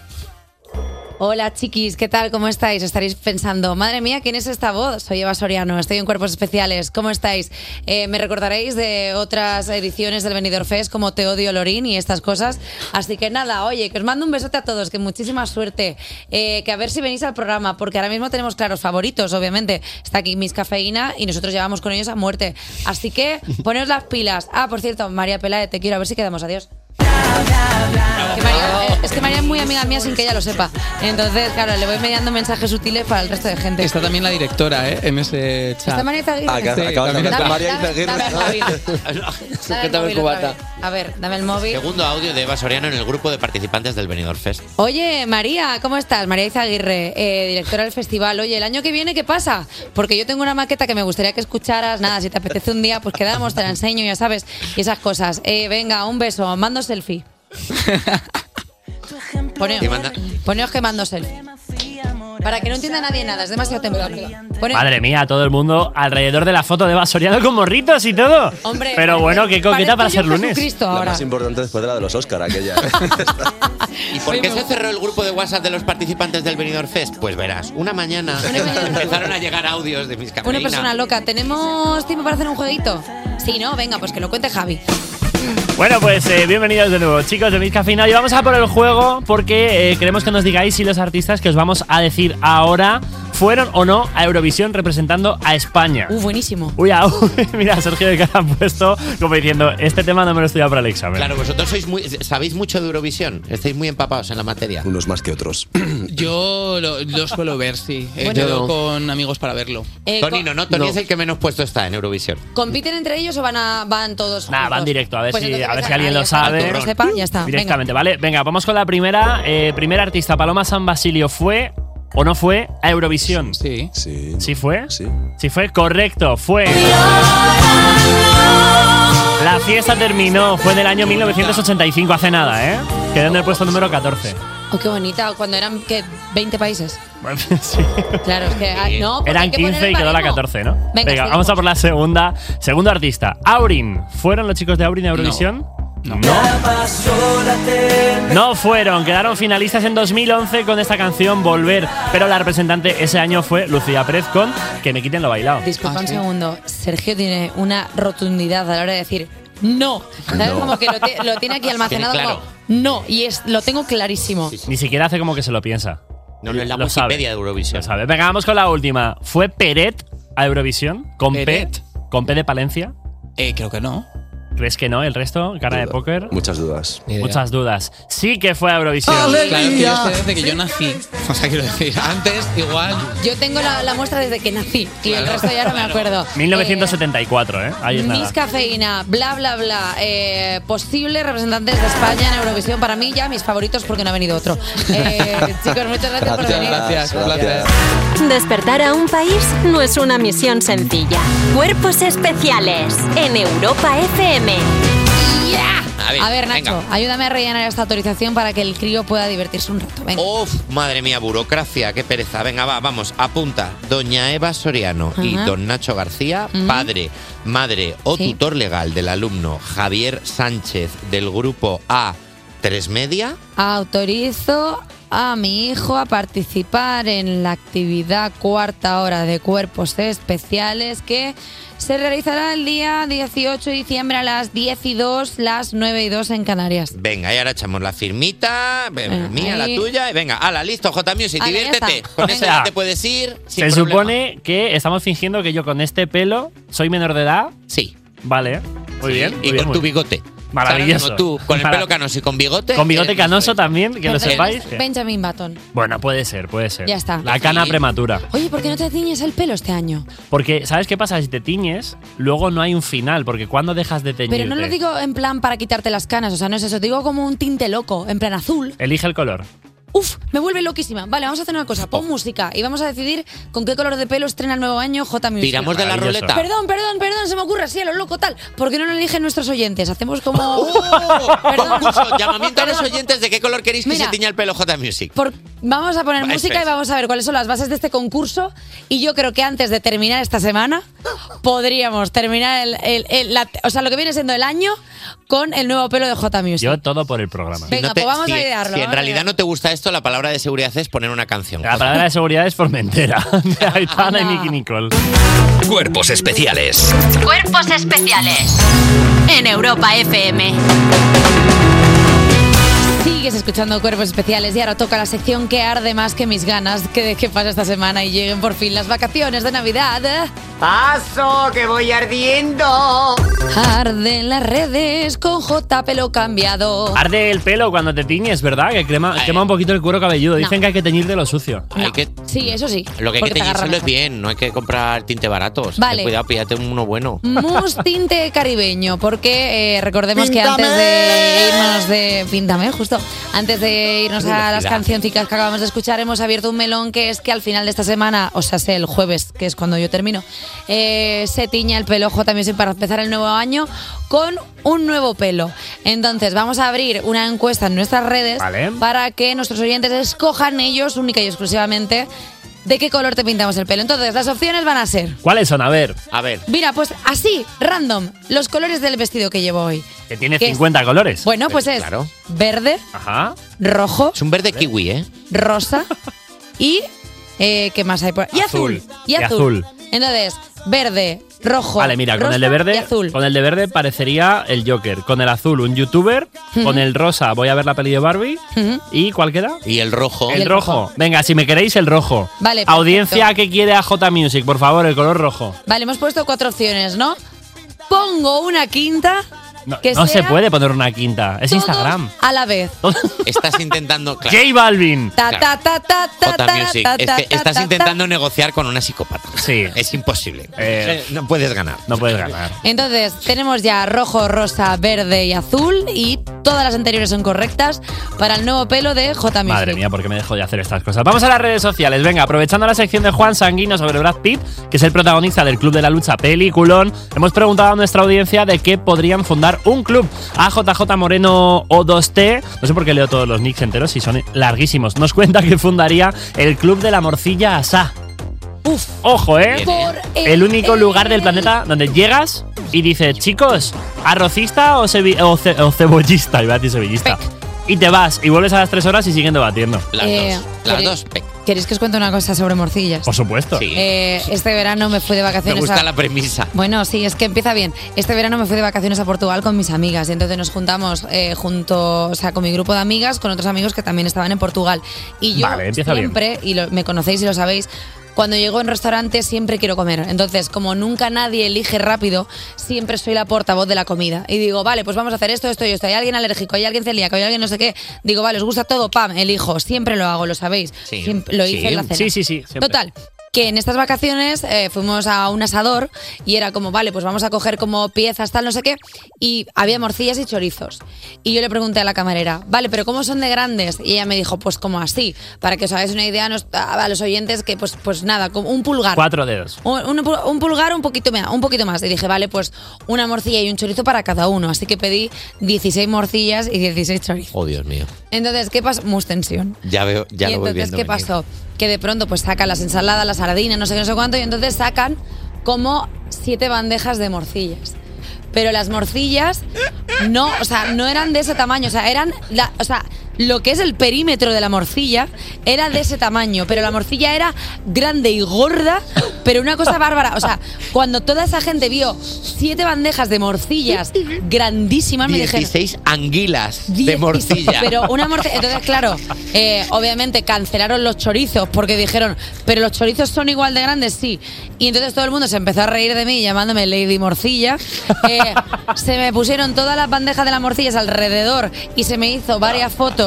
S3: Hola chiquis, ¿qué tal? ¿Cómo estáis? Estaréis pensando, madre mía, ¿quién es esta voz? Soy Eva Soriano, estoy en Cuerpos Especiales, ¿cómo estáis? Eh, me recordaréis de otras ediciones del Benidorm Fest como Te odio Lorín y estas cosas. Así que nada, oye, que os mando un besote a todos, que muchísima suerte, eh, que a ver si venís al programa, porque ahora mismo tenemos claros favoritos, obviamente. Está aquí Miss Cafeína y nosotros llevamos con ellos a muerte. Así que poneos las pilas. Ah, por cierto, María Peláez, te quiero, a ver si quedamos, adiós. Que María- Eh, es que María es muy amiga mía sin que ella lo sepa. Entonces, claro, le voy mediando mensajes sutiles para el resto de gente.
S23: Está también la directora, ¿eh? En ese chat.
S3: ¿Está María Izaguirre? Ah, que
S23: Sí, acabas de también hablar está. con María Izaguirre.
S3: Dame el móvil. Dame el
S23: Sujétame
S3: móvil
S23: el
S3: otra
S23: cubata.
S3: vez. A ver, dame el móvil.
S6: Segundo audio de Eva Soriano en el grupo de participantes del Benidorm Fest.
S3: Oye, María, ¿cómo estás? María Izaguirre, eh, directora del festival. Oye, el año que viene, ¿qué pasa? Porque yo tengo una maqueta que me gustaría que escucharas. Nada, si te apetece un día, pues quedamos, te la enseño, ya sabes, y esas cosas. Eh, venga, un beso, mando selfie. Poneos,
S6: Y manda-
S18: eh,
S3: poneos que mando selfie. Para que no entienda nadie nada, es demasiado temprano. Poneos-
S5: Madre mía, todo el mundo alrededor de la foto de Basoriano con morritos y todo.
S3: Hombre,
S5: Pero bueno, qué
S3: parezco
S5: coqueta para
S3: yo
S5: ser lunes.
S3: Jesucristo
S13: La
S3: ahora.
S13: más importante después de la de los Oscar, aquella. ¿eh?
S6: ¿Y por qué se cerró el grupo de WhatsApp de los participantes del Benidorm Fest? Pues verás, una mañana empezaron a llegar audios de mis
S3: Una
S6: cafeína.
S3: persona loca. ¿Tenemos tiempo para hacer un jueguito? Sí, ¿no? Venga, pues que lo cuente Javi.
S5: Bueno, pues eh, bienvenidos de nuevo, chicos de Mizca Final. Y vamos a por el juego porque eh, queremos que nos digáis si los artistas que os vamos a decir ahora fueron o no a Eurovisión representando a España.
S3: Uh, buenísimo.
S5: Uy, ah, uy, mira, Sergio de cara ha puesto como diciendo, este tema no me lo he estudiado para el examen.
S6: Claro, vosotros sois muy, sabéis mucho de Eurovisión, estáis muy empapados en la materia.
S13: Unos más que otros.
S23: Yo lo, lo suelo ver, sí. Eh,
S6: Bueno.
S23: quedo con amigos para verlo.
S3: Eh, Tony con- no, ¿no? Tony es
S6: el que menos puesto está en Eurovisión.
S3: ¿Compiten entre ellos o van, a, van todos?
S5: Nada, van
S3: juntos?
S5: directo, a ver
S3: Pues
S5: si,
S3: entonces
S5: a ver
S3: ya
S5: si alguien lo
S3: está, ya está,
S5: sabe.
S3: que lo sepa, ya está. Ah, Venga.
S5: Directamente, ¿vale? Venga, vamos con la primera. Eh, primer artista, Paloma San Basilio, ¿fue o no fue a Eurovisión?
S23: Sí.
S5: ¿Sí, fue? Sí. Sí fue, correcto, fue. La fiesta terminó, fue del año 1985, hace nada, ¿eh? Quedó en el puesto número 14.
S3: Oh, qué bonita, cuando eran, ¿qué? 20 países.
S5: Bueno, sí.
S3: Claro, es que. ah, no, porque hay
S5: Eran
S3: que poner
S5: 15 y
S3: el
S5: quedó la
S3: baremo.
S5: 14, ¿no?
S3: Venga, seguimos.
S5: vamos a por la segunda. Segundo artista, Aurin. ¿Fueron los chicos de Aurin a Eurovisión? No. No fueron, quedaron finalistas en 2011 con esta canción Volver, pero la representante ese año fue Lucía Pérez con Que me quiten lo bailado.
S3: Disculpa un segundo. Sergio tiene una rotundidad a la hora de decir no. ¿Sabes?
S5: No.
S3: Como que lo, te- lo tiene aquí almacenado
S5: Tiene
S3: como,
S5: claro.
S3: no. Y es, lo tengo clarísimo.
S5: Ni siquiera hace como que se lo piensa.
S6: No, no es la
S5: Lo sabe.
S6: Wikipedia de Eurovisión.
S5: Lo sabe. Venga, vamos con la última. ¿Fue Peret a Eurovisión? ¿Con
S23: Peret.
S5: P? ¿Con P de Palencia?
S23: Eh, creo que no.
S5: ¿Crees que no? ¿El resto? ¿Cara de
S13: Duda.
S5: póker?
S13: Muchas dudas.
S5: Muchas dudas. Sí que fue a Eurovisión.
S23: Eh. Claro, que yo sé desde que yo nací. O sea, quiero decir, antes igual.
S3: Yo tengo la, la muestra desde que nací y el resto ya no me acuerdo.
S5: 1974, ¿eh? Ahí es nada.
S3: Miss Cafeína, bla, bla, bla. eh, posibles representantes de España en Eurovisión. Para mí ya mis favoritos porque no ha venido otro. Eh, chicos, muchas gracias por
S23: Gracias,
S3: venir.
S23: gracias, un placer.
S2: Despertar a un país no es una misión sencilla. Cuerpos especiales en Europa FM.
S6: A ver,
S3: A ver, Nacho,
S6: venga.
S3: ayúdame a rellenar esta autorización para que el crío pueda divertirse un rato. Venga.
S6: Madre mía, burocracia, qué pereza. Venga, va, vamos, apunta. Doña Eva Soriano y
S3: Ajá.
S6: don Nacho García,
S3: Ujú.
S6: padre, madre o
S3: Sí.
S6: tutor legal del alumno Javier Sánchez del grupo A3 Media,
S3: Autorizo a mi hijo a participar en la actividad cuarta hora de cuerpos especiales que se realizará el día 18 de diciembre a las 10 y 2, las 9 y 2 en Canarias.
S6: Venga, y ahora echamos la firmita, ve-
S3: Venga,
S6: mía,
S3: ahí.
S6: la tuya, y venga, ala, listo, J Music,
S3: Ala, ya
S6: diviértete.
S3: está.
S6: Con eso
S5: Venga.
S6: ya te puedes ir. sin
S5: Se
S6: problema.
S5: supone que estamos fingiendo que yo con este pelo soy menor de edad.
S6: Sí.
S5: Vale. Muy
S6: Sí,
S5: bien.
S6: y
S5: muy bien,
S6: con
S5: muy
S6: tu
S5: bien.
S6: bigote.
S5: Maravilloso.
S6: Ahora mismo tú, con el
S5: Mara-
S6: pelo canoso y con bigote. eh,
S5: Con bigote
S6: eres-
S5: canoso también, que lo sepáis.
S3: Benjamin Button.
S5: Bueno, puede ser, puede ser.
S3: Ya está.
S5: La cana
S3: Sí.
S5: prematura.
S3: Oye, ¿por qué no te tiñes el pelo este año?
S5: Porque, ¿sabes qué pasa? Si te tiñes, luego no hay un final, porque cuando dejas de teñirte?
S3: Pero no lo digo en plan para quitarte las canas, o sea, no es eso, digo como un tinte loco, en plan azul.
S5: Elige el color.
S3: Uf, me vuelve loquísima. Vale, vamos a hacer una cosa,
S6: Oh.
S3: pon música y vamos a decidir con qué color de pelo estrena el nuevo año J Music.
S6: Tiramos de la Maravilloso. ruleta.
S3: Perdón, perdón, perdón, se me ocurre así a lo loco tal. ¿Por qué no lo eligen nuestros oyentes? Hacemos como
S6: Uh. Concurso, llamamiento a los oyentes de qué color queréis que se tiña el pelo J Music.
S3: Por- vamos a poner
S6: Eso
S3: música y
S6: es.
S3: vamos a ver cuáles son las bases de este concurso y yo creo que antes de terminar esta semana podríamos terminar el, el- el- la- o sea, lo que viene siendo el año con el nuevo pelo de J Music.
S5: Yo todo por el programa.
S3: Venga, pues vamos a idearlo,
S6: Si en
S3: vamos a
S6: realidad no te gusta esto, la palabra de seguridad es poner una canción.
S5: La palabra de seguridad es Formentera, de Aitana y Nicky Nicole.
S1: Cuerpos especiales.
S2: Cuerpos especiales en Europa FM.
S3: Sigues escuchando Cuerpos Especiales y ahora toca la sección que arde más que mis ganas que de que pase esta semana y lleguen por fin las vacaciones de Navidad.
S11: ¡Paso, que voy ardiendo!
S3: Arden las redes con J pelo cambiado.
S5: Arde el pelo cuando te tiñes, ¿verdad? Que crema, quema un poquito el cuero cabelludo. Dicen que hay que teñirte lo sucio.
S6: Hay que-
S3: Sí, eso sí.
S6: lo que hay
S3: porque
S6: que
S3: te agarra
S6: teñírselo es
S3: mejor.
S6: bien, no hay que comprar tinte baratos.
S3: Vale.
S6: Cuidado, pídate uno bueno.
S3: Mousse tinte caribeño, porque eh, recordemos que antes de irnos de. Píntame, justo. Antes de irnos a las
S15: Velocidad.
S3: cancioncicas que acabamos de escuchar, hemos abierto un melón que es que al final de esta semana, o sea, sé el jueves, que es cuando yo termino, eh, se tiña el pelo J Music para empezar el nuevo año con un nuevo pelo. Entonces, vamos a abrir una encuesta en nuestras redes
S5: Vale.
S3: para que nuestros oyentes escojan ellos única y exclusivamente de qué color te pintamos el pelo. Entonces, las opciones van a ser.
S5: ¿Cuáles son? A ver. A ver.
S3: Mira, pues así, random, los colores del vestido que llevo hoy.
S5: Que tiene
S3: ¿Qué es?
S5: 50 colores. Eh,
S3: Bueno, pues es verde,
S5: Ajá.
S3: rojo,
S6: Es un verde kiwi, ¿eh?
S3: rosa y... eh, ¿Qué más hay por Y azul.
S5: Azul.
S3: Y
S5: Y
S3: azul.
S5: azul.
S3: Entonces, verde, rojo.
S5: Vale, mira, con
S3: rosa
S5: el de
S3: y
S5: verde,
S3: azul.
S5: con el de verde parecería el Joker, con el azul un youtuber, con
S3: Ujú.
S5: el rosa voy a ver la peli de Barbie y ¿cuál queda?
S6: Y el rojo.
S5: El,
S3: Y el
S5: rojo.
S3: rojo.
S5: Venga, si me queréis el rojo.
S3: Vale, perfecto.
S5: Audiencia que quiere a J Music, por favor, el color rojo.
S3: Vale, hemos puesto cuatro opciones, ¿no? Pongo una quinta
S5: No,
S3: que
S5: no
S3: sea
S5: se puede poner una quinta, es Instagram.
S3: a la vez.
S6: Estás intentando. claro.
S5: J Balvin.
S3: Ta, ta, ta, ta, ta,
S6: Jota
S3: ta,
S6: Music,
S3: ta,
S6: es
S3: ta,
S6: que
S3: ta,
S6: estás
S3: ta, ta.
S6: intentando negociar con una psicópata.
S5: Sí.
S6: Es imposible.
S5: Eh,
S6: Eh, no puedes ganar.
S5: No puedes ganar.
S3: Entonces, tenemos ya rojo, rosa, verde y azul y todas las anteriores son correctas para el nuevo pelo de J Music.
S5: Madre mía, ¿por qué me dejo de hacer estas cosas? Vamos a las redes sociales. Venga, aprovechando la sección de Juan Sanguino sobre Brad Pitt, que es el protagonista del Club de la Lucha Peliculón, hemos preguntado a nuestra audiencia de qué podrían fundar un club. A JJ Moreno O2T, no sé por qué leo todos los nicks enteros si son larguísimos, nos cuenta que fundaría el Club de la Morcilla Asá.
S3: Uf,
S5: ojo, ¿eh?
S3: Bien, ¿eh? Por
S5: el único lugar del planeta donde llegas y dices, chicos, arrocista o, cebi- o ce- o cebollista, iba a decir sevillista. Y te vas y vuelves a las tres horas y siguen debatiendo.
S3: Las Eh, dos, las ¿queréis- dos, ¿Queréis que os cuente una cosa sobre morcillas?
S5: Por supuesto.
S3: Eh, este verano me fui de
S6: Me
S3: vacaciones
S6: gusta
S3: a...
S6: la premisa.
S3: Bueno, sí, es que empieza bien. Este verano me fui de vacaciones a Portugal con mis amigas y entonces nos juntamos eh, junto, o sea, con mi grupo de amigas, con otros amigos que también estaban en Portugal. Y yo
S5: Vale, empieza bien.
S3: siempre, y lo- me conocéis y lo sabéis, cuando llego en restaurante siempre quiero comer. Entonces, como nunca nadie elige rápido, siempre soy la portavoz de la comida. Y digo, vale, pues vamos a hacer esto, esto y esto. Hay alguien alérgico, hay alguien celíaco, hay alguien no sé qué. Digo, vale, os gusta todo, pam, elijo. Siempre lo hago, lo sabéis.
S5: Sí.
S3: Siempre- lo hice
S5: Sí.
S3: en la cena.
S5: Sí, sí, sí, siempre.
S3: Total, que en estas vacaciones eh, fuimos a un asador y era como, vale, pues vamos a coger como piezas, tal, no sé qué, y había morcillas y chorizos. Y yo le pregunté a la camarera, vale, pero ¿cómo son de grandes? Y ella me dijo, pues como así, para que os hagáis una idea nos- a a los oyentes que pues, pues nada, como un pulgar.
S5: Cuatro dedos.
S3: Un, un pul- un pulgar un poquito, mea- un poquito más. Y dije, vale, pues una morcilla y un chorizo para cada uno. Así que pedí 16 morcillas y 16 chorizos.
S6: Oh, Dios mío.
S3: Entonces, ¿qué pasa? Mus tensión
S6: Ya veo, ya
S3: y
S6: lo voy
S3: entonces,
S6: viendo.
S3: ¿qué
S6: venir.
S3: pasó? Que de pronto pues sacan las ensaladas, las sardinas, no sé qué, no sé cuánto, y entonces sacan como siete bandejas de morcillas. Pero las morcillas no, o sea, no eran de ese tamaño, o sea, eran, la- o sea, lo que es el perímetro de la morcilla era de ese tamaño, pero la morcilla era grande y gorda, pero una cosa bárbara, o sea, cuando toda esa gente vio siete bandejas de morcillas grandísimas, me dijeron,
S6: 16 anguilas de morcilla.
S3: pero una morcilla. Entonces, claro, eh, obviamente cancelaron los chorizos porque dijeron, pero los chorizos son igual de grandes, sí. Y entonces todo el mundo se empezó a reír de mí llamándome Lady Morcilla. Eh, se me pusieron todas las bandejas de las morcillas alrededor y se me hizo varias fotos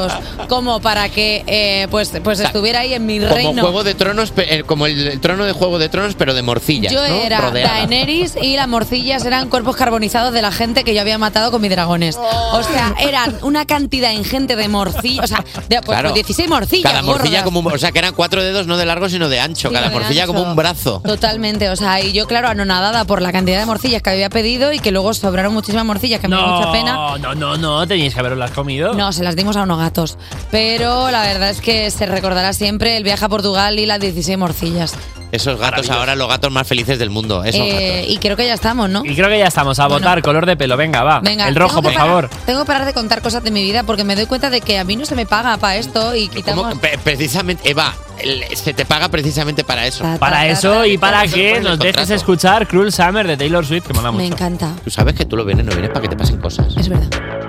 S3: como para que eh, pues, pues estuviera ahí en mi
S6: Como
S3: reino.
S6: Juego de Tronos, pe- eh, como el, el trono de Juego de Tronos, pero de morcillas.
S3: Yo
S6: ¿no?
S3: era
S6: Rodeada.
S3: Daenerys y las morcillas eran cuerpos carbonizados de la gente que yo había matado con mis dragones. O sea, eran una cantidad ingente de morcillas. O sea, de, pues,
S6: Claro.
S3: 16 morcillas.
S6: Cada morcilla
S3: gordas.
S6: como un, o sea que eran cuatro dedos no de largo sino de ancho,
S3: Sí,
S6: cada
S3: de
S6: morcilla
S3: ancho.
S6: como un brazo.
S3: Totalmente, o sea, y yo, claro, anonadada por la cantidad de morcillas que había pedido y que luego sobraron muchísimas morcillas, que me dio mucha pena.
S5: No, no, no, no, teníais que haberlas comido.
S3: No, se las dimos a unos gatos. Pero la verdad es que se recordará siempre el viaje a Portugal y las 16 morcillas.
S6: Esos gatos ahora, los gatos más felices del mundo. Esos gatos.
S3: Eh, y creo que ya estamos, ¿no?
S5: Y creo que ya estamos. A votar, color de pelo. Venga, va.
S3: Venga,
S5: el rojo,
S3: tengo
S5: por
S3: que parar-
S5: favor.
S3: Tengo que parar de contar cosas de mi vida porque me doy cuenta de que a mí no se me paga para esto y quitamos.
S6: Pe- Precisamente, Eva, el- se te paga precisamente para eso.
S5: Para eso y para que
S6: ponen en
S5: nos
S6: el
S5: dejes
S6: contrato.
S5: escuchar Cruel Summer de Taylor Swift, que mola
S3: Me
S5: mucho.
S3: encanta.
S6: Tú sabes que tú lo vienes, no vienes para que te pasen cosas.
S3: Es verdad.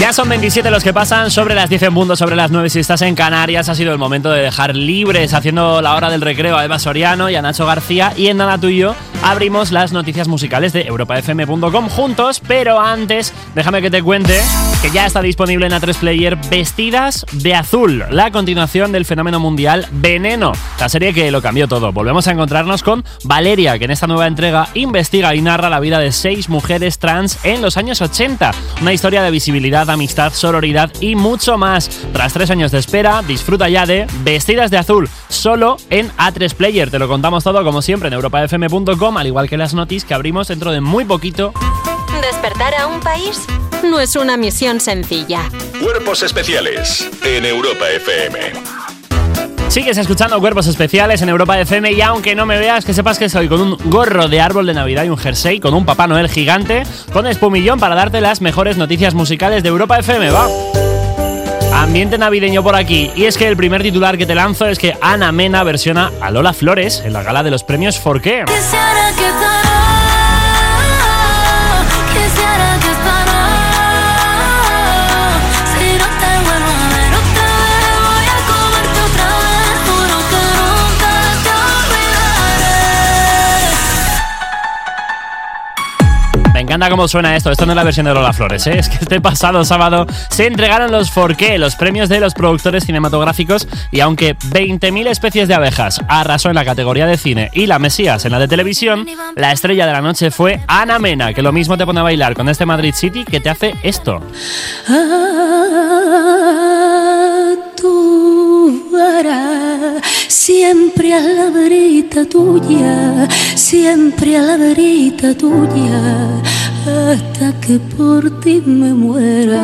S5: Ya son 27 los que pasan sobre las 10 en mundo, sobre las 9 si estás en Canarias. Ha sido el momento de dejar libres haciendo la hora del recreo a Eva Soriano y a Nacho García. Y en nada tú y yo abrimos las noticias musicales de europafm.com juntos. Pero antes, déjame que te cuente que ya está disponible en A3 Player Vestidas de Azul, la continuación del fenómeno mundial Veneno, la serie que lo cambió todo. Volvemos a encontrarnos con Valeria, que en esta nueva entrega investiga y narra la vida de seis mujeres trans en los años 80. Una historia de visibilidad, amistad, sororidad y mucho más. Tras tres años de espera, disfruta ya de Vestidas de Azul, solo en A3 Player. Te lo contamos todo, como siempre, en europafm.com, al igual que las notis que abrimos dentro de muy poquito.
S2: Despertar a un país no es una misión sencilla.
S8: Cuerpos especiales en Europa FM.
S5: Sigues escuchando Cuerpos Especiales en Europa FM y aunque no me veas, que sepas que estoy con un gorro de árbol de Navidad y un jersey con un Papá Noel gigante con espumillón para darte las mejores noticias musicales de Europa FM, va. Ambiente navideño por aquí. Y es que el primer titular que te lanzo es que Ana Mena versiona a Lola Flores en la gala de los premios Forqué.
S7: Quisiera que estará, quisiera que estará. Si no te vuelvo a ver otra vez, voy a comerte otra vez. Juro que nunca te olvidaré.
S5: Me encanta cómo suena esto. Esto no es la versión de Lola Flores, ¿eh? Es que este pasado sábado se entregaron los Forqué, los premios de los productores cinematográficos. Y aunque 20.000 especies de abejas arrasó en la categoría de cine y la Mesías en la de televisión, la estrella de la noche fue Ana Mena, que lo mismo te pone a bailar con este Madrid City que te hace esto.
S7: Ah, tú harás siempre a la verita tuya, siempre a la verita tuya, hasta que por ti me muera.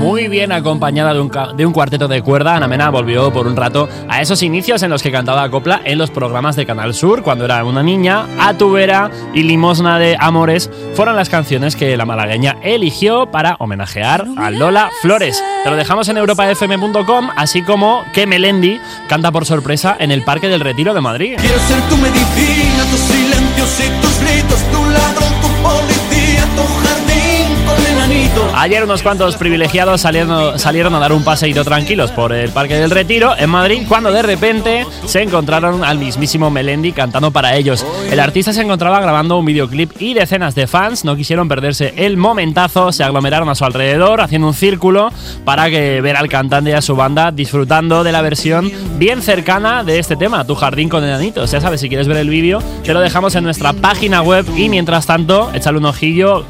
S5: Muy bien acompañada de un, ca- de un cuarteto de cuerda, Ana Mena volvió por un rato a esos inicios en los que cantaba copla en los programas de Canal Sur cuando era una niña. A tu vera y Limosna de Amores fueron las canciones que la malagueña eligió para homenajear a Lola Flores. Te lo dejamos en europafm.com, así como que Melendi canta por sorpresa en el Parque del Retiro de Madrid.
S21: Quiero ser tu medicina, tus silencios y tus gritos, tu ladrón, tu policía, tu jardín con enanito.
S5: Ayer unos cuantos privilegiados salieron, salieron a dar un paseíto tranquilos por el Parque del Retiro en Madrid cuando de repente se encontraron al mismísimo Melendi cantando para ellos. El artista se encontraba grabando un videoclip y decenas de fans no quisieron perderse el momentazo, se aglomeraron a su alrededor haciendo un círculo para que ver al cantante y a su banda disfrutando de la versión bien cercana de este tema, Tu jardín con enanitos. Ya sabes, si quieres ver el vídeo, te lo dejamos en nuestra página web y mientras tanto, échale un ojillo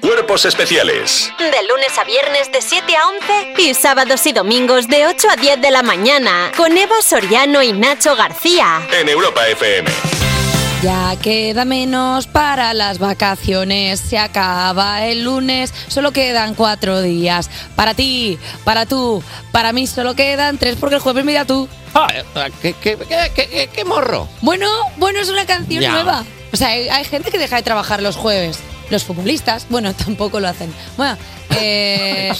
S8: Cuerpos especiales
S2: De lunes a viernes de 7 a 11 y sábados y domingos de 8 a 10 de la mañana con Eva Soriano y Nacho García.
S8: en Europa FM.
S3: Ya queda menos para las vacaciones, se acaba el lunes, solo quedan cuatro días. Para ti, para tú, para mí solo quedan tres porque el jueves mira tú.
S5: Ah.
S6: ¿Qué, qué- qué- qué- qué- qué morro?
S3: Bueno, bueno, es una canción
S6: Ya.
S3: nueva. O sea, hay, hay gente que deja de trabajar los jueves. Los futbolistas, bueno, tampoco lo hacen. Bueno, eh,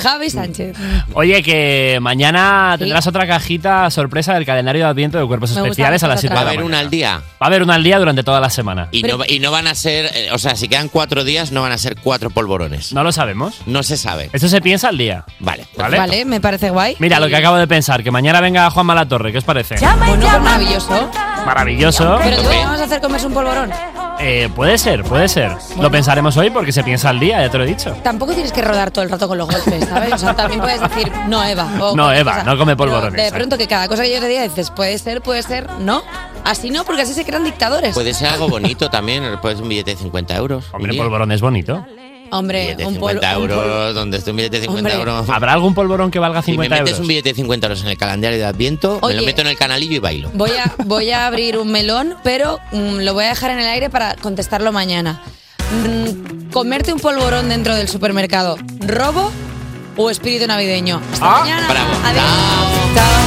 S3: Javi Sánchez.
S5: Oye, que mañana
S3: Sí.
S5: tendrás otra cajita sorpresa del calendario de Adviento de Cuerpos
S3: Me gusta
S5: Especiales a las
S3: mucho
S5: 7
S6: Va
S5: de
S6: a
S5: la
S6: haber una al día.
S5: Va a haber una al día durante toda la semana.
S6: Y no, y no van a ser, eh, o sea, si quedan cuatro días, no van a ser cuatro polvorones.
S5: No lo sabemos.
S6: No se sabe.
S5: Esto se piensa al día.
S6: Vale.
S5: ¿Vale?
S3: Vale, me parece guay.
S5: Mira lo que acabo de pensar, que mañana venga Juan Malatorre, ¿qué os parece?
S3: Bueno, pues maravilloso.
S5: Maravilloso.
S3: Pero tú, ¿qué vamos a hacer comerse un polvorón?
S5: Eh, puede ser, puede ser. Lo pensaremos hoy porque se piensa al día, ya te lo he dicho.
S3: Tampoco tienes que rodar todo el rato con los golpes, ¿sabes? O sea, también puedes decir, no, Eva. o
S5: No,
S3: cualquier
S5: Eva,
S3: cosa.
S5: no
S3: Pero
S5: come polvorones.
S3: Oh. De pronto que cada cosa que yo te diga dices, puede ser, puede ser, no. Así no, porque así se crean dictadores.
S6: Puede ser algo bonito también, puede ser un billete de 50 euros.
S5: Hombre, polvorón es bonito.
S3: Hombre,
S6: billete de
S3: un polvo.
S6: 50 euros, donde esté un billete de 50
S3: Hombre.
S6: euros.
S5: ¿Habrá algún polvorón que valga
S6: Si me
S5: 50
S6: metes
S5: euros?
S6: un billete de 50 euros en el calendario de Adviento, me
S3: Oye.
S6: lo meto en el canalillo y bailo.
S3: Voy a, voy a abrir un melón, pero mm, lo voy a dejar en el aire para contestarlo mañana. Mm, comerte un polvorón dentro del
S5: Ah.
S3: supermercado, robo o espíritu navideño. Hasta mañana.
S6: Bravo. Ah.
S3: Adiós. Chao.